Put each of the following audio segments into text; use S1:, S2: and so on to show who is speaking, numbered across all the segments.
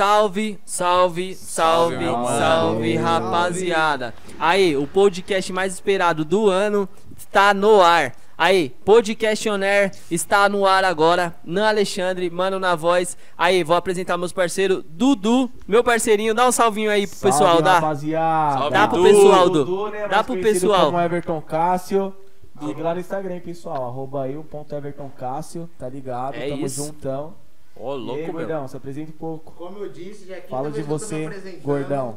S1: Salve, salve, salve,
S2: Salve,
S1: salve,
S2: mano.
S1: rapaziada. Aí, o podcast mais esperado do ano está no ar. Aí, Podcast On Air está no ar agora. Nan Alexandre, mano na voz. Aí, vou apresentar meus parceiros, Dudu, meu parceirinho. Dá um salvinho aí pro pessoal,
S3: Salve,
S1: dá.
S3: Rapaziada.
S2: Salve,
S1: Dá pro
S2: Dudu.
S1: pessoal, Dudu.
S3: Dudu, né,
S1: Dá
S3: mais
S1: pro
S3: conhecido
S1: pessoal.
S3: Como Everton Cássio. Liga lá no Instagram, hein, pessoal. Arroba aí o ponto Everton Cássio, tá ligado?
S1: É
S3: Tamo
S1: isso.
S3: juntão.
S2: Ô,
S3: e aí,
S2: louco, meu.
S3: gordão, se apresenta um pouco.
S4: Como eu disse, já é a quinta
S3: Fala de
S4: vez que eu tô me
S3: você,
S4: apresentando.
S3: gordão.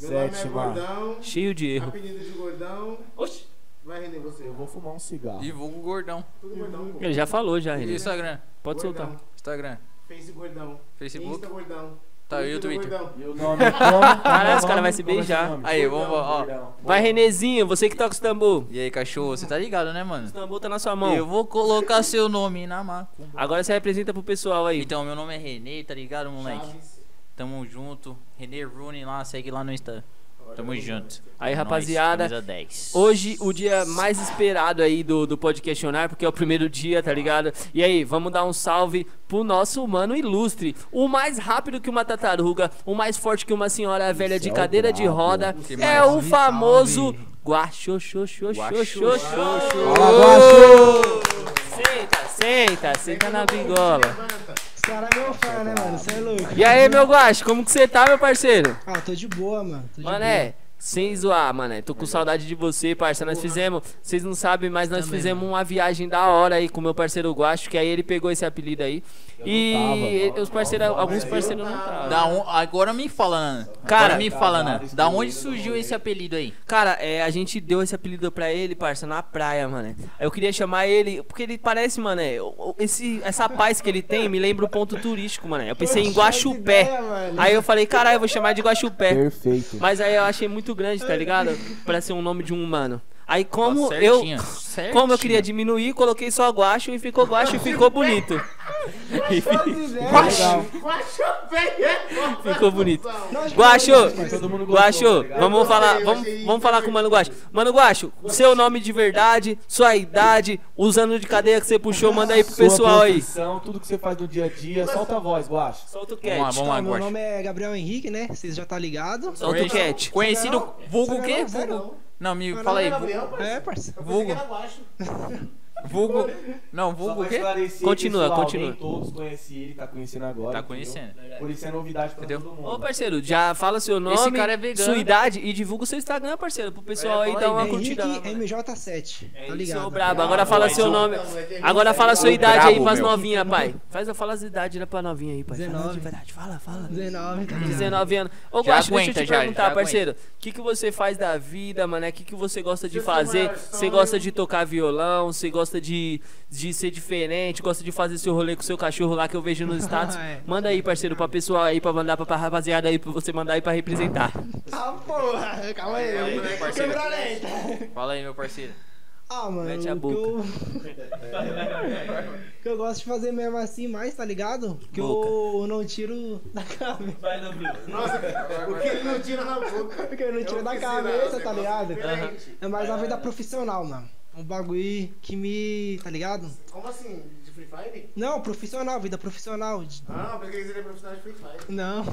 S4: Meu
S3: Sétima.
S4: nome é Gordão.
S1: Cheio de erro.
S4: Apelido de Gordão.
S1: Oxi.
S4: Vai render você.
S3: Eu vou fumar um cigarro.
S2: Divulga o gordão.
S5: Uhum.
S4: Tudo Gordão. pô.
S1: Ele já falou, já,
S2: E
S1: Renan.
S2: Instagram?
S1: Pode
S4: Gordão.
S1: soltar.
S2: Instagram.
S4: Face Gordão.
S2: Facebook?
S4: Insta Gordão.
S2: Tá, e o Twitter?
S4: Gordão.
S3: E o nome é como?
S1: Caralho, os
S3: Como é o
S1: cara vai
S3: nome?
S1: se
S3: Como é seu
S1: beijar.
S3: nome?
S2: Aí, vamos, ó.
S3: Gordão.
S1: Vai, Renezinho, você que toca os tambor.
S2: E aí, cachorro, você tá ligado, né, mano?
S1: Os tambor tá na sua mão.
S2: Eu vou colocar seu nome na macumba.
S1: Agora você representa pro pessoal aí.
S2: Então, meu nome é Renê, tá ligado, moleque? Tamo junto. Renê Rune lá, segue lá no Insta. Tamo junto. É,
S1: Aí,
S2: Nós,
S1: rapaziada,
S2: camisa 10.
S1: Hoje, o dia mais esperado aí do, do podcastionar, porque é o primeiro dia, tá ligado? E aí, vamos dar um salve pro nosso humano ilustre. O mais rápido que uma tartaruga, o mais forte que uma senhora velha de
S3: é o
S1: cadeira de
S3: brabo.
S1: roda,
S2: Que
S1: é
S2: mais?
S1: o famoso guaxoxoxoxoxoxo. Senta, senta, senta na bingola.
S5: Os caras é meu fã, né, mano? Você é louco.
S1: E aí, meu guaxo, como que você tá, meu parceiro?
S5: Ah, tô de boa, mano. é, Tô de boa.
S1: Mané, sem zoar, mané. Tô com saudade de você, parça. Nós fizemos, vocês não sabem, mas nós
S2: Também,
S1: fizemos uma viagem da hora aí com meu parceiro Guacho, que aí ele pegou esse apelido aí. E
S3: não tava,
S1: ele-
S3: não,
S1: os parceiros,
S3: não,
S1: alguns
S3: mas
S1: parceiros não estavam.
S2: Da on... Agora me fala, Ana.
S1: Cara,
S2: Agora me fala, Ana.
S3: Caralho,
S2: Da
S3: isso
S2: onde
S3: aí,
S2: surgiu
S3: não,
S2: esse é. apelido aí?
S1: Cara, é, a gente deu esse apelido pra ele, parça, na praia, mané. Eu queria chamar ele, porque ele parece, mané, o- o- esse, essa paz que ele tem me lembra o ponto turístico, mané. Eu pensei em
S5: Poxa, que
S1: Guaxupé.
S5: ideia, mano.
S1: Aí eu falei, caralho, eu vou chamar de Guaxupé.
S3: Perfeito.
S1: Mas aí eu achei muito grande, tá ligado? Pra ser um nome de um humano. Aí como
S2: Tá
S1: eu
S2: certinho,
S1: como eu
S2: certinho.
S1: queria diminuir, coloquei só guacho e ficou guacho e ficou bonito.
S3: Legal.
S1: Ficou bonito.
S4: Então,
S5: Não, acho que
S1: Guaxo,
S5: não, mas todo mundo-
S3: mundo
S1: Guacho,
S3: gostou, tá ligado?
S1: vamos falar,
S4: Eu
S1: vamos,
S4: achei isso,
S1: vamos falar com o Mano Guacho. Mano Guacho, seu nome de verdade, sua idade, os anos de cadeia que você puxou, manda aí pro
S3: Sua
S1: pessoal aí.
S3: profissão, Tudo que você faz no dia a dia, solta a voz, Guacho.
S1: Solta o
S2: Vamos lá,
S1: cat.
S2: vamos lá,
S5: Ah, meu
S2: Guacha.
S5: nome é Gabriel Henrique, né? Vocês já tá ligado?
S1: Solta o cat.
S2: Conhecido vulgo o quê?
S5: Você
S2: Vulgo.
S5: não, é
S2: Não, me
S5: Meu
S2: fala
S5: nome
S2: aí.
S5: é
S2: vu-
S4: Gabriel, parceiro.
S5: É, parça.
S4: Eu pensei que
S2: Vulgo.
S4: era baixo.
S2: Vulgo. Não, vulgo o quê?
S1: Continua,
S3: pessoal,
S1: continua.
S3: Nem todos conhecem ele, tá conhecendo agora.
S2: Tá
S3: entendeu?
S2: conhecendo.
S3: Por isso é novidade pra
S2: Entendeu?
S3: todo mundo.
S1: Ô parceiro, já fala seu nome,
S2: cara é vegano.
S1: sua idade e divulga o seu Instagram, parceiro, pro pessoal
S2: É,
S1: aí
S2: fala
S1: dar
S2: aí,
S1: uma
S2: né?
S5: Henrique
S1: curtida lá. mano.
S5: MJ7. Tá
S1: Seu
S5: ligado?
S1: É brabo, agora fala seu nome.
S4: é
S1: Agora fala sua
S2: Brabo,
S1: idade aí pras
S2: meu.
S1: novinhas, pai. Faz a fala as idades né, pra novinha aí, pai. Fala de
S5: 19.
S1: verdade, fala, fala.
S5: 19, tá ligado?
S1: 19 anos. Ô,
S2: Hum. Já
S1: Guacho, deixa eu
S2: aguenta,
S1: te
S2: já,
S1: perguntar,
S2: já aguenta.
S1: parceiro. O que, que você faz da vida, mané? O que, que você gosta de
S4: Seu
S1: fazer?
S4: maior
S1: Você
S4: sonho.
S1: gosta de tocar violão? Você gosta de, de ser diferente? Gosta de fazer seu rolê com seu cachorro lá que eu vejo nos status?
S5: Ah, é.
S1: Manda aí, parceiro, pra pessoal aí, pra mandar pra, pra rapaziada aí, pra você mandar aí pra representar.
S5: Ah, porra. Calma aí.
S2: É, moleque, parceiro.
S5: Câmera lenta.
S2: Fala aí, meu parceiro.
S5: Ah, mano.
S1: Mete a
S5: o que eu... o que eu gosto de fazer mesmo assim mais, tá ligado? Que eu não tiro da cabeça.
S4: Nossa, o que ele não tira na boca.
S5: Porque eu não tiro da
S4: ensinar
S5: cabeça,
S4: um
S5: tá
S4: negócio
S5: ligado?
S4: diferente.
S5: É mais a vida profissional, mano. Um bagulho que me. tá ligado?
S4: Como assim? De Free Fire?
S5: Não, profissional, vida profissional. de-
S4: Ah, porque ele é profissional de Free Fire.
S5: Não.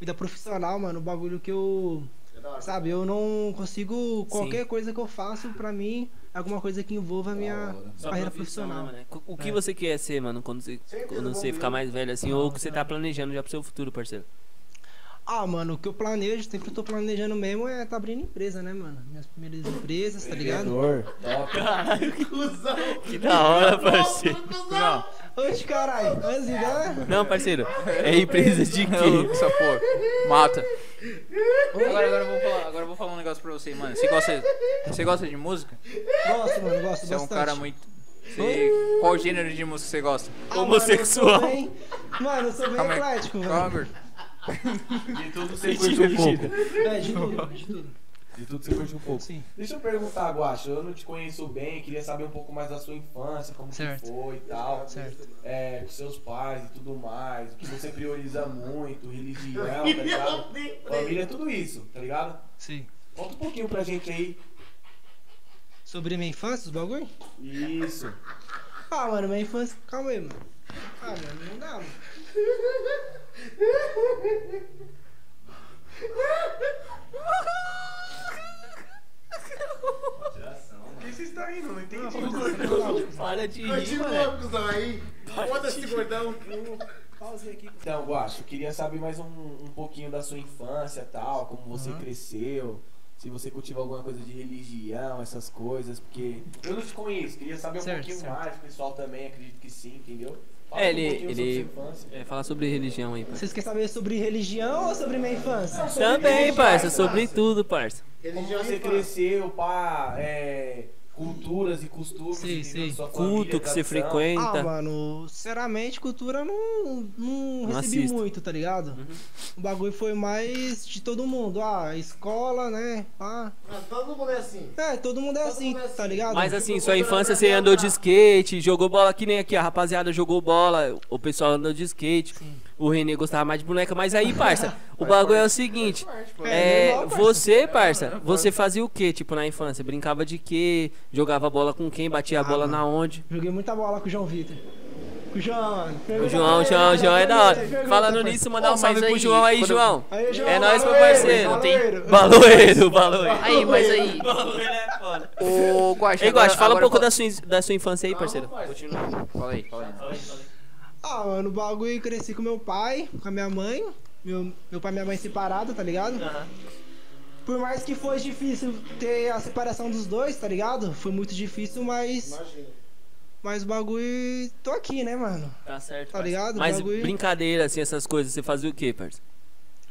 S5: vida profissional, mano. O bagulho que eu.
S4: É da hora.
S5: Sabe, eu não consigo. Qualquer coisa que eu faço, pra mim, alguma coisa que envolva a minha carreira profissional.
S1: Mané, co- O que você quer ser, mano, quando você,
S4: Sempre
S1: quando
S4: no
S1: você
S4: bom
S1: ficar
S4: dia.
S1: mais velho assim? Ou o que você tá planejando já pro seu futuro, parceiro?
S5: Ah, mano, o que eu planejo, sempre eu tô planejando mesmo é tá abrindo empresa, né, mano? Minhas primeiras empresas, tá ligado?
S3: Vendedor,
S4: Cusão.
S1: Que da hora,
S4: Nossa, cuzão.
S2: Não,
S5: Oxe, caralho, antes de né?
S1: Não, parceiro, é empresa de
S2: é louco
S1: quê?
S2: essa porra. Mata. Agora, agora, eu vou falar, agora eu vou falar um negócio pra você, mano. Você gosta, você gosta de música?
S5: Gosto, mano, gosto
S2: Você é um
S5: bastante.
S2: cara muito. você- qual gênero de música você gosta?
S5: Ah, mano,
S1: homossexual.
S5: eu sou bem- Mano, eu sou bem
S2: Calma aí.
S5: eclético,
S2: Calma,
S5: mano.
S2: gordo.
S3: você curte um pouco.
S5: É, de tudo, de tudo.
S3: De tudo você curte um pouco.
S5: Sim.
S3: Deixa eu perguntar, Guacha, eu não te conheço bem, queria saber um pouco mais da sua infância, como
S5: Certo.
S3: que foi e tal.
S5: Certo.
S3: É, com seus pais e tudo mais, o que você prioriza muito, religião, tá
S4: Não
S3: ligado?
S4: tem freio.
S3: Família, tudo isso, tá ligado?
S5: Sim.
S3: Conta um pouquinho pra gente aí.
S5: Sobre minha infância, os bagulho?
S3: Isso.
S5: Ah, mano, minha infância. Calma aí, mano. Ah, mano, não dá, mano. tá
S2: Para de rir, mano.
S4: Continua, cuzão, aí. Foda-se, gordão. Pause aqui.
S3: Então, Guacho, queria saber mais um, um pouquinho da sua infância tal, como você
S5: Uhum.
S3: cresceu, se você cultiva alguma coisa de religião, essas coisas, porque eu não te conheço, queria saber um
S5: Certo,
S3: pouquinho
S5: certo.
S3: mais, o pessoal também acredito que sim, entendeu?
S1: É,
S3: um
S1: ele-
S3: pouquinho sobre
S1: ele-
S3: sua infância.
S1: É, falar sobre religião aí, parça.
S5: Vocês querem saber sobre religião ou sobre minha infância?
S1: Também,
S3: religião,
S1: parça,
S3: parça.
S1: sobre tudo, parça.
S3: Como
S4: Religião
S3: você
S4: e fala.
S3: cresceu, pá, é, culturas e costumes,
S5: Sim,
S3: entendeu?
S5: sim.
S3: De sua família,
S1: Culto que você
S3: tradição.
S5: Ah,
S1: frequenta.
S5: mano, sinceramente, cultura eu não, não,
S1: Não
S5: recebi
S1: assisto. Uhum.
S5: muito, tá ligado? O bagulho foi mais de todo mundo. Ah, escola, né? Ah,
S4: Ah, Todo mundo é assim.
S5: é, todo mundo é
S4: Todo
S5: assim,
S4: mundo é assim.
S5: tá ligado?
S1: Mas
S4: tipo,
S1: assim,
S4: quando
S1: sua
S4: eu
S1: infância
S4: era
S1: você
S4: pra
S1: andou de
S4: andar.
S1: skate, jogou bola, que nem aqui, a rapaziada jogou bola, o pessoal andou de skate, o Renê gostava mais de boneca, mas aí, parça, o bagulho é o seguinte,
S4: Forte, pô.
S1: É,
S5: normal, parça.
S1: você, parça, você fazia o que, tipo, na infância? Brincava de quê? Jogava bola com quem? Batia a
S5: Ah,
S1: bola
S5: mano.
S1: na onde?
S5: Joguei muita bola com o João Vitor. Com o João.
S1: O
S5: pergunta pra
S1: João, o
S5: ele,
S1: João, o João é da
S5: pergunta pra ele,
S1: hora.
S5: pergunta,
S1: Falando
S5: parça.
S1: nisso, mandar um
S2: Ô,
S1: salve
S2: mas
S1: pro
S2: aí,
S1: João aí,
S2: quando-
S1: João.
S5: Aí, João,
S1: É nóis, meu
S5: valeu,
S1: parceiro.
S5: valeu.
S1: Baloeiro, baloeiro.
S2: Aí, mas aí.
S1: Baloeiro é foda.
S2: Ô, Guaxa,
S1: Ei, Guax,
S2: agora-
S1: fala um
S2: agora
S1: pouco
S2: fala-
S1: da sua, da sua infância aí,
S4: Calma,
S1: parceiro.
S4: parça.
S2: Fala aí, fala aí.
S5: Ah, mano, o bagulho eu cresci com meu pai, com a minha mãe. Meu, meu pai e minha mãe separados, tá ligado? Por mais que foi difícil ter a separação dos dois, tá ligado? Foi muito difícil, mas.
S4: Imagina.
S5: Mas o bagulho. tô aqui, né, mano?
S1: Tá certo.
S5: Tá ligado?
S1: Mas
S5: O bagulho-
S1: brincadeira, assim, essas coisas, você fazia o quê, parceiro?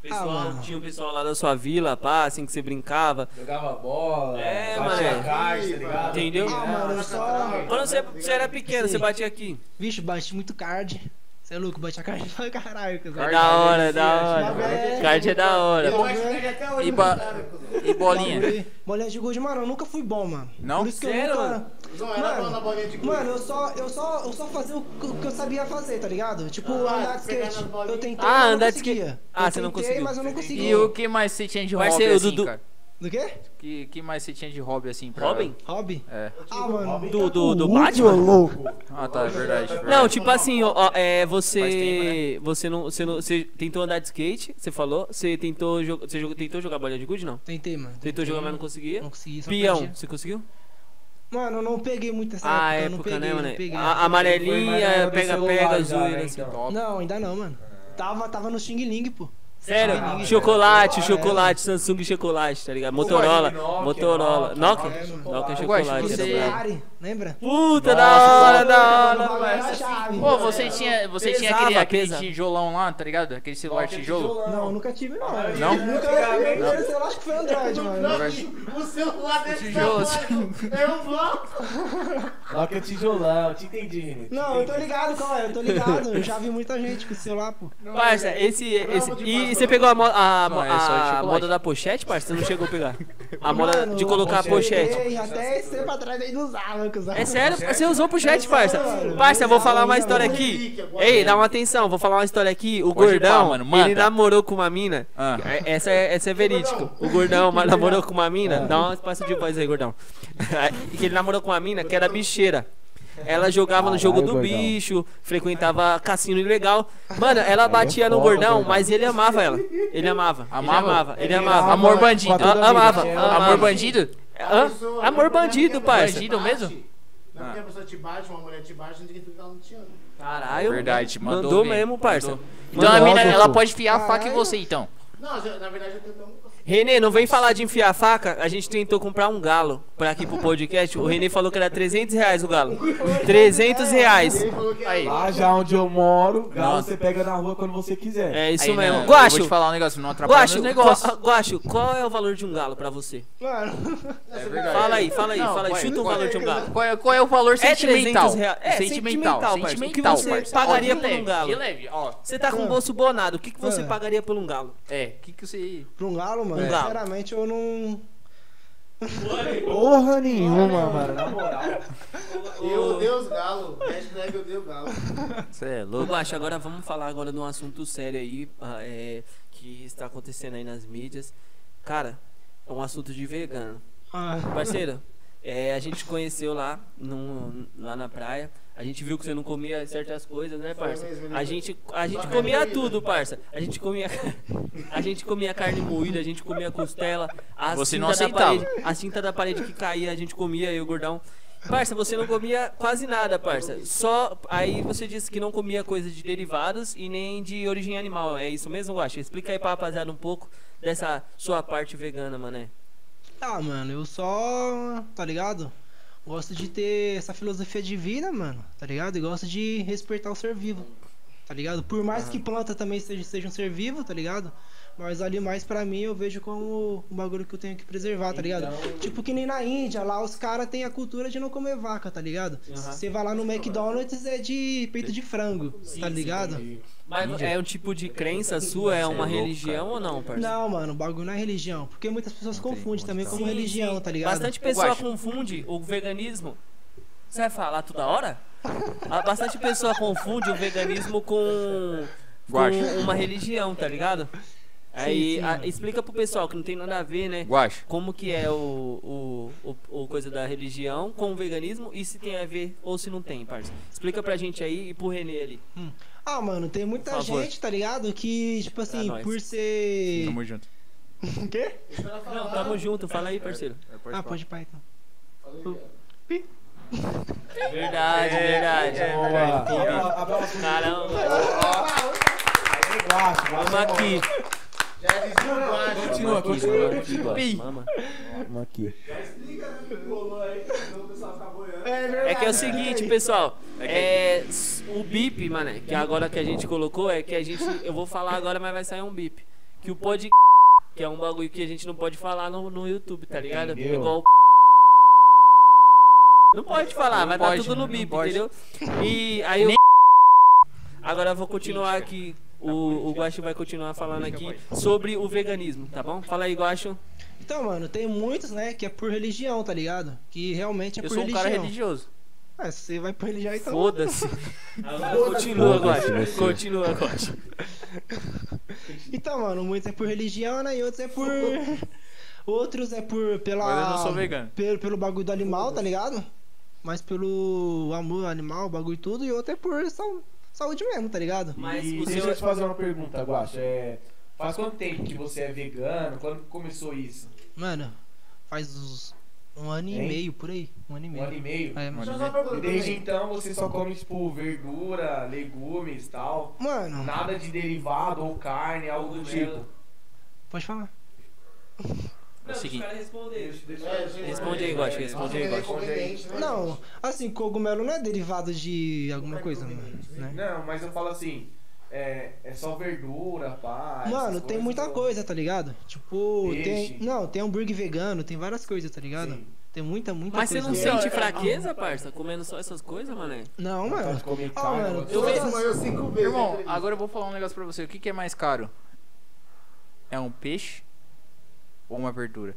S1: Pessoal,
S5: mano.
S1: tinha o pessoal lá da sua vila, pá, assim que você brincava.
S3: Jogava bola,
S1: É,
S3: batia
S1: mané.
S3: caixa, tá ligado?
S1: Entendeu?
S5: Ah, mano, eu só.
S1: Quando você, você era pequeno, você batia aqui.
S5: Vixe, bati muito card. Você é louco, bati a card pra caralho,
S1: É
S5: cara.
S1: da hora, é da
S5: Bagulho
S1: hora.
S5: é-
S1: Card é da hora.
S4: Ele vai esfregar até hoje.
S2: E ba-
S4: cara, cuzão.
S2: E bolinha?
S5: Bagulho- Bolinha de gude, mano, eu nunca fui bom, mano.
S2: Não?
S5: Por isso que eu
S1: Sério,
S5: nunca-
S1: mano?
S4: Não, era
S5: Mano,
S4: bola na bolinha de gude.
S5: Mano, eu só, eu só, eu só fazia o que- o que eu sabia fazer, tá ligado? Tipo,
S4: Ah,
S5: andar de
S4: pegar
S5: skate.
S4: nas bolinhas.
S5: Eu tentei,
S1: Ah,
S5: mas não
S1: andar de skate.
S5: conseguia.
S1: Ah,
S5: Eu
S1: você não
S5: tentei,
S1: conseguiu.
S5: mas eu não consegui.
S2: E o que mais você tinha de hobby
S1: Parceiro,
S2: assim,
S1: Dudu-
S2: cara?
S5: Do quê?
S2: Que, que mais você tinha de hobby assim pra...
S1: Robin?
S5: Hobby?
S2: É.
S5: Ah,
S4: Tipo,
S5: mano.
S1: Do, do, do Batman?
S2: Ah, tá, é verdade. é verdade.
S1: Não, tipo assim, ó, ó, é,
S2: Faz tempo,
S1: você. Você não. Você não. Você tentou andar de skate, você falou. Você tentou, jo- você jogou- tentou jogar bolinha de gude, não?
S5: Tentei, mano.
S1: Tentou jogar, mas não conseguia.
S5: Não consegui, Hum. só
S1: Peão,
S5: perdi.
S1: você conseguiu?
S5: Mano, eu não peguei muito essa
S1: Ah,
S5: época. eu não
S1: época,
S5: peguei,
S1: né,
S5: não
S1: mano?
S5: peguei.
S1: A-
S3: Foi mais na era
S1: Amarelinha,
S3: do
S1: pega-pega,
S3: celular já,
S1: zoeira.
S3: né,
S1: assim.
S3: então.
S2: Top.
S5: Não, ainda não, mano. Tava, tava no Xing Ling, pô.
S1: Sério?
S5: Ah,
S1: Chocolate,
S3: é.
S1: chocolate, Samsung chocolate, tá ligado?
S3: Pô,
S1: Motorola,
S3: Nokia,
S1: Motorola.
S3: Nokia,
S1: Nokia?
S3: chocolate.
S1: Nokia
S2: Eu gosto de
S1: chocolate.
S2: você.
S1: era bom.
S5: Ferrari, lembra?
S1: Puta, da hora, da hora,
S4: Tipo,
S5: Bagulho
S1: da
S5: era
S1: hora.
S5: chave.
S2: Pô, você tinha, você tinha aquele,
S1: Pesava,
S2: aquele
S1: pesa.
S2: tijolão lá, tá ligado? Aquele celular
S3: Aquele
S2: tijolo.
S3: tijolão.
S5: Não, nunca tive, não. mano.
S2: Não?
S5: Nunca, meu primeiro celular acho que foi Android, mano.
S4: Não, que o celular desse
S2: tijolo,
S4: tamanho é um bloco.
S3: Nokia tijolão, te entendi, René. te
S5: Não, eu tô
S3: entendi.
S5: ligado, qual é? Eu tô ligado. Eu já vi muita gente com esse celular, pô.
S1: Parça, esse. esse
S4: Bravo de
S1: e
S4: maçã.
S1: você pegou a, mo- a,
S2: Não, é só
S1: a
S2: chocolate.
S1: moda da pochete, parça? Você não chegou a pegar? A moda
S5: Mano,
S1: de colocar a pochete.
S5: peguei, Até esse tempo atrás aí não usava, que usava.
S1: É sério? Você usou pochete, parça?
S5: mano.
S1: Parça, eu vou falar uma
S5: Não,
S1: história
S4: não.
S1: aqui.
S4: Relíquia, guarda.
S1: Ei, dá uma atenção, vou falar uma história aqui. O
S2: Pode ir
S1: gordão,
S2: lá, mano, manda.
S1: ele namorou com uma mina.
S2: Ah.
S1: É- Essa é, essa é verídico. O gordão mas namorou com uma mina. Dá um espaço de voz aí, gordão. É, Que ele namorou com uma mina que era bicheira. Ela jogava no jogo do
S3: Caralho, gordão.
S1: bicho, frequentava cassino ilegal. Mano, ela batia no
S3: foda,
S1: gordão,
S3: gordão.
S1: mas ele amava ela. Ele amava.
S2: Amava?
S1: Ele amava. Ele
S3: Ele
S1: amava.
S3: amava.
S2: Amor bandido.
S3: Quatro
S1: Ah, amava.
S3: amigos.
S1: amava.
S2: Amor bandido?
S1: Hã? Amor bandido, parça.
S2: Bandido mesmo?
S4: Não, porque a pessoa te bate, uma mulher te bate, não tem que ficar não te ama.
S1: Caralho.
S2: Verdade, mandou
S1: Mandou
S2: bem,
S1: mesmo, parça.
S2: mandou. Então a
S3: Mandou,
S2: mina, ela
S3: Rodolfo.
S2: pode enfiar a faca em
S5: Caralho.
S2: você, então.
S4: Não, já- na verdade eu tento um.
S1: Renê, não vem falar de enfiar a faca. A gente tentou comprar um galo pra aqui pro podcast. O Renê falou que era 300 reais o galo. 300
S5: É.
S1: reais.
S4: Ele falou que é
S2: Aí.
S4: era-
S3: Lá já onde eu moro, galo
S2: Nossa.
S3: você pega na rua quando você quiser.
S1: É isso
S2: Aí,
S1: mesmo.
S2: não, Eu vou
S1: Guacho,
S2: te falar um negócio, não atrapalha
S1: Guacho,
S2: meus negócios.
S1: qual- Guacho, qual é o valor de um galo pra você?
S5: Mano,
S2: É verdade.
S1: Fala aí, fala aí,
S2: Não, é
S1: fala aí.
S2: vai,
S1: Chuta o
S2: vai.
S1: valor de um galo.
S2: Qual é, qual é o valor
S1: É 300
S2: sentimental?
S1: reais. É, sentimental,
S2: sentimental,
S1: parça. O que você
S2: parça.
S1: pagaria
S2: Ó, de
S1: por um
S2: leve,
S1: galo?
S2: De leve, ó.
S1: Você tá com o bolso bonado. O que, que você
S5: Ah.
S1: pagaria por um galo?
S2: É, o que que você...
S5: pra um galo, mano,
S1: Um galo.
S5: sinceramente eu não.
S3: Porra nenhuma, mano. Na moral.
S4: Eu odeio os galo. Hashtag eu odeio galo.
S2: Você é
S1: Ô,
S2: louco.
S1: Guacho, agora vamos falar agora de um assunto sério aí ah, é, que está acontecendo aí nas mídias. Cara, é um assunto de vegano.
S5: Ah,
S1: Parceiro, é, a gente te conheceu lá, num- lá na praia. A gente viu que você não comia certas coisas, né, parça? A gente, a gente comia tudo, parça. A gente comia, a gente comia carne moída, a gente comia costela. A
S2: Você
S1: cinta
S2: não
S1: da
S2: aceitava.
S1: parede- a cinta da parede que caía, a gente comia, eu, gordão. Parça, você não comia quase nada, parça. Só. Aí você disse que não comia coisa de derivados e nem de origem animal. É isso mesmo, Guaxa? Explica aí pra rapaziada um pouco dessa sua parte vegana, mané.
S5: Ah, mano, eu só, tá ligado? Gosto de ter essa filosofia de vida, mano, tá ligado? E gosto de respeitar o ser vivo, tá ligado? Por mais que planta também seja, seja um ser vivo, tá ligado? Mas animais, pra mim, eu vejo como um bagulho que eu tenho que preservar, tá ligado? Tipo que nem na Índia, lá os caras têm a cultura de não comer vaca, tá ligado? Você vai lá no McDonald's, é de peito de frango, tá ligado?
S1: Mas é um tipo de crença sua? É uma religião ou não, parça?
S5: Não, mano, o bagulho não é religião. Porque muitas pessoas confundem também como
S1: Sim,
S5: religião,
S1: sim.
S5: tá ligado?
S1: Bastante pessoa
S2: Guaxa.
S1: confunde o veganismo. Você vai falar toda hora? Ah, Bastante pessoa confunde o veganismo com, com
S2: Guaxa.
S1: uma religião, tá ligado? Aí
S5: sim,
S1: a-
S5: mano.
S1: explica pro pessoal que não tem nada a ver, né?
S2: Guacho,
S1: Como que é o, o, o, o coisa da religião com o veganismo e se tem a ver ou se não tem, parça. Explica pra gente aí e pro Renê ali.
S5: Ah, mano, tem muita
S1: Por favor. É
S5: gente, tá ligado? Que, tipo assim,
S1: nóis.
S5: por ser.
S2: tamo junto.
S5: O quê?
S1: Não, tamo junto, fala aí, parceiro.
S5: Ah, pode pai então.
S1: Verdade, verdade.
S3: Boa. Abraço,
S1: Caramba,
S3: Guaxa,
S1: vamos
S3: Guaxa.
S1: aqui.
S4: Já desviou o baixo.
S1: Continua aqui, mama aqui, gosta, mama.
S3: Vamos aqui.
S1: É que é o seguinte, pessoal. É, s- o bip, mané, que agora que a gente colocou, é que a gente. Eu vou falar agora, mas vai sair um bip. Que o pod. Que é um bagulho que a gente não pode falar no, no YouTube, tá ligado?
S3: Entendeu?
S1: Igual o. Não pode falar, vai
S2: pode,
S1: tá tudo no
S2: não
S1: bip,
S2: pode.
S1: entendeu? E aí eu. Agora eu vou continuar aqui. O, o Guacho vai continuar falando aqui sobre o veganismo, tá bom? Fala aí, Guacho.
S5: Então, mano, tem muitos, né, que é por religião, tá ligado? Que realmente é
S1: Eu
S5: por
S1: sou um
S5: religião.
S1: cara religioso.
S5: Ah, se você vai por religião então.
S1: Foda-se. Continua,
S3: Foda-se
S1: Guacho.
S3: você.
S1: Continua, Guacho.
S5: Então, mano, muitos é por religião, né? E outros é por. outros é por. pela.
S2: Mas eu não sou vegano.
S5: Pelo, pelo bagulho do animal, tá ligado? Mas pelo amor ao animal, bagulho e tudo, e outro é por sau- saúde mesmo, tá ligado?
S1: Mas
S3: e
S1: o
S3: deixa
S1: seu-
S3: eu te fazer uma pergunta, Guaxa. É,
S4: Faz quanto tempo que você é vegano? Quando começou isso?
S5: Mano, faz uns. Um ano
S3: Hein?
S5: e meio, por aí. Um ano e
S4: Um
S5: meio.
S4: ano e meio?
S5: É,
S2: Mano,
S5: mano.
S2: né?
S4: E desde então você só come, tipo, verdura, legumes e tal.
S5: Mano,
S4: Nada de derivado ou carne, algo do tipo.
S5: pode falar.
S2: É o seguinte.
S1: Responde aí, Gotti, responde aí, Gotti.
S5: Não, assim, cogumelo não é derivado de alguma coisa, mano, né?
S4: Não, mas eu falo assim, é, é só verdura, pá. essas
S5: Mano, tem
S4: coisas,
S5: muita
S4: então.
S5: coisa, tá ligado? Tipo,
S4: Peixe.
S5: tem. Não, tem hambúrguer vegano, tem várias coisas, tá ligado?
S4: Sim.
S5: Tem muita, muita
S1: Mas você
S5: coisa.
S1: não sente fraqueza, parça? Comendo só essas coisas, mané?
S5: Não,
S4: Vontade
S5: mano.
S4: de comer
S5: Ó,
S4: carne,
S5: mano,
S4: vontade de
S1: eu
S5: todas
S1: mesmo,
S5: as-
S2: Irmão, agora eu vou falar um negócio pra você. O que, que é mais caro? É um peixe ou uma verdura?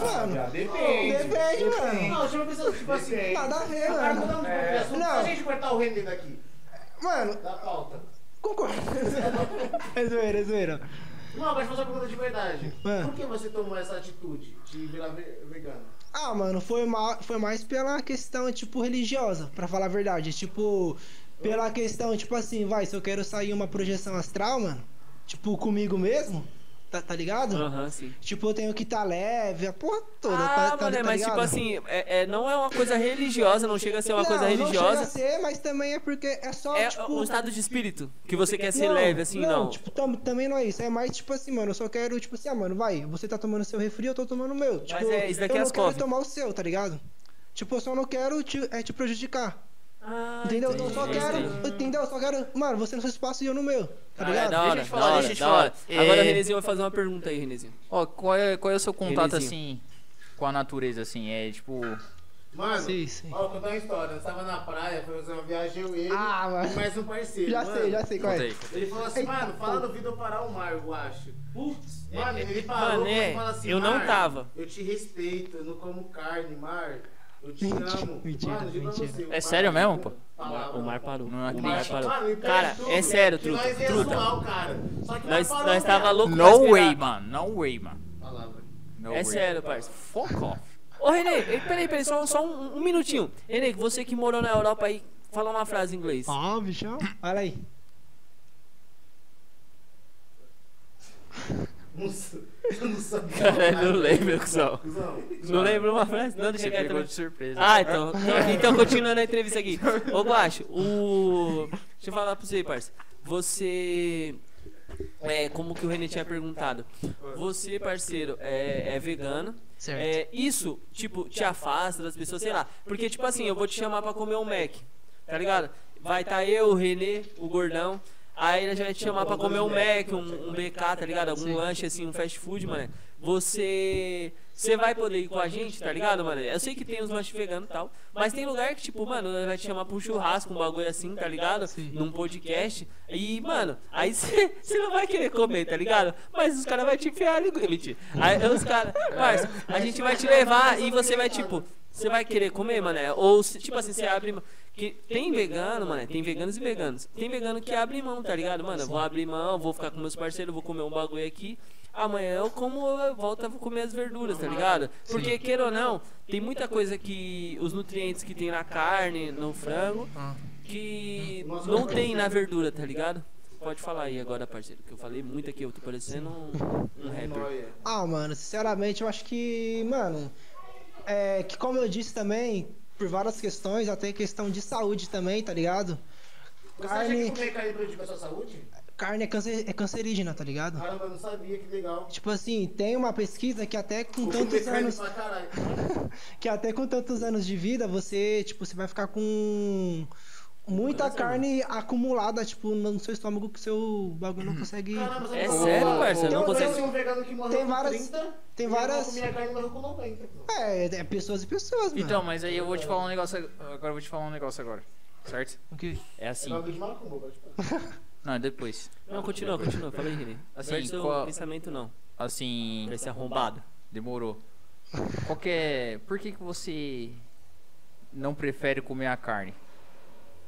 S5: Mano,
S4: Já depende.
S5: depende, mano.
S6: Não, chama pessoas tipo assim.
S4: Depende.
S5: Nada a ver,
S6: Cara, mudar
S5: mano.
S6: um pouco de assunto.
S5: Não.
S6: Não. a gente cortar o render daqui,
S5: Mano,
S6: da pauta.
S5: concordo. É zoeira, é zoeira.
S6: Não, mas fazer uma pergunta de verdade.
S5: É.
S6: Por que você tomou essa atitude de virar ve- vegano?
S5: Ah, mano, foi, ma foi mais pela questão, tipo, religiosa, pra falar a verdade. Tipo, pela questão, tipo assim, vai, se eu quero sair uma projeção astral, mano, tipo, comigo mesmo, tá, tá ligado?
S1: Aham, sim.
S5: Tipo, eu tenho que tá leve, a porra toda, tá,
S1: Ah. Ah,
S5: tá,
S1: mané,
S5: tá
S1: mas tipo
S5: ligado?
S1: assim, é, é- não é uma coisa religiosa, não chega a ser uma
S5: Não,
S1: coisa
S5: Não chega a
S1: religiosa.
S5: ser, mas também é porque é só,
S1: É
S5: tipo...
S1: um estado de espírito que você quer ser
S5: não,
S1: leve, assim, não.
S5: tipo, tam- também não é isso. É mais tipo assim, mano, eu só quero, tipo assim, ah, mano, vai, você tá tomando seu refri, eu tô tomando o meu. Tipo,
S1: é, isso daqui
S5: eu
S1: é
S5: não
S1: as
S5: quero
S1: cove.
S5: tomar o seu, tá ligado? Tipo, eu só não quero te, é, te prejudicar.
S1: Ah,
S5: Entendeu? Eu
S1: entendi,
S5: só quero.
S1: entendi.
S5: Entendeu? Eu só quero. Mano, você no seu espaço e eu no meu. Tá
S1: Ah, é
S5: ligado?
S1: da
S2: Deixa
S1: hora,
S2: eu te
S1: da
S2: falar,
S1: hora,
S2: deixa eu te
S1: da hora.
S2: falar.
S1: Agora o
S2: É-
S1: Renezinho vai fazer uma pergunta aí, Renezinho.
S2: Ó, qual é, qual é o seu contato
S1: Belezinha.
S2: assim com a natureza, assim? É tipo.
S6: Mano,
S5: Sim, sim.
S6: ó, vou contar uma história. Nós tava na praia, foi fazer uma viagem, eu e ele,
S5: Ah, mano.
S6: e mais um parceiro.
S5: Já
S6: mano.
S5: sei, já sei qual
S2: Conta
S5: é.
S2: aí.
S6: Ele falou assim, mano, fala no vídeo eu parar o mar, eu acho. Putz,
S1: é,
S6: mano, ele parou
S1: Mané,
S6: e fala assim,
S1: eu não
S6: "Mar,
S1: tava."
S6: Eu te respeito, eu não como carne, mar. Eu te
S5: Mentira,
S6: amo.
S5: mentira,
S6: mano, digo pra
S5: mentira.
S6: você, o
S2: É
S6: mar-
S2: sério mesmo, pô?
S1: O mar,
S6: Falava.
S1: o mar parou.
S2: Não
S6: é
S1: o mar
S2: acredito.
S1: parou.
S6: tipo, Mano, ele pega
S1: Cara,
S6: tudo,
S1: é sério,
S6: que
S1: truta.
S6: Nós ia
S1: Truta.
S6: zoar o cara. Só que
S1: Nós,
S6: parou,
S1: nós
S6: cara.
S1: tava louco pra
S2: No
S1: esperar.
S2: way, mano. No way, mano.
S6: Falava.
S2: No
S1: É
S2: way.
S1: sério, parça.
S2: Fuck off.
S1: Ô, Renê, eh, peraí, peraí, só, só um, um minutinho. Renê, você que morou na Europa aí, fala uma frase em inglês.
S5: Ó, bichão. Olha aí.
S6: Nossa. Eu não sabia.
S1: é
S2: Cara, eu não lembro, cuzão.
S6: Cusão.
S1: Não lembro uma frase? Não, deixa
S2: Você
S1: quieto.
S2: pegou
S1: mano.
S2: de surpresa.
S1: Ah, então. Então, então, continuando a entrevista aqui. Ô, Guacho, o. Deixa eu falar pra você, parceiro. Você. É, como que o René tinha perguntado. Você, parceiro, é, é vegano.
S7: Certo.
S1: É, isso, tipo, te afasta das pessoas, sei lá. Porque, tipo assim, eu vou te chamar pra comer um Mac. Tá ligado? Vai tá eu, o Renê, o gordão. Aí a gente vai te chamar pra comer um Mac, um, um BK, tá ligado? Algum
S7: Sim.
S1: lanche, assim, um fast food, mano. Você. Você vai poder ir com a gente, tá ligado, mano? Eu sei que tem uns lanches veganos e tal. Mas tem lugar que, tipo, mano, nós vai te chamar pra um churrasco, um bagulho assim, tá ligado?
S7: Sim.
S1: Num podcast. E, mano, aí você não vai querer comer, tá ligado? Mas os caras vão te enfiar ali. Mentira. Aí os caras. Parça, a gente vai te levar e você vai, tipo. Você vai querer comer, mané? Ou, se- tipo assim, você abre. mão- Que tem vegano, mané. Tem veganos e veganos. Tem vegano que abre mão, tá ligado? Mano, eu vou abrir mão, vou ficar com meus parceiros, vou comer um bagulho aqui. Amanhã eu como, eu volto, eu vou comer as verduras, tá ligado? Porque, queira ou não, tem muita coisa que. Os nutrientes que tem na carne, no frango,
S7: Ah.
S1: que não tem na verdura, tá ligado? Pode falar aí agora, parceiro, que eu falei muito aqui, eu tô parecendo um, um rapper.
S4: Nóia.
S5: Ah, mano, sinceramente eu acho que, mano, é que como eu disse também, por várias questões, até questão de saúde também, tá ligado?
S6: Você acha que
S5: Carne,
S6: comer carne prejudica a sua saúde?
S5: carne é, câncer, é cancerígena, tá ligado?
S6: Caramba, eu não sabia, que legal.
S5: Tipo assim, tem uma pesquisa que até com
S6: Vou
S5: tantos
S6: comer carne
S5: anos,
S6: pra caralho.
S5: que até com tantos anos de vida, você, tipo, você vai ficar com muita carne acumulada, tipo, no seu estômago que seu bagulho não consegue.
S6: Uhum. Caramba, você
S1: É
S6: não-
S1: sério, parça, eu não
S6: Eu
S1: consigo-
S6: conheci um vegano que morreu
S5: Tem
S6: com
S5: várias-
S6: 30,
S5: tem
S6: e
S5: várias-
S6: Eu comi a carne e morreu com 90. pô.
S5: É, é pessoas e pessoas, mano.
S2: Então, mas aí eu vou te falar um negócio. ag- Agora eu vou te falar um negócio agora. Certo?
S5: O quê?
S2: É assim.
S6: Joga de macumba, tipo, pode falar.
S2: Não, é depois.
S1: Não, continua, continua, fala aí, Renê.
S2: Assim,
S1: Perde seu
S2: qual-
S1: pensamento não,
S2: Assim.
S1: pra esse arrombado.
S2: Demorou. Qual que é. Por que, que você não prefere comer a carne?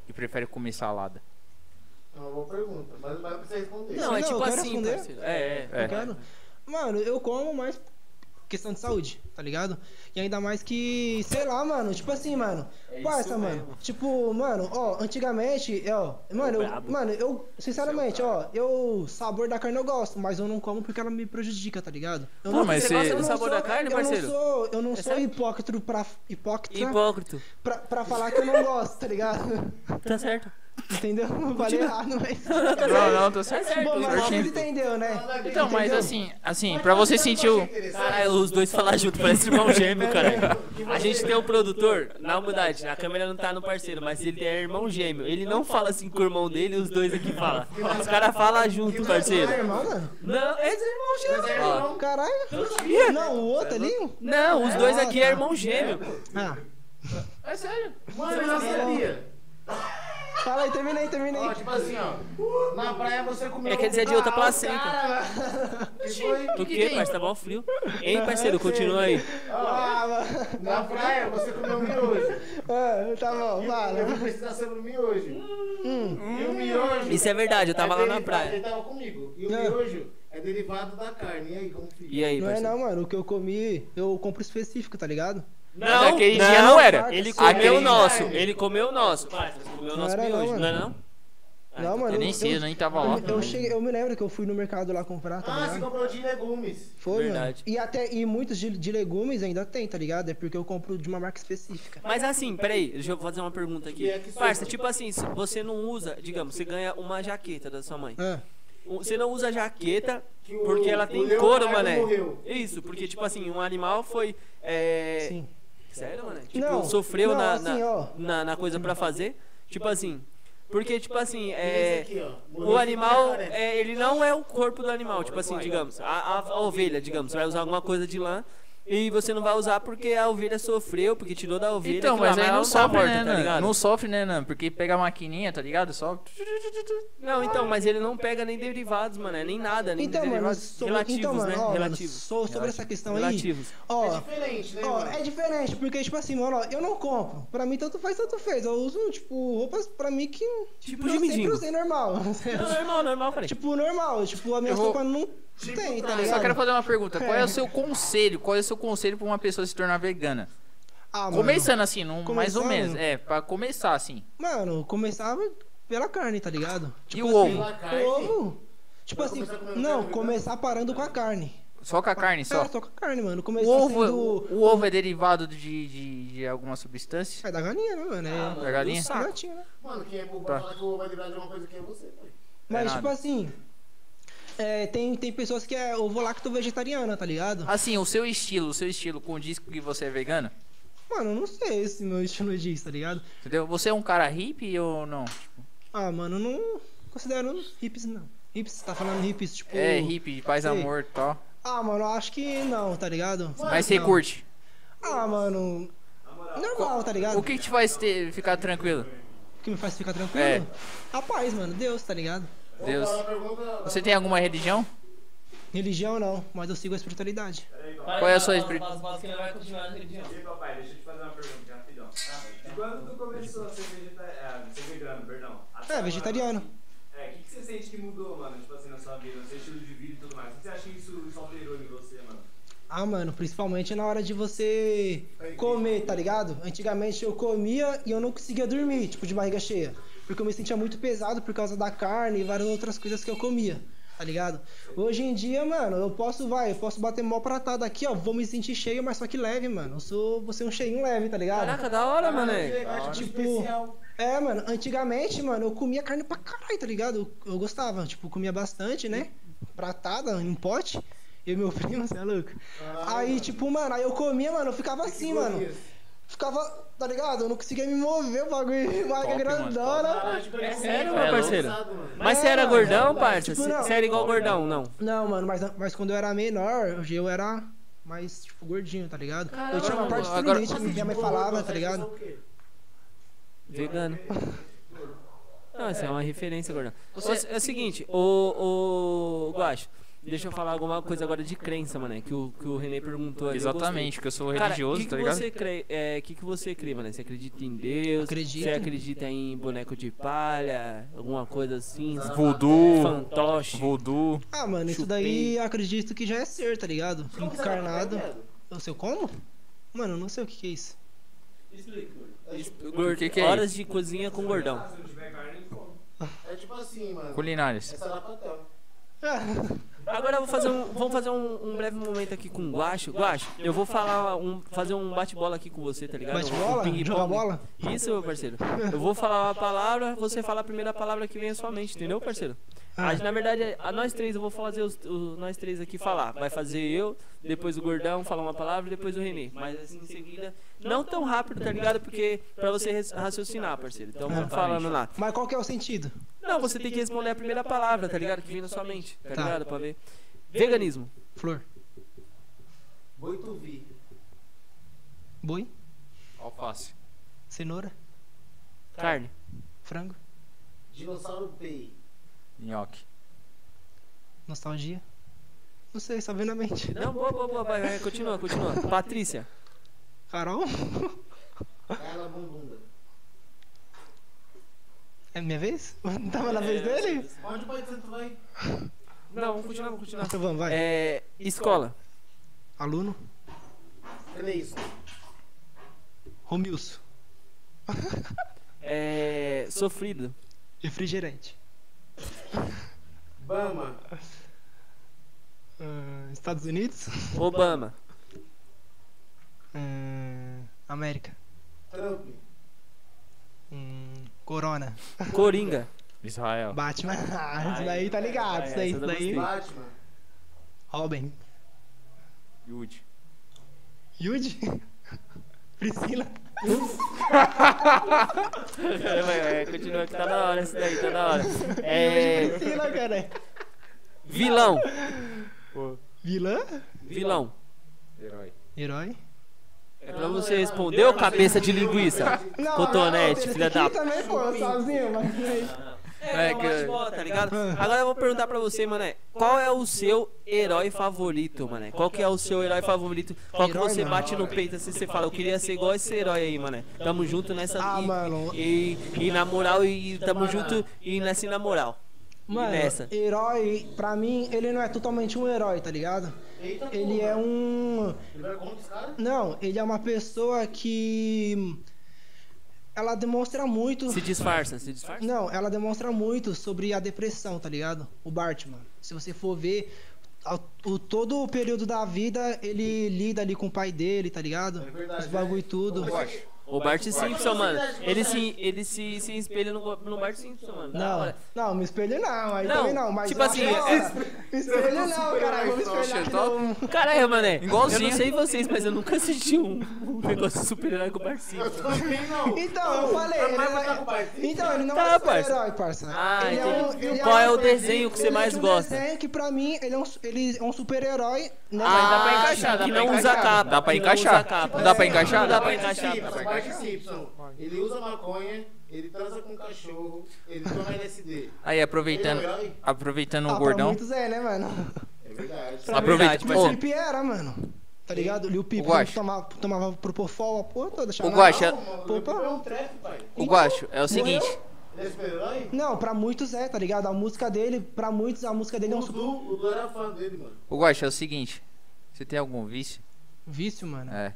S2: E prefere comer salada?
S6: É uma boa pergunta, mas mas eu preciso responder.
S1: Não, é
S5: Não, eu
S1: tipo
S5: quero
S1: assim,
S5: responder.
S1: parceiro. É, é.
S2: É.
S5: Mano, mano, eu como mais questão de saúde, tá ligado? E ainda mais que, sei lá, mano, tipo assim, mano. parça, mano. Tipo, mano, ó, antigamente, é, ó, mano, eu,
S1: brabo.
S5: mano, eu, sinceramente, ó, eu sabor da carne eu gosto, mas eu não como porque ela me prejudica, tá ligado? Eu
S2: Pô,
S5: não
S2: mas
S1: você
S2: você-
S1: gosta
S5: eu
S1: do
S5: não
S1: Ah, sabor
S5: sou-
S1: da carne, parceiro?
S5: Eu não sou, eu não
S1: É
S5: sou
S1: sério?
S5: hipócrita pra, hipócrita
S1: Hipócrita.
S5: pra, pra falar que eu não gosto, tá ligado?
S1: Tá certo.
S5: Entendeu? Falei errado, mas.
S2: Não, não, tô certo.
S5: Bom, mas
S2: certinho.
S5: vocês entendeu, né?
S2: Então, mas
S5: Entendeu?
S2: assim, assim, pra você sentir o.
S1: Caralho, É, os dois falar junto, parece irmão gêmeo, cara. A gente tem um produtor, na humildade, a câmera não tá no parceiro, mas ele é irmão gêmeo. Ele não fala assim com o irmão dele, os dois aqui falam. Os caras falam junto,
S5: Ah,
S1: parceiro.
S5: irmão, mano?
S1: Não, eles é irmão gêmeo. ó.
S5: Caralho. Não, o outro ali? tá.
S1: Não, os dois aqui é irmão gêmeo.
S5: Ah.
S6: É sério? Mano, eu não sabia.
S5: Fala aí, terminei, terminei.
S6: Ó, tipo assim, ó. Na praia você comeu. um
S1: É que eles é de outra placenta.
S6: Cara, que foi?
S1: Do que, parceiro? Tá bom frio. Hein, parceiro? Continua aí.
S6: Ó,
S5: Ah, mano.
S6: na praia você comeu um miojo.
S5: Ah, tá bom, Hum. fala.
S6: Eu vou precisar sobre o miojo. E o miojo.
S1: Isso é verdade, eu tava lá na
S6: derivado- Ele
S1: praia.
S6: tava comigo. E o
S5: É.
S6: miojo é derivado da carne. E aí, como fica?
S1: E aí,
S5: Não é
S1: parceiro?
S5: não, mano. O que eu comi, eu compro específico, tá ligado?
S1: é
S2: Mas aquele dia não era.
S1: Ele
S2: Aquele
S1: comeu o
S2: dia-
S1: nosso, ele comeu o nosso. Ah, tá Parça, comeu o nosso
S5: era não,
S1: miojo, não é não? então
S5: não, mano.
S2: Eu nem sei, eu nem tava lá.
S1: né?
S5: Eu, cheguei, eu me lembro que eu fui no mercado lá comprar, tá
S6: Ah, você
S5: ligado?
S6: comprou de legumes.
S5: Foi,
S1: Verdade.
S5: mano. E até e muitos de, de legumes ainda tem, tá ligado? É porque eu compro de uma marca específica.
S1: Mas assim, peraí, deixa eu fazer uma pergunta aqui.
S6: E é que sou
S1: Parça,
S6: eu.
S1: tipo assim, se você não usa, digamos, você ganha uma jaqueta da sua mãe.
S5: Ah,
S1: Um- Você não usa a jaqueta
S6: Que o-
S1: porque ela
S6: o
S1: tem
S6: leopardo
S1: couro, mané.
S6: morreu.
S1: Isso, porque tipo assim, um animal foi. É...
S5: sim.
S1: Sério, mané? Tipo,
S5: Não,
S1: sofreu
S5: não,
S1: na,
S5: assim,
S1: na-
S5: ó.
S1: na, na coisa pra fazer. Tipo assim. Porque, tipo assim,
S6: Esse
S1: é.
S6: aqui, ó. Morreu
S1: O
S6: de
S1: animal,
S6: jacaré.
S1: é, ele não é o corpo do animal. Tipo assim, digamos, a, a- a ovelha, digamos, vai usar alguma coisa de lã e você não vai usar porque a ovelha sofreu, porque tirou da ovelha.
S2: Então,
S1: aquilo lá,
S2: mas aí
S1: ela
S2: não
S1: tá
S2: sofre,
S1: morta,
S2: né,
S1: tá
S2: Nan?
S1: ligado?
S2: Não sofre, né, Nan? Porque pega a maquininha, tá ligado? Só.
S1: Não, então, mas ele não pega nem derivados, mano, é nem nada, nem
S5: Então, mano,
S1: derivados
S5: sobre,
S1: relativos,
S5: então, mano,
S1: né?
S5: ó, mano,
S1: relativos.
S5: so- sobre essa questão
S1: relativos.
S5: aí. Ó,
S6: É diferente, né?
S5: Ó,
S6: mano?
S5: é diferente, porque, tipo assim, mano, ó, eu não compro. Pra mim, tanto faz, tanto fez. Eu uso, tipo, roupas pra mim que.
S1: Tipo
S5: eu
S1: de
S5: sempre
S1: mendigo.
S5: usei normal.
S1: Não, normal, normal, falei.
S5: tipo, normal. Tipo, a minha
S2: Eu vou-
S5: roupa não
S6: Tipo
S5: tem, tá
S2: Eu só
S5: ligado?
S2: quero fazer uma pergunta. Qual é o seu conselho? Qual é o seu conselho pra uma pessoa se tornar vegana?
S5: Ah, mano.
S2: Começando assim, num- mais ou
S5: Começando?
S2: menos. É, pra começar assim.
S5: Mano, começava pela carne, tá ligado?
S2: E o ovo?
S5: Ovo? Tipo
S6: Vai
S5: assim,
S6: começar comendo
S5: não,
S6: carne, tá
S5: começar parando com a carne.
S2: Só com a carne só?
S5: É, só com a carne, mano.
S2: O
S5: Começou
S2: ovo,
S5: sendo...
S2: o ovo é derivado de, de, de alguma substância?
S5: É da galinha, né, mano? É,
S1: Ah,
S2: da galinha?
S1: do saco.
S5: gatinho, né?
S6: Mano, quem é burro
S2: Tá.
S6: pra falar que o ovo vai livrar de uma coisa que é você, pai.
S5: Mas,
S2: nada.
S5: tipo assim... é, tem, tem pessoas que é ovo lacto vegetariana, tá ligado?
S2: Assim, o seu estilo, o seu estilo condiz com que você é vegano?
S5: Mano, eu não sei se meu estilo diz, tá ligado?
S2: Entendeu? Você é um cara hippie ou não? Tipo,
S5: Ah, mano, eu não considero hips, não. Hips, tá falando hips, tipo...
S2: é hippie, paz,
S5: sei.
S2: amor e tal.
S5: Ah, mano, eu acho que não, tá ligado?
S2: Mas você
S5: não.
S2: curte.
S5: Ah, mano... Normal, tá ligado?
S2: O que, que te faz ter- ficar tranquilo?
S5: que me faz ficar tranquilo?
S2: É.
S5: A paz, mano. Deus, tá ligado?
S2: Deus.
S6: Agora pergunta.
S2: Você tem alguma religião?
S5: Religião não, mas eu sigo a espiritualidade.
S2: Qual é a sua expri-
S1: Faz- faz que ele vai continuar na religião.
S7: Ei, papai, deixa eu te fazer uma pergunta, rapidão. E quando tu começou a ser vegetariano, ser vegano, perdão? a
S5: É,
S7: sua-
S5: vegetariano.
S7: É, o que, que você sente que mudou, mano, tipo assim, na sua vida, no seu estilo de vida e tudo mais? O que você acha que isso isso alterou em você, mano?
S5: Ah, mano, principalmente na hora de você comer, tá ligado? Antigamente eu comia e eu não conseguia dormir, tipo, de barriga cheia. Porque eu me sentia muito pesado por causa da carne e várias outras coisas que eu comia, tá ligado? Hoje em dia, mano, eu posso, vai, eu posso bater mó pratada aqui, ó, vou me sentir cheio, mas só que leve, mano. Eu sou, vou ser um cheinho leve, tá ligado?
S1: Caraca, da hora, mané.
S5: Tipo, é, mano, antigamente, mano, eu comia carne pra caralho, tá ligado? Eu, eu gostava, tipo, comia bastante, né? Pratada, em pote. Eu e meu primo, você é louco?
S6: Ah,
S5: aí, tipo, mano, aí eu comia, mano, eu ficava assim, mano. Ficava, tá ligado? Eu não conseguia me mover, o bagulho, né? barriga
S2: mano,
S5: grandona.
S6: Ah,
S1: É sério,
S2: É
S1: meu
S2: louco.
S1: parceiro?
S6: mano.
S1: Mas você era gordão, parça?
S5: Tipo, não.
S1: Você era igual gordão, não?
S5: Não, mano, mas, mas quando eu era menor, hoje eu era mais, tipo, gordinho, tá ligado? eu tinha uma
S2: Agora,
S5: parte
S2: agora-
S5: trinite, minha
S6: Tipo,
S5: mãe falava,
S6: é
S5: tá ligado?
S1: Vegano. Não, essa é uma referência, gordão.
S2: Você-
S1: Ô, É o seguinte, o, o Guacho, deixa eu falar alguma coisa agora de crença, mané, que o, que o René perguntou ali. eu gostei.
S2: Exatamente, porque eu sou
S1: Cara,
S2: religioso,
S1: que que
S2: tá ligado?
S1: Você crê, é, que que você crê, mano? Você acredita em Deus?
S5: Acredito.
S1: Você acredita em boneco de palha? Alguma coisa assim?
S2: Voodoo,
S1: Fantoche?
S2: voodoo.
S5: Ah, mano, isso
S1: Chupei.
S5: daí eu acredito que já é ser, tá ligado? Encarnado. Eu sei como? Mano, eu não sei o que, que é isso.
S2: O que, que é isso?
S1: Horas de cozinha com gordão.
S6: É tipo assim, mano.
S2: Culinárias.
S6: É sarapatel.
S1: Agora eu vou fazer um, vamos fazer um, um breve momento aqui com o Guacho. Guacho, eu vou falar um, fazer um bate-bola aqui com você, tá ligado?
S5: Bate
S1: Um
S5: bola?
S1: ping-pong.
S5: Joga bola?
S1: Isso, meu parceiro. Eu vou falar uma palavra, você fala a primeira palavra que vem à sua mente, entendeu, parceiro?
S5: Ah.
S1: Ah, na verdade, a nós três, eu vou fazer os, o- nós três aqui falar. Vai fazer eu, depois o Gordão falar uma palavra, depois o Renê. Mas assim, em seguida, não tão rápido, tá ligado? Porque pra você res- raciocinar, parceiro. Então vamos falando lá.
S5: Mas qual que é o sentido?
S1: Não, você tem que responder a primeira palavra, tá ligado? Que vem na sua mente, tá
S5: Tá.
S1: ligado? Pra ver. Veganismo.
S5: Flor.
S6: Boituvi.
S5: Boi?
S2: Alface.
S5: Cenoura?
S1: Carne.
S5: Frango?
S6: Dinossauro Pei.
S2: Nhoque.
S5: Nostalgia? Não sei, só vem na mente.
S1: Não, boa, boa, boa, vai, vai, continua, continua. Patrícia.
S5: Carol?
S6: Ela bumbunda.
S5: É minha vez? Tava na
S1: É,
S5: vez dele?
S6: Onde o pai de santo vai?
S1: Não, vamos continuar, vamos continuar.
S5: Então vamos, vai.
S1: É, escola.
S5: Aluno?
S6: Cleison.
S5: Romilson?
S1: É, sofrido.
S5: Refrigerante?
S6: Bama.
S5: Ah, Estados Unidos?
S1: Obama.
S5: Ah, América?
S6: Trump.
S5: Hum, corona?
S1: Coringa.
S2: Israel.
S5: Batman? Ah, isso daí tá ligado, isso daí,
S1: essa
S5: isso
S1: eu gostei.
S5: daí.
S6: Batman.
S5: Robin?
S2: Yud.
S5: Yudi? Priscila?
S1: Vai, vai, vai, continua que tá na hora essa daí, tá na hora. É,
S5: Priscila, cara.
S1: vilão.
S5: Vilã?
S1: Vilão.
S2: Herói.
S5: Herói?
S1: É pra você responder ou cabeça de linguiça? Cotonete, filha da p.
S5: também, pô, sozinho, mas...
S1: É,
S2: que-
S1: bate-bola, tá ligado? Agora eu vou perguntar pra você, mané. Qual é o seu herói favorito, mané? Qual que é o seu herói favorito? Qual que
S5: Herói
S1: você
S5: não,
S1: bate no peito assim, você fala, eu queria ser igual esse herói aí, mané. Tamo junto nessa.
S5: Ah,
S1: e-
S5: mano.
S1: E, e na moral, e tamo junto e nessa e na moral. E
S5: Mano,
S1: nessa.
S5: herói, pra mim, ele não é totalmente um herói, tá ligado?
S6: Eita,
S5: Ele é um...
S6: Ele vai contra os caras?
S5: Não, ele é uma pessoa que... Ela demonstra muito...
S1: Se disfarça, se disfarça.
S5: Não, ela demonstra muito sobre a depressão, tá ligado? O Batman. Se você for ver a- o, todo o período da vida ele lida ali com o pai dele, tá ligado?
S6: É verdade,
S5: Os bagulho e tudo.
S6: Eu acho.
S1: O Bart Simpson, mano.
S6: Bart.
S1: Ele se, ele se, se espelha no, no Bart Simpson, mano. Da
S5: Não,
S1: hora.
S5: não, me espelho não, aí
S1: Não,
S5: também não, mas.
S1: tipo
S5: eu acho
S1: assim,
S5: da
S1: é-
S5: hora. Me espelho não, caralho, vou me espelhar aqui não.
S1: Caralho, mané.
S2: Igualzinho.
S1: Eu não sei vocês, mas eu nunca assisti um, um negócio de super-herói com o Bart Simpson.
S6: Eu também não.
S5: Então, eu falei, ele
S6: Mas vai
S5: não
S6: tá com
S5: é...
S6: pai.
S5: Então, ele não
S1: Tá,
S5: é um
S1: parça.
S5: herói, parça.
S1: Ah,
S5: ele
S1: entendi.
S5: ele
S1: Qual é o
S5: um-
S1: desenho que você
S5: ele
S1: mais
S5: é um
S1: gosta?
S5: desenho que pra mim, ele é um, ele é um super-herói. né?
S1: Ah,
S2: dá pra encaixar, dá
S1: que
S2: pra
S1: não usa
S2: encaixar.
S1: capa.
S2: Dá pra
S1: que não usa
S2: encaixar.
S1: capa.
S2: Dá pra encaixar?
S1: Não dá pra encaixar.
S6: Simpson, Bart Simpson. Ele usa maconha, ele transa com um cachorro, ele toma LSD.
S2: Aí, aproveitando,
S6: Ele é um herói?
S2: aproveitando
S5: Ah,
S2: o
S5: pra
S2: gordão.
S5: muitos é, né, mano?
S6: É verdade.
S5: Pra
S1: Ah,
S5: mim,
S2: Aproveita,
S1: tipo
S5: Mas
S2: ô.
S1: assim,
S5: o Lipe era, mano. Tá ligado? E o Pipe
S2: Guaxa.
S5: tomava, tomava propofol, a porra toda.
S2: O
S5: chamava-
S2: Guacha,
S6: Não,
S5: Opa.
S6: mano, é um trap, pai.
S2: o Guacho, é o seguinte.
S6: Ele é super-herói?
S5: Não, pra muitos é, tá ligado? A música dele, pra muitos, a música dele é um
S6: O
S5: super
S6: Du, o Du era fã dele, mano.
S2: O Guacha, é o seguinte. Você tem algum vício?
S5: vício, mano.
S2: É.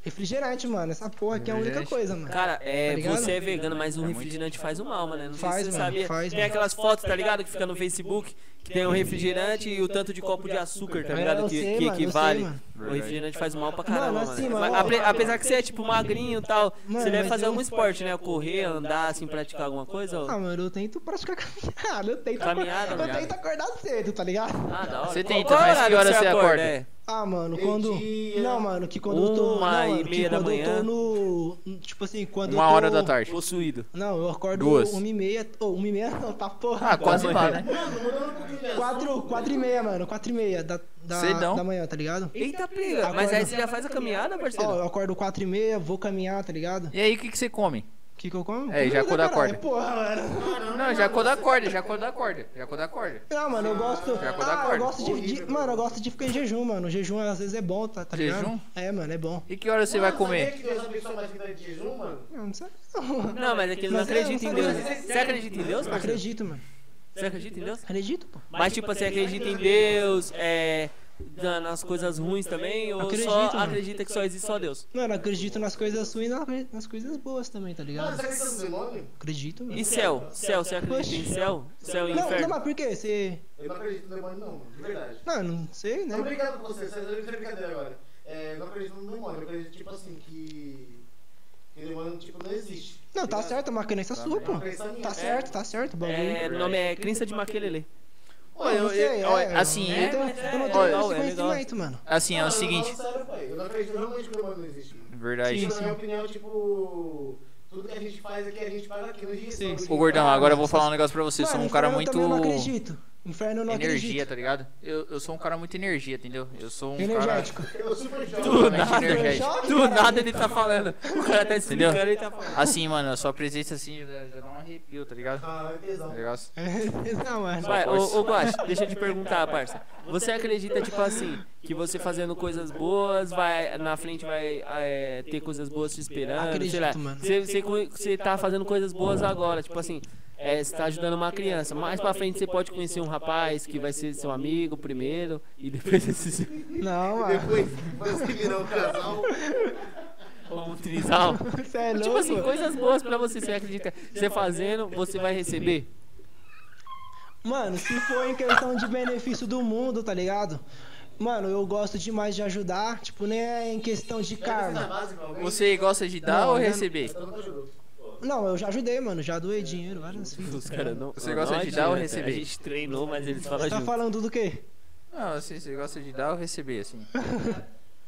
S5: Refrigerante, mano. Essa porra aqui é a única
S2: Refrigerante.
S5: coisa, mano.
S1: Cara, é,
S5: Tá ligado?
S1: você é vegano, mas um refrigerante faz o mal, mano. Não
S5: Faz,
S1: sei se você
S5: mano,
S1: sabia.
S5: faz,
S1: tem
S5: mano.
S1: aquelas fotos, tá ligado? Que fica no Facebook, que tem um refrigerante e o tanto de copo de açúcar, tá
S5: É,
S1: ligado?
S5: eu
S1: Que,
S5: sei,
S1: que
S5: mano, eu
S1: equivale.
S5: sei, mano.
S1: o refrigerante faz mal pra caramba,
S5: Mano,
S1: mano.
S5: assim,
S1: Mas
S5: mano,
S1: ape-
S5: ó.
S1: apesar que você é tipo magrinho e tal,
S5: Mano,
S1: você deve
S5: mas
S1: fazer
S5: eu-
S1: algum esporte, né? Correr, andar, assim, praticar alguma coisa? ou-
S5: Ah, mano, eu tento praticar caminhada. Eu tento, acor-
S1: Caminhada,
S5: eu
S1: caminhada.
S5: tento acordar cedo, tá ligado?
S1: Ah, da hora.
S2: Você
S1: Qual-
S2: tenta,
S1: qual
S2: mas que
S1: horário
S2: horas você acorda?
S1: É.
S5: Ah, mano,
S6: Meio
S5: quando.
S6: dia.
S5: Não, mano, que quando eu tô.
S1: Uma
S5: não,
S1: e
S5: mano, que
S1: meia da
S5: quando
S1: manhã.
S5: eu tô no. Tipo assim, quando eu
S2: Uma
S5: tô-
S2: hora da tarde.
S1: Possuído.
S5: Não, eu acordo
S2: Duas.
S5: uma e meia. Ou uma e meia não, tá porra.
S2: Ah, quase lá, né?
S6: Mano, mudando um pouquinho de assunto.
S5: Quatro, quatro e meia, mano. Quatro e meia da, da,
S2: Cedão.
S5: da manhã, tá ligado?
S1: Eita, pega. Mas
S5: Acorda.
S1: aí você já faz a caminhada,
S5: Ó,
S1: parceiro?
S5: eu acordo quatro e meia, vou caminhar, tá ligado?
S2: E aí, o que, que você come?
S5: O que que eu como?
S2: É, já
S5: Comida,
S2: quando
S5: caralho,
S2: acorda.
S5: Porra, mano.
S2: Não, já quando acorda, já quando acorda. Já quando acorda.
S5: Não, mano, eu gosto.
S2: Já quando
S5: Ah, eu
S2: acorda.
S5: gosto de, de- Mano, eu gosto de ficar em jejum, mano. O jejum às vezes é bom, tá, tá ligado?
S2: Jejum?
S5: É, mano, é bom.
S2: E que hora você vai
S6: Mano,
S2: comer?
S6: Sabia que Deus abençoa mais vida de jejum, mano?
S5: Eu não sei.
S1: Não, mas é que eles não
S5: Mas eu-
S1: acreditam em Deus. Você acredita em Deus,
S5: Eu
S1: parceiro?
S5: acredito, mano.
S1: Você acredita em Deus?
S5: Acredito, pô.
S1: Mas, tipo, você acredita em Deus, é, na- nas coisas ruins também, ou
S5: Acredito,
S1: só
S5: mano.
S1: acredita que só existe só Deus?
S5: Mano, eu acredito nas coisas ruins e nas- nas coisas boas também, tá
S6: Mano,
S5: ligado?
S6: você acredita no é um demônio?
S5: Acredito, mano.
S1: E céu? Céu, você acredita em
S5: Oxi.
S1: céu? Céu e
S5: Não, não,
S1: é
S5: é
S1: inferno?
S5: mas por quê? Você.
S6: Eu não acredito no demônio, não, mano. De verdade.
S5: Não, não sei, né?
S6: Tô brincando com você, você tá brincadeira agora. É, eu não acredito no demônio, eu acredito, tipo assim, que. Que demônio, tipo, não existe.
S5: Não, tá
S6: ligado?
S5: certo, é uma crença sua,
S6: É
S5: pô.
S6: uma crença minha.
S5: Tá certo, tá certo, o bagulho.
S1: É, o nome é Crença de Maquelele.
S5: Pô, eu, não sei,
S2: eu-
S5: é,
S2: assim,
S5: eu não tenho, eu não tenho
S1: é,
S5: esse
S1: é, é
S5: conhecimento, mano.
S2: Assim, é
S6: Não,
S2: o
S6: eu tô falando
S2: seguinte.
S6: sério, pai. Eu não acredito realmente que o demônio não existe, mano.
S2: Verdade.
S6: Tipo, na minha opinião, tipo. Tudo que a gente faz aqui, a gente paga aqui no
S5: Sim,
S6: registro.
S5: sim.
S2: Ô, gordão, agora eu vou falar um negócio pra você. Eu sou
S5: Mano,
S2: um cara
S5: inferno eu
S2: muito.
S5: também não acredito. Inferno eu não
S2: Energia,
S5: acredito.
S2: tá ligado? Eu, eu sou um cara muito energia, entendeu? Eu sou um
S5: Energético.
S6: Eu super
S1: Do
S6: jovem.
S1: nada,
S2: energético.
S1: do nada ele tá falando. O cara tá explicando,
S2: Entendeu?
S1: ele tá falando.
S2: cara. Assim, mano, a sua presença assim já, já dá um arrepio, tá ligado?
S6: Ah, é
S2: O
S6: tesão.
S2: negócio.
S5: não, mano.
S1: Vai,
S2: força.
S1: ô, ô Guax, deixa eu te perguntar, parça. Você acredita, tipo assim, que você fazendo coisas boas, vai na frente vai é, ter coisas boas te esperando, sei lá.
S5: Acredito, mano.
S1: Você, você, co- você tá fazendo coisas boas agora, tipo assim, é, você tá ajudando uma criança. Mais pra frente você pode conhecer um rapaz que vai ser seu amigo primeiro, e depois esse seu...
S5: Não, mano.
S6: Depois, depois que virar um casal.
S1: ou um trisal.
S5: Você é
S1: Tipo assim,
S5: louco.
S1: coisas boas pra você, você acredita. Você fazendo, você vai receber.
S5: Mano, se for em questão de benefício do mundo, tá ligado? Mano, eu gosto demais de ajudar. Tipo, nem é em questão de karma.
S2: Você gosta de dar
S5: Não,
S2: ou
S5: eu não-
S2: receber?
S5: Não, eu já ajudei, mano. Já doei dinheiro várias vezes.
S1: Os caras não.
S2: Você
S1: não
S2: gosta de dar ou
S1: adianta.
S2: receber?
S1: A gente treinou, mas eles falam
S5: Você tá
S1: junto.
S5: falando do quê?
S2: Não, assim, você gosta de dar ou receber, assim.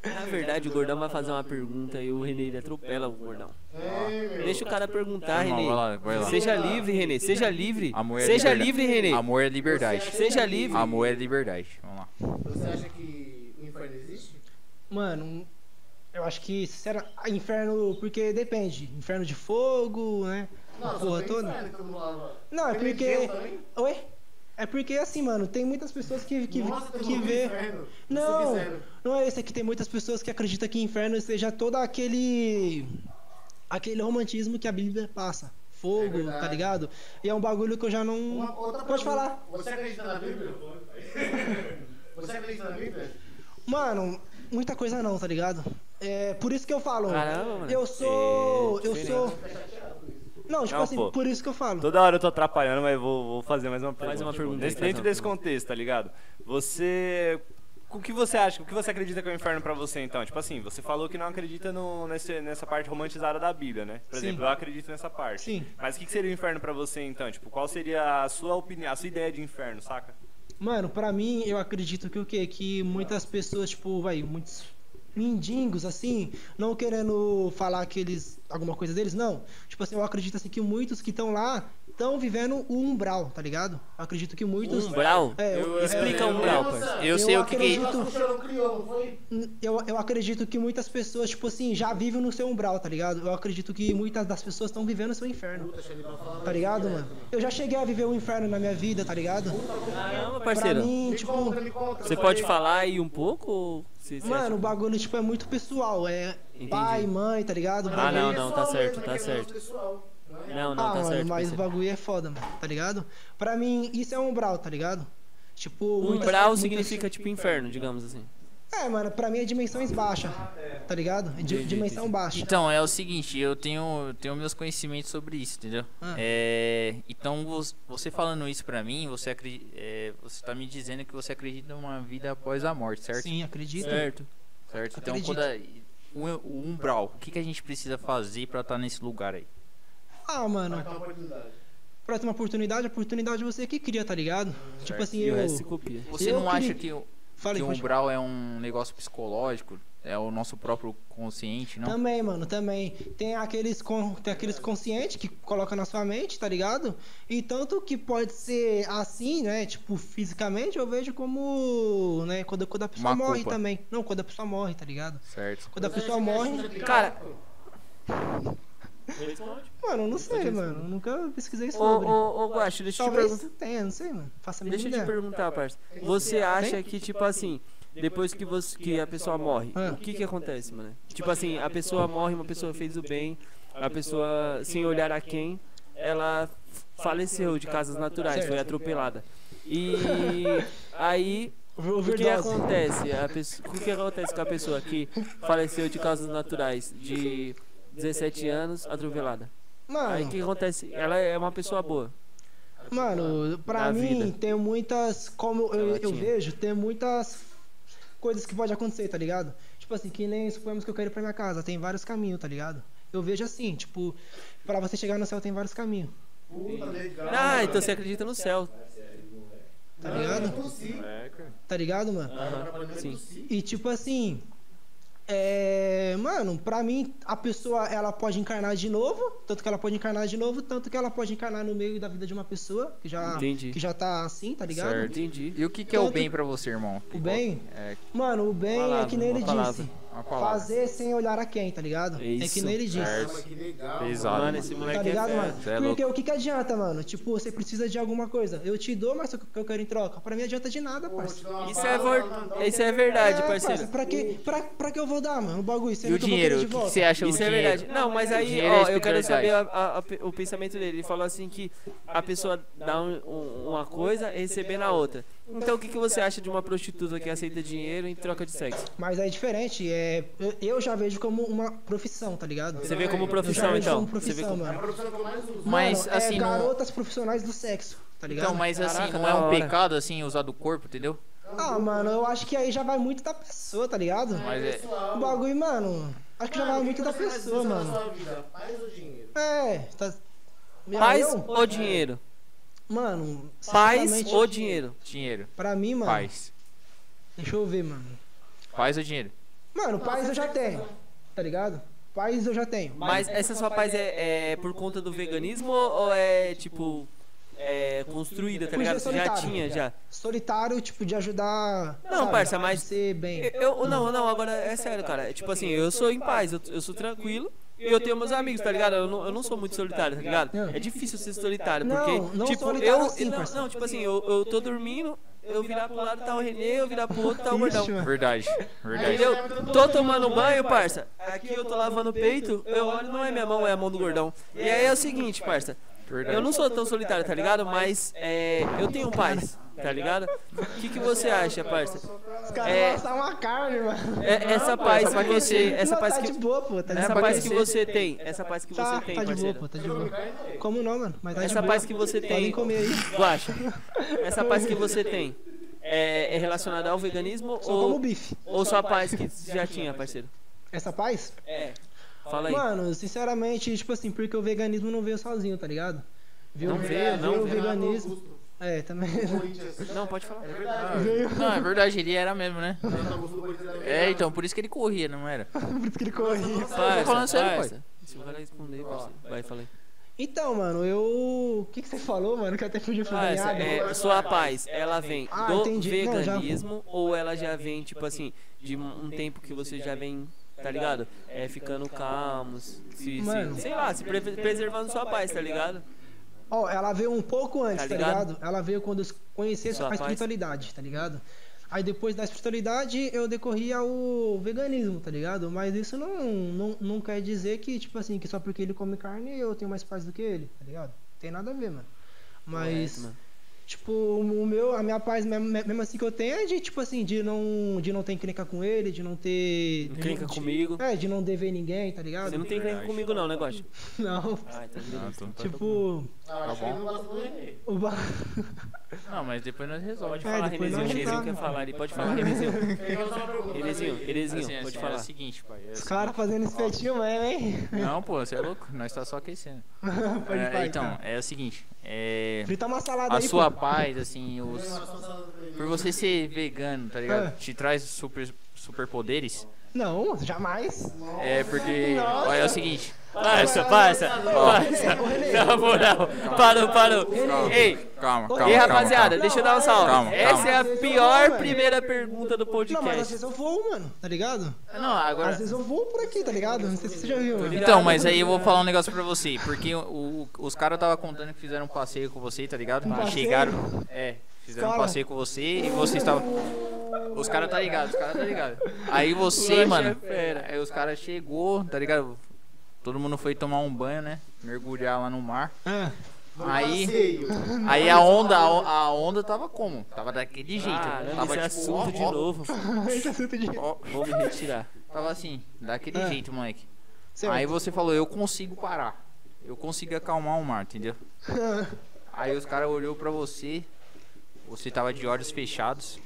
S1: Na verdade, o Gordão vai fazer uma pergunta e o Renê ele atropela o Gordão.
S6: É,
S2: Ah,
S1: Deixa o cara
S5: Tá,
S1: perguntar,
S2: Irmão,
S1: Renê.
S2: vai lá, vai lá.
S1: Seja livre, Renê. Seja livre.
S2: Amor é
S1: Seja
S2: liberdade.
S1: livre, Renê.
S2: Amor é liberdade.
S1: Seja livre.
S2: Amor é liberdade. Vamos lá.
S6: Você acha que o inferno existe?
S5: Mano, eu acho que, sincero, inferno, porque depende. Inferno de fogo, né?
S6: Não, só
S5: Porra
S6: tem
S5: toda.
S6: inferno, todo mundo lá.
S5: Não, é
S6: Tem
S5: porque.
S6: Deus também?
S5: Oi? É porque assim, mano, tem muitas pessoas que, que,
S6: Nossa, todo
S5: que
S6: mundo
S5: vê.
S6: no inferno.
S5: Não,
S6: Sub-Zero.
S5: não é isso, é que tem muitas pessoas que acreditam que inferno seja todo aquele. aquele romantismo que a Bíblia passa.
S6: É
S5: Fogo,
S6: verdade.
S5: tá ligado? E é um bagulho que eu já não.
S6: Uma, outra pergunta.
S5: Pode falar.
S6: Você acredita na Bíblia? Você acredita na Bíblia?
S5: Mano, muita coisa não, tá ligado? É por isso que eu falo.
S1: Caramba, mano.
S5: Eu sou.
S1: É
S5: eu sou. Não, tipo
S8: Não,
S5: assim,
S8: pô.
S5: por isso que eu falo.
S8: Toda hora eu tô atrapalhando, mas vou, vou fazer mais uma pergunta.
S1: Faz uma pergunta aí,
S8: Nesse-
S1: faz
S8: dentro
S1: uma
S8: desse
S1: pergunta.
S8: contexto, tá ligado? Você. O que você acha? O que você acredita que é o inferno pra você, então? Tipo assim, você falou que não acredita no, nesse, nessa parte romantizada da Bíblia, né? Por
S5: Sim.
S8: exemplo, eu acredito nessa parte.
S5: Sim.
S8: Mas o que que seria o inferno pra você, então? Tipo, qual seria a sua opinião, a sua ideia de inferno, saca?
S5: Mano, pra mim, eu acredito que o quê? Que muitas pessoas, tipo, vai, muitos mendigos, assim, não querendo falar que eles. alguma coisa deles, não. Tipo assim, eu acredito assim que muitos que estão lá estão vivendo o umbral, tá ligado? Eu acredito que muitos.
S1: Umbral?
S5: É, eu,
S1: Explica
S6: eu-
S1: umbral,
S6: eu-
S1: parceiro.
S2: Eu sei o que é que-
S5: acredito-
S6: O Luciano criou, não foi?
S5: Eu, eu acredito que muitas pessoas, tipo assim, já vivem no seu umbral, tá ligado? Eu acredito que muitas das pessoas estão vivendo o seu inferno,
S6: Puta, Xande, pra falar.
S5: tá ligado, mano? Eu já cheguei a viver o inferno na minha vida, tá ligado?
S1: Caramba,
S5: Pra
S1: parceiro.
S5: mim,
S6: Me
S5: tipo.
S6: conta, me conta.
S1: Você pode falar aí um pouco? ou você- você acha-
S5: Mano, o bagulho, tipo, é muito pessoal. É
S1: Entendi.
S5: pai, mãe, tá ligado? O
S1: Ah,
S5: bagulho-
S1: não, não, tá certo, tá
S6: Pessoal mesmo, né,
S1: certo.
S6: que é pessoal, né?
S1: Não, não,
S5: Ah,
S1: tá
S5: mano,
S1: certo.
S5: mas o
S1: parceiro.
S5: bagulho é foda, mano, tá ligado? Pra mim, isso é umbral, tá ligado? Tipo, muitas-
S1: Um Umbral
S5: muitas-
S1: significa tipo inferno, digamos assim.
S5: É, mano, pra mim é dimensões baixas, tá ligado? É di-
S1: Entendi,
S5: dimensão
S1: entendi.
S5: baixa.
S2: Então, é o seguinte, eu tenho, eu tenho meus conhecimentos sobre isso, entendeu?
S5: Ah.
S2: É, então, vo- você falando isso pra mim, você, acre- é, você tá me dizendo que você acredita numa vida após a morte, certo?
S5: Sim, acredito.
S1: Certo.
S2: Certo? Então,
S5: Acredito.
S2: quando a- o, o umbral, o que, que a gente precisa fazer pra estar nesse lugar aí?
S5: Ah, mano,
S6: Tá uma oportunidade.
S5: próxima oportunidade, oportunidade você que cria, tá ligado? Tipo assim,
S1: E o
S5: eu.
S1: resto se copia.
S2: Você
S5: Eu
S2: não acha
S5: acredito-
S2: que, o-
S5: Falei,
S2: que o
S5: pode-
S2: umbral é um negócio psicológico? É o nosso próprio consciente, não?
S5: Também, mano, também. Tem aqueles, con... tem aqueles conscientes que colocam na sua mente, tá ligado? E tanto que pode ser assim, né? Tipo, fisicamente, eu vejo como. né, Quando, quando a pessoa
S2: Uma
S5: morre
S2: culpa.
S5: também. Não, quando a pessoa morre, tá ligado?
S2: Certo.
S5: Quando a
S6: Você
S5: pessoa
S6: acha que
S5: morre.
S1: assim,
S6: isso é aplicado?
S1: Cara, tipo,
S5: Mano, eu não sei, mano. eu Nunca pesquisei
S1: ô,
S5: sobre.
S1: ô, ô Guacho, deixa eu te
S5: Talvez
S1: perguntar.
S5: tenha, não sei, mano. Faça a
S1: Deixa
S5: mesma
S1: eu te
S5: ideia.
S1: perguntar, parceiro. Você acha que, tipo assim, depois que, você, que a pessoa morre,
S5: Ah.
S1: o que que acontece, mano? Tipo assim, a pessoa morre, uma pessoa fez o bem, a pessoa, sem olhar a quem, ela faleceu de causas naturais, foi atropelada. E aí, o que
S5: Overdose.
S1: acontece? A pessoa, o que acontece com a pessoa que faleceu de causas naturais, de 17 anos, atropelada? Aí o
S5: Mano,
S1: que acontece? Ela é uma pessoa boa.
S5: mano, pra
S1: Na
S5: mim
S1: vida.
S5: tem muitas. Como eu, eu
S1: Latinha.
S5: vejo, tem muitas coisas que pode acontecer, tá ligado? Tipo assim, que nem suponhamos que eu quero ir pra minha casa, tem vários caminhos, tá ligado? Eu vejo assim, tipo, pra você chegar no céu tem vários caminhos,
S6: Puta, legal.
S1: Ah, então você acredita no céu. Ah.
S5: tá ligado?
S6: Sim.
S5: Tá ligado, mano?
S1: Sim.
S5: E tipo assim. É. Mano, pra mim, a pessoa ela pode encarnar de novo. Tanto que ela pode encarnar de novo, tanto que ela pode encarnar no meio da vida de uma pessoa que já,
S1: Entendi.
S5: que já tá assim, tá ligado?
S2: Certo.
S1: Entendi.
S2: E o que, que é o
S5: Tanto-
S2: bem pra você, irmão?
S5: O bem?
S2: É,
S5: Mano, o bem é
S1: Palavra,
S5: que nem ele
S1: uma palavra.
S5: disse.
S2: uma palavra.
S5: Fazer sem olhar a quem, tá ligado? É
S1: Isso.
S5: que nem ele disse.
S6: Mas que legal.
S2: Pesado.
S1: Mano, esse moleque
S5: Tá ligado,
S1: é fera.
S5: mano?
S2: Cê é
S5: Porque o que, que adianta, mano? Tipo, você precisa de alguma coisa. Eu te dou, mas o que eu quero em troca? Pra mim adianta de nada,
S6: Pô, vou te
S5: parceiro.
S6: dar uma
S1: Isso é,
S6: bala,
S1: vor-
S6: mandar um
S1: isso é verdade,
S5: É,
S1: parceiro.
S5: Pra que, pra, pra que eu vou dar, mano? O bagulho,
S2: tipo assim, E o
S5: sendo que eu vou querer
S2: dinheiro? O
S5: de
S2: que, que
S5: volta.
S2: você acha do
S1: Isso é
S2: dinheiro?
S1: verdade. Não, mas aí,
S2: Dinheiro é
S1: ó, eu quero saber
S2: espiritualidade.
S1: a- a- a pe- o pensamento dele. Ele falou assim que a pessoa dá um- um- uma coisa e recebendo a outra. Então o que, que você acha de uma prostituta que aceita dinheiro em troca de sexo?
S5: Mas é diferente. É, eu- eu já vejo como uma profissão, tá ligado?
S1: Você vê como
S5: Eu já
S1: profissão,
S5: vejo
S1: então?
S5: como
S1: Você vê
S5: profissão,
S1: como...
S6: É a
S5: mano.
S6: profissão que eu mais uso.
S2: Mas,
S5: Mano,
S2: assim,
S5: é
S2: não-
S5: garotas profissionais do sexo, tá ligado?
S2: Então, mas assim,
S1: Caraca,
S2: não é
S1: da
S2: um
S1: hora.
S2: pecado, assim, usar do corpo, entendeu?
S5: Ah, mano, eu acho que aí já vai muito da pessoa, tá ligado?
S2: Mas é...
S5: O bagulho, mano, acho que já vai
S6: o
S5: muito da
S6: você mais
S5: pessoa,
S6: usa na
S5: mano.
S6: sua vida? Paz ou dinheiro?
S5: É, tá. Já
S1: Paz
S5: eu?
S1: ou dinheiro?
S5: Mano,
S1: Paz
S5: sinceramente,
S1: ou dinheiro?
S2: Dinheiro.
S5: Pra mim, mano.
S2: Paz.
S5: Deixa eu ver, mano.
S2: Paz ou dinheiro?
S5: Mano, paz eu já tenho, tá ligado? Paz eu já tenho.
S1: Mas essa sua paz é, é por conta do veganismo ou é, tipo, é construída, tá
S5: Fugiu
S1: ligado? Você já
S5: solitário.
S1: tinha, já.
S5: Solitário, tipo, de ajudar.
S1: Não,
S5: sabe?
S1: parça, mas-
S5: De Ser bem.
S1: Eu, eu- não, não, agora é sério, cara. É Tipo assim, eu sou em paz, eu, eu sou tranquilo. E eu tenho meus amigos, tá ligado? Eu não, eu não sou muito solitário, tá ligado?
S5: É.
S1: É difícil ser solitário,
S5: Não,
S1: porque,
S5: não
S1: tipo,
S5: solitário
S1: eu.
S5: assim,
S1: não,
S5: parça.
S1: não, tipo assim, eu, eu tô dormindo, eu virar pro lado tá o Renê, eu virar pro outro tá o gordão.
S5: Ixi, mano.
S2: Verdade. Verdade.
S1: Entendeu? Tô tomando banho, parça. Aqui eu tô lavando o peito, eu olho, não é minha mão, é a mão do gordão. E aí é o seguinte, parça.
S2: Verdade.
S1: Eu não sou tão solitário, tá ligado? Mas é, eu tenho paz, tá ligado? O que, que você acha, parça?
S5: Os caras
S1: É.
S5: lançam uma carne, mano.
S1: É- essa paz que você, essa
S5: Não,
S1: paz
S5: tá
S1: que,
S5: de boa, pô. Tá de
S1: essa
S5: boa.
S1: paz que você tem, essa paz que você
S5: Tá,
S1: tem,
S5: tá de boa, pô.
S1: parceiro.
S5: Tá de boa. Como não, mano? Mas tá de
S1: Essa
S5: boa.
S1: paz que você
S5: Podem
S1: tem,
S5: comer aí.
S1: Guaxa, essa paz que você tem é, é relacionada ao veganismo
S5: Só como
S1: ou,
S5: bife.
S1: ou só a paz que já tinha, parceiro?
S5: Essa paz?
S1: Fala aí.
S5: Mano, sinceramente, tipo assim, porque o veganismo não veio sozinho, tá ligado? Viu,
S1: Não veio, não
S5: veio o
S1: veio.
S5: veganismo. É, também.
S1: Não, pode falar.
S6: É verdade.
S2: Não, é verdade, ele era mesmo, né?
S6: Renato Augusto do Corinthians Ah, era
S2: É,
S6: verdade.
S2: então, Ah, por isso que ele corria, não era?
S5: Por isso que ele corria.
S1: Parça,
S2: falando sério,
S1: parça. Se o cara responder, parceiro. Vai, fala aí.
S5: Então, mano, eu. O que, que você falou, mano? Que eu até fugi pro
S1: Parça,
S5: ganhado.
S1: é, sua paz, ela vem
S5: Ah,
S1: do
S5: entendi. Não, já-
S1: veganismo ou ela já vem, tipo assim, de um um tempo que você já vem, tá ligado? É, ficando calmos, se,
S5: Mano.
S1: se, sei lá, se pre- preservando sua paz, tá ligado?
S5: Ó, ela veio um pouco antes,
S1: Tá
S5: tá
S1: ligado?
S5: ligado? Ela veio quando eu conheci
S1: Sua
S5: a
S1: paz.
S5: espiritualidade, tá ligado? Aí depois da espiritualidade eu decorri ao veganismo, tá ligado? Mas isso não, não, não quer dizer que, tipo assim, que só porque ele come carne eu tenho mais paz do que ele, tá ligado? Tem nada a ver, mano. Mas,
S1: Correto, mano.
S5: tipo, o meu, a minha paz mesmo, mesmo assim que eu tenho é de, tipo assim, de não, de não ter encrenca com ele, de não ter.
S1: Encrenca
S5: de-
S1: comigo.
S5: É, de não dever ninguém, tá ligado?
S1: Você não tem encrenca comigo não, né, Gosta?
S5: Não.
S1: Ah, então
S2: Não, então tá bom.
S5: Tipo,
S6: Ah, acho que ele não gosta do René.
S5: o ba...
S2: Não, mas depois nós resolvemos.
S1: Pode
S5: É,
S1: falar,
S5: depois
S1: Renezinho.
S5: nós
S1: Renezinho quer
S5: resolve.
S1: falar ali. Pode falar, Renezinho.
S6: Ele gosta de uma pergunta.
S1: Renezinho,
S2: Assim,
S1: Renezinho,
S2: assim,
S1: pode
S2: É o
S1: falar.
S2: seguinte, pai. é
S5: Os
S2: assim.
S5: caras fazendo espetinho mesmo, hein?
S2: Não, pô, você é louco. Nós tá só aquecendo.
S5: Pode
S2: É,
S5: parar,
S2: então,
S5: cara.
S2: é o seguinte. É...
S5: Frita uma salada
S2: A
S5: aí,
S2: sua
S5: pô.
S2: paz, assim, os... Por você ser vegano, tá
S5: Ah.
S2: ligado? Te traz super superpoderes.
S5: Não, jamais.
S2: É porque.
S5: Nossa.
S2: Olha, é o seguinte.
S1: Parça, parça, parça. Na moral, parou, parou. Ei,
S2: Calma,
S5: Ei,
S2: calma.
S1: ei,
S5: calma,
S1: rapaziada,
S5: calma.
S1: deixa eu dar uma salva.
S2: Calma,
S1: Essa
S2: calma.
S1: é a
S5: Vocês são
S1: pior
S5: bons,
S1: primeira pergunta do
S5: Não, mas às
S1: podcast.
S5: vezes eu vou, mano, tá ligado?
S2: Não, agora.
S5: Às vezes eu vou por aqui, tá ligado? Não sei se você já viu, né? mano.
S2: Então, mas aí eu vou falar um negócio pra você. Porque o- o- os caras tava contando que fizeram um passeio com você, tá ligado?
S5: Um
S2: E
S5: passeio?
S2: chegaram. É, fizeram um
S5: Cara.
S2: passeio com você e você estava. Os caras tá ligado, os caras tá ligado. Aí você, mano.
S5: é
S2: Aí os caras chegou, tá ligado? Todo mundo foi tomar um banho, né? Mergulhar lá no mar.
S5: Ah,
S2: Aí. Aí a onda, a on- a onda tava como? Tava daquele jeito.
S1: Caramba,
S2: tava
S1: esse
S2: tipo, ó,
S1: né? assunto de
S2: ó,
S1: novo.
S5: esse assunto de...
S2: ó.
S1: Vou me retirar.
S2: Tava assim, daquele
S5: É.
S2: jeito, moleque.
S5: Certo.
S2: Aí você falou, eu consigo parar. Eu consigo acalmar o mar, entendeu?
S5: Ah,
S2: Aí os caras olhou pra você. Você tava de olhos fechados.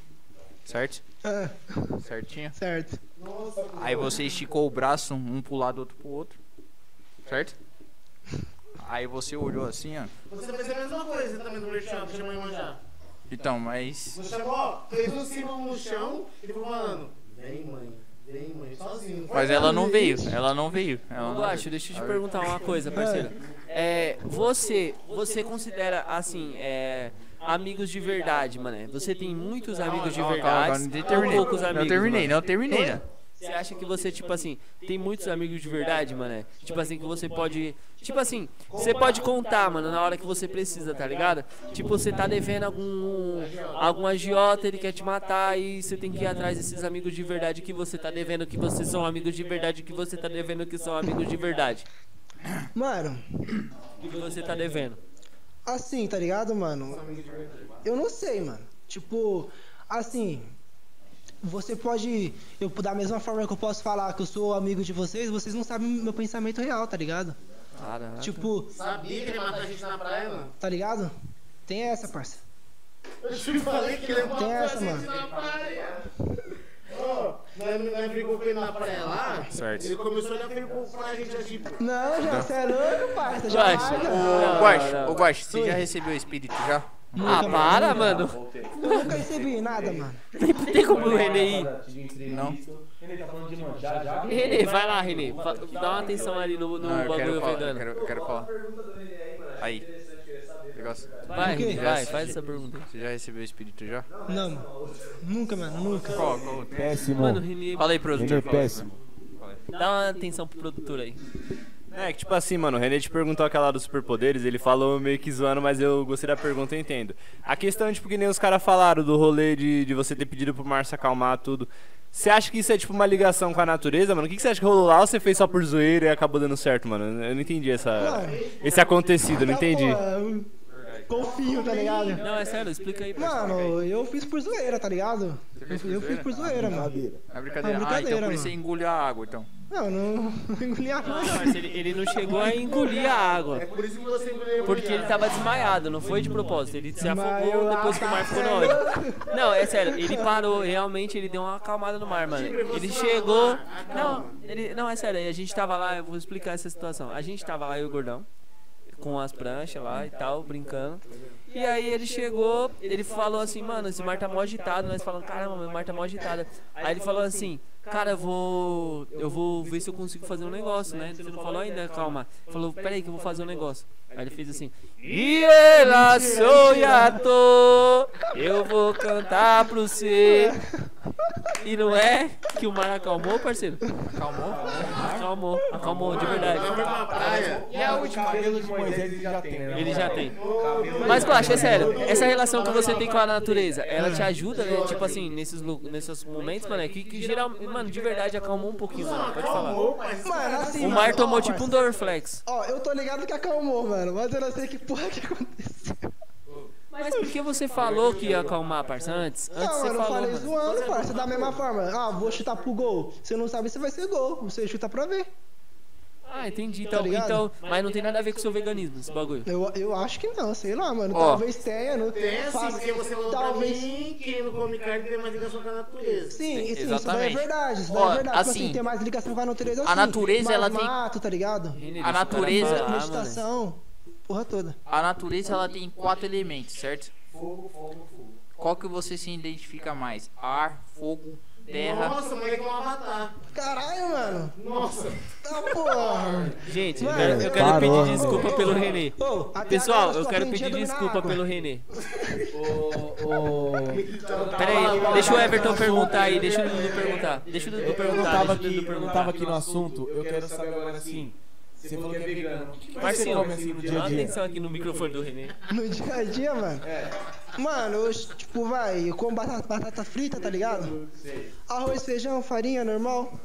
S2: Certo?
S5: Ah,
S2: Certinho.
S5: certo.
S2: Aí você esticou o braço um pro lado, outro pro outro. Certo? Aí você olhou assim, ó.
S6: Você fez a mesma coisa também no merchan, que chamou Iemanjá.
S2: Então, mas.
S6: Você chamou, ó, fez um símbolo no chão e ficou falando, vem mãe, vem mãe, sozinho.
S2: Mas ela não veio. Ela não veio. Ela não
S1: Guacho, deixa eu te perguntar uma coisa, parceiro. É, você, você considera assim, é, amigos de verdade, mano? Você tem muitos amigos de
S2: Calma, calma, calma,
S1: verdade,
S2: não
S1: ou
S2: terminei.
S1: poucos amigos?
S2: Não terminei,
S1: mano?
S2: não terminei. né?
S1: Você acha que você, tipo assim, tem muitos amigos de verdade, mano? Tipo assim, que você pode. Tipo assim, você pode contar, mano, na hora que você precisa, tá ligado? Tipo, você tá devendo algum. algum agiota, ele quer te matar e você tem que ir atrás desses amigos de verdade que você tá devendo, que vocês são amigos de verdade, que você tá devendo, que são amigos de verdade.
S5: Mano,
S1: E que você tá devendo.
S5: assim, tá ligado, mano? Eu não sei, mano. Tipo, assim, você pode. Eu, da mesma forma que eu posso falar que eu sou amigo de vocês, vocês não sabem meu pensamento real, tá ligado?
S1: Caraca.
S5: Tipo,
S6: Sabia que ele matou a gente na praia, mano?
S5: tá ligado? Tem essa, parça.
S6: Eu te falei que ele matou
S5: Tem
S6: a
S5: é essa,
S6: gente
S5: mano.
S6: na praia. Ó, nós nós brigou com ele na praia lá,
S8: Certo.
S6: ele começou a olhar pra- pra gente assim, pô.
S5: Não, já, você é louco, parça. Já
S1: Guaxa,
S5: larga.
S1: Não,
S2: Ô, Guache,
S1: não.
S2: ô, Guache, você já recebeu o espírito já?
S1: Ah, para,
S3: né?
S1: mano.
S5: Eu nunca recebi nada, mano.
S1: Não tem como o René ir.
S2: Não.
S3: Renê tá falando de manjar já?
S1: Renê, vai lá, Renê. Fa- Dá uma atenção ali no, no
S2: Não, eu
S1: bagulho
S2: quero falar. Eu
S1: vegano.
S2: quero, eu quero falar. Aí. Negócio.
S1: Vai, Renê, vai, faz essa pergunta.
S2: Você já recebeu o espírito já?
S5: Não, mano. Nunca, mano, nunca.
S2: Qual, qual outro?
S3: Péssimo.
S1: Mano, Renê,
S2: Fala
S3: Renê
S2: aí, produtor.
S3: é
S2: fala aí.
S3: péssimo.
S1: dá uma atenção pro produtor aí.
S8: É, que tipo assim, mano, o René te perguntou aquela dos superpoderes, ele falou meio que zoando, mas eu gostei da pergunta, eu entendo. A questão, tipo, que nem os caras falaram do rolê de, de você ter pedido pro Márcio acalmar tudo. Você acha que isso é, tipo, uma ligação com a natureza, mano? O que, que você acha que rolou lá ou você fez só por zoeira e acabou dando certo, mano? Eu não entendi essa,
S5: Mano.
S8: esse acontecido, eu não
S5: Tá,
S8: entendi.
S5: pô, confio, tá ligado?
S1: Não, é sério, explica aí. parceiro.
S5: Mano, eu fiz por zoeira, tá ligado?
S2: Você fez por
S5: Eu fiz por zoeira, mano.
S3: Brincadeira.
S2: É brincadeira.
S5: É
S2: Ah, então
S5: uma brincadeira,
S2: por isso você
S5: mano.
S2: engoliu a água, então.
S5: Não, não engoli a
S1: Não,
S5: mão.
S1: não, mas ele, ele não chegou a engolir a
S6: É
S1: água.
S6: por isso que você engoliu
S1: Porque ele tava desmaiado, não foi de propósito. Ele se afogou depois que o mar ficou no
S5: sério?
S1: ódio. Não, é sério, ele parou, realmente ele deu uma acalmada no mar, mano. Ele chegou. Não, ele, não, é sério, aí a gente tava lá, eu vou explicar essa situação. A gente tava lá, eu e o gordão, com as pranchas lá e tal, brincando. E aí ele chegou, ele falou assim, mano, esse mar tá mó agitado. Nós falamos, caramba, meu mar tá mó agitado. Aí ele falou assim, cara, eu vou. Eu vou ver se eu consigo fazer um negócio, né? Você não falou ainda, calma. Falou, peraí que eu vou fazer um negócio. Aí ele fez assim. E ela sou ator, eu vou cantar pro você. E não é que o mar acalmou, parceiro?
S2: Acalmou?
S1: Acalmou, acalmou, de verdade.
S4: E a última? O cabelo de Moisés ele já tem, né?
S1: Ele já tem.
S4: Cabelo-
S1: Mas, Guache, é sério, essa relação que você tem com a natureza, ela te ajuda, né? Tipo assim, nesses, lu- nesses momentos, mano, é que, que geral, mano, de verdade acalmou um pouquinho, mano, pode falar.
S5: Mano, assim.
S1: O
S5: mano,
S1: mar
S5: ó,
S1: tomou tipo um
S5: parça,
S1: Dorflex.
S5: Ó, eu tô ligado que acalmou, mano, mas eu não sei que porra que aconteceu.
S1: Mas por que você falou que ia acalmar, parça, antes? Antes
S5: Não,
S1: você
S5: mano,
S1: falou,
S5: eu
S1: um
S5: falei
S1: mano.
S5: zoando, parça, da mesma forma. Ah, vou chutar pro gol. Você não sabe se vai ser gol, você chuta pra ver.
S1: Ah, entendi, então,
S5: ligado?
S1: então, mas não tem nada a ver com o seu veganismo, esse bagulho.
S5: Eu, eu acho que não, sei lá, mano.
S2: Ó.
S5: Talvez tenha, não
S6: Tem
S5: tenha.
S6: assim,
S5: faz-
S6: porque você falou
S5: Talvez.
S6: pra mim que não come carne tem mais ligação com a natureza.
S5: Sim,
S2: Sim,
S5: e sim, isso daí é
S2: exatamente.
S5: verdade. Isso daí
S2: Ó,
S5: é verdade. Tipo
S2: assim,
S5: assim, tem mais ligação com a natureza
S2: a
S5: assim.
S2: natureza,
S5: mais
S2: ela tem-
S5: mato, tá ligado?
S2: A natureza-
S1: Ah, mano.
S5: Meditação, porra toda.
S2: A natureza ela tem quatro elementos, certo? Fogo, fogo, fogo. Qual que você se identifica mais? Ar, fogo, terra.
S6: Nossa, mas é que é um avatar.
S5: Caralho, mano.
S6: Nossa.
S5: Tá porra.
S1: Gente, eu
S5: Mano,
S1: quero, eu quero
S3: parou.
S1: pedir desculpa pelo Renê.
S5: Ô, até
S1: Pessoal,
S5: agora
S1: eu
S5: sua
S1: quero
S5: frente ia
S1: pedir
S5: dominar a
S1: desculpa
S5: água.
S1: pelo Renê.
S6: Pera
S1: Peraí, deixa o Everton perguntar aí, deixa o Dudu perguntar. Deixa o Dudu
S4: Eu não
S1: perguntar,
S4: tava
S1: deixa o
S4: aqui,
S1: Dudu
S4: eu não
S1: perguntar.
S4: tava aqui no assunto, eu quero saber agora assim. Você falou que é vegano. O que você
S1: Marcinho,
S4: come assim no dia
S1: né? dá
S4: a
S1: uma
S4: dia?
S1: atenção aqui no microfone do Renê.
S5: No dia a dia, mano.
S4: É.
S5: Mano, eu, tipo, vai, eu como batata, batata frita, tá ligado? Arroz, feijão, farinha, normal.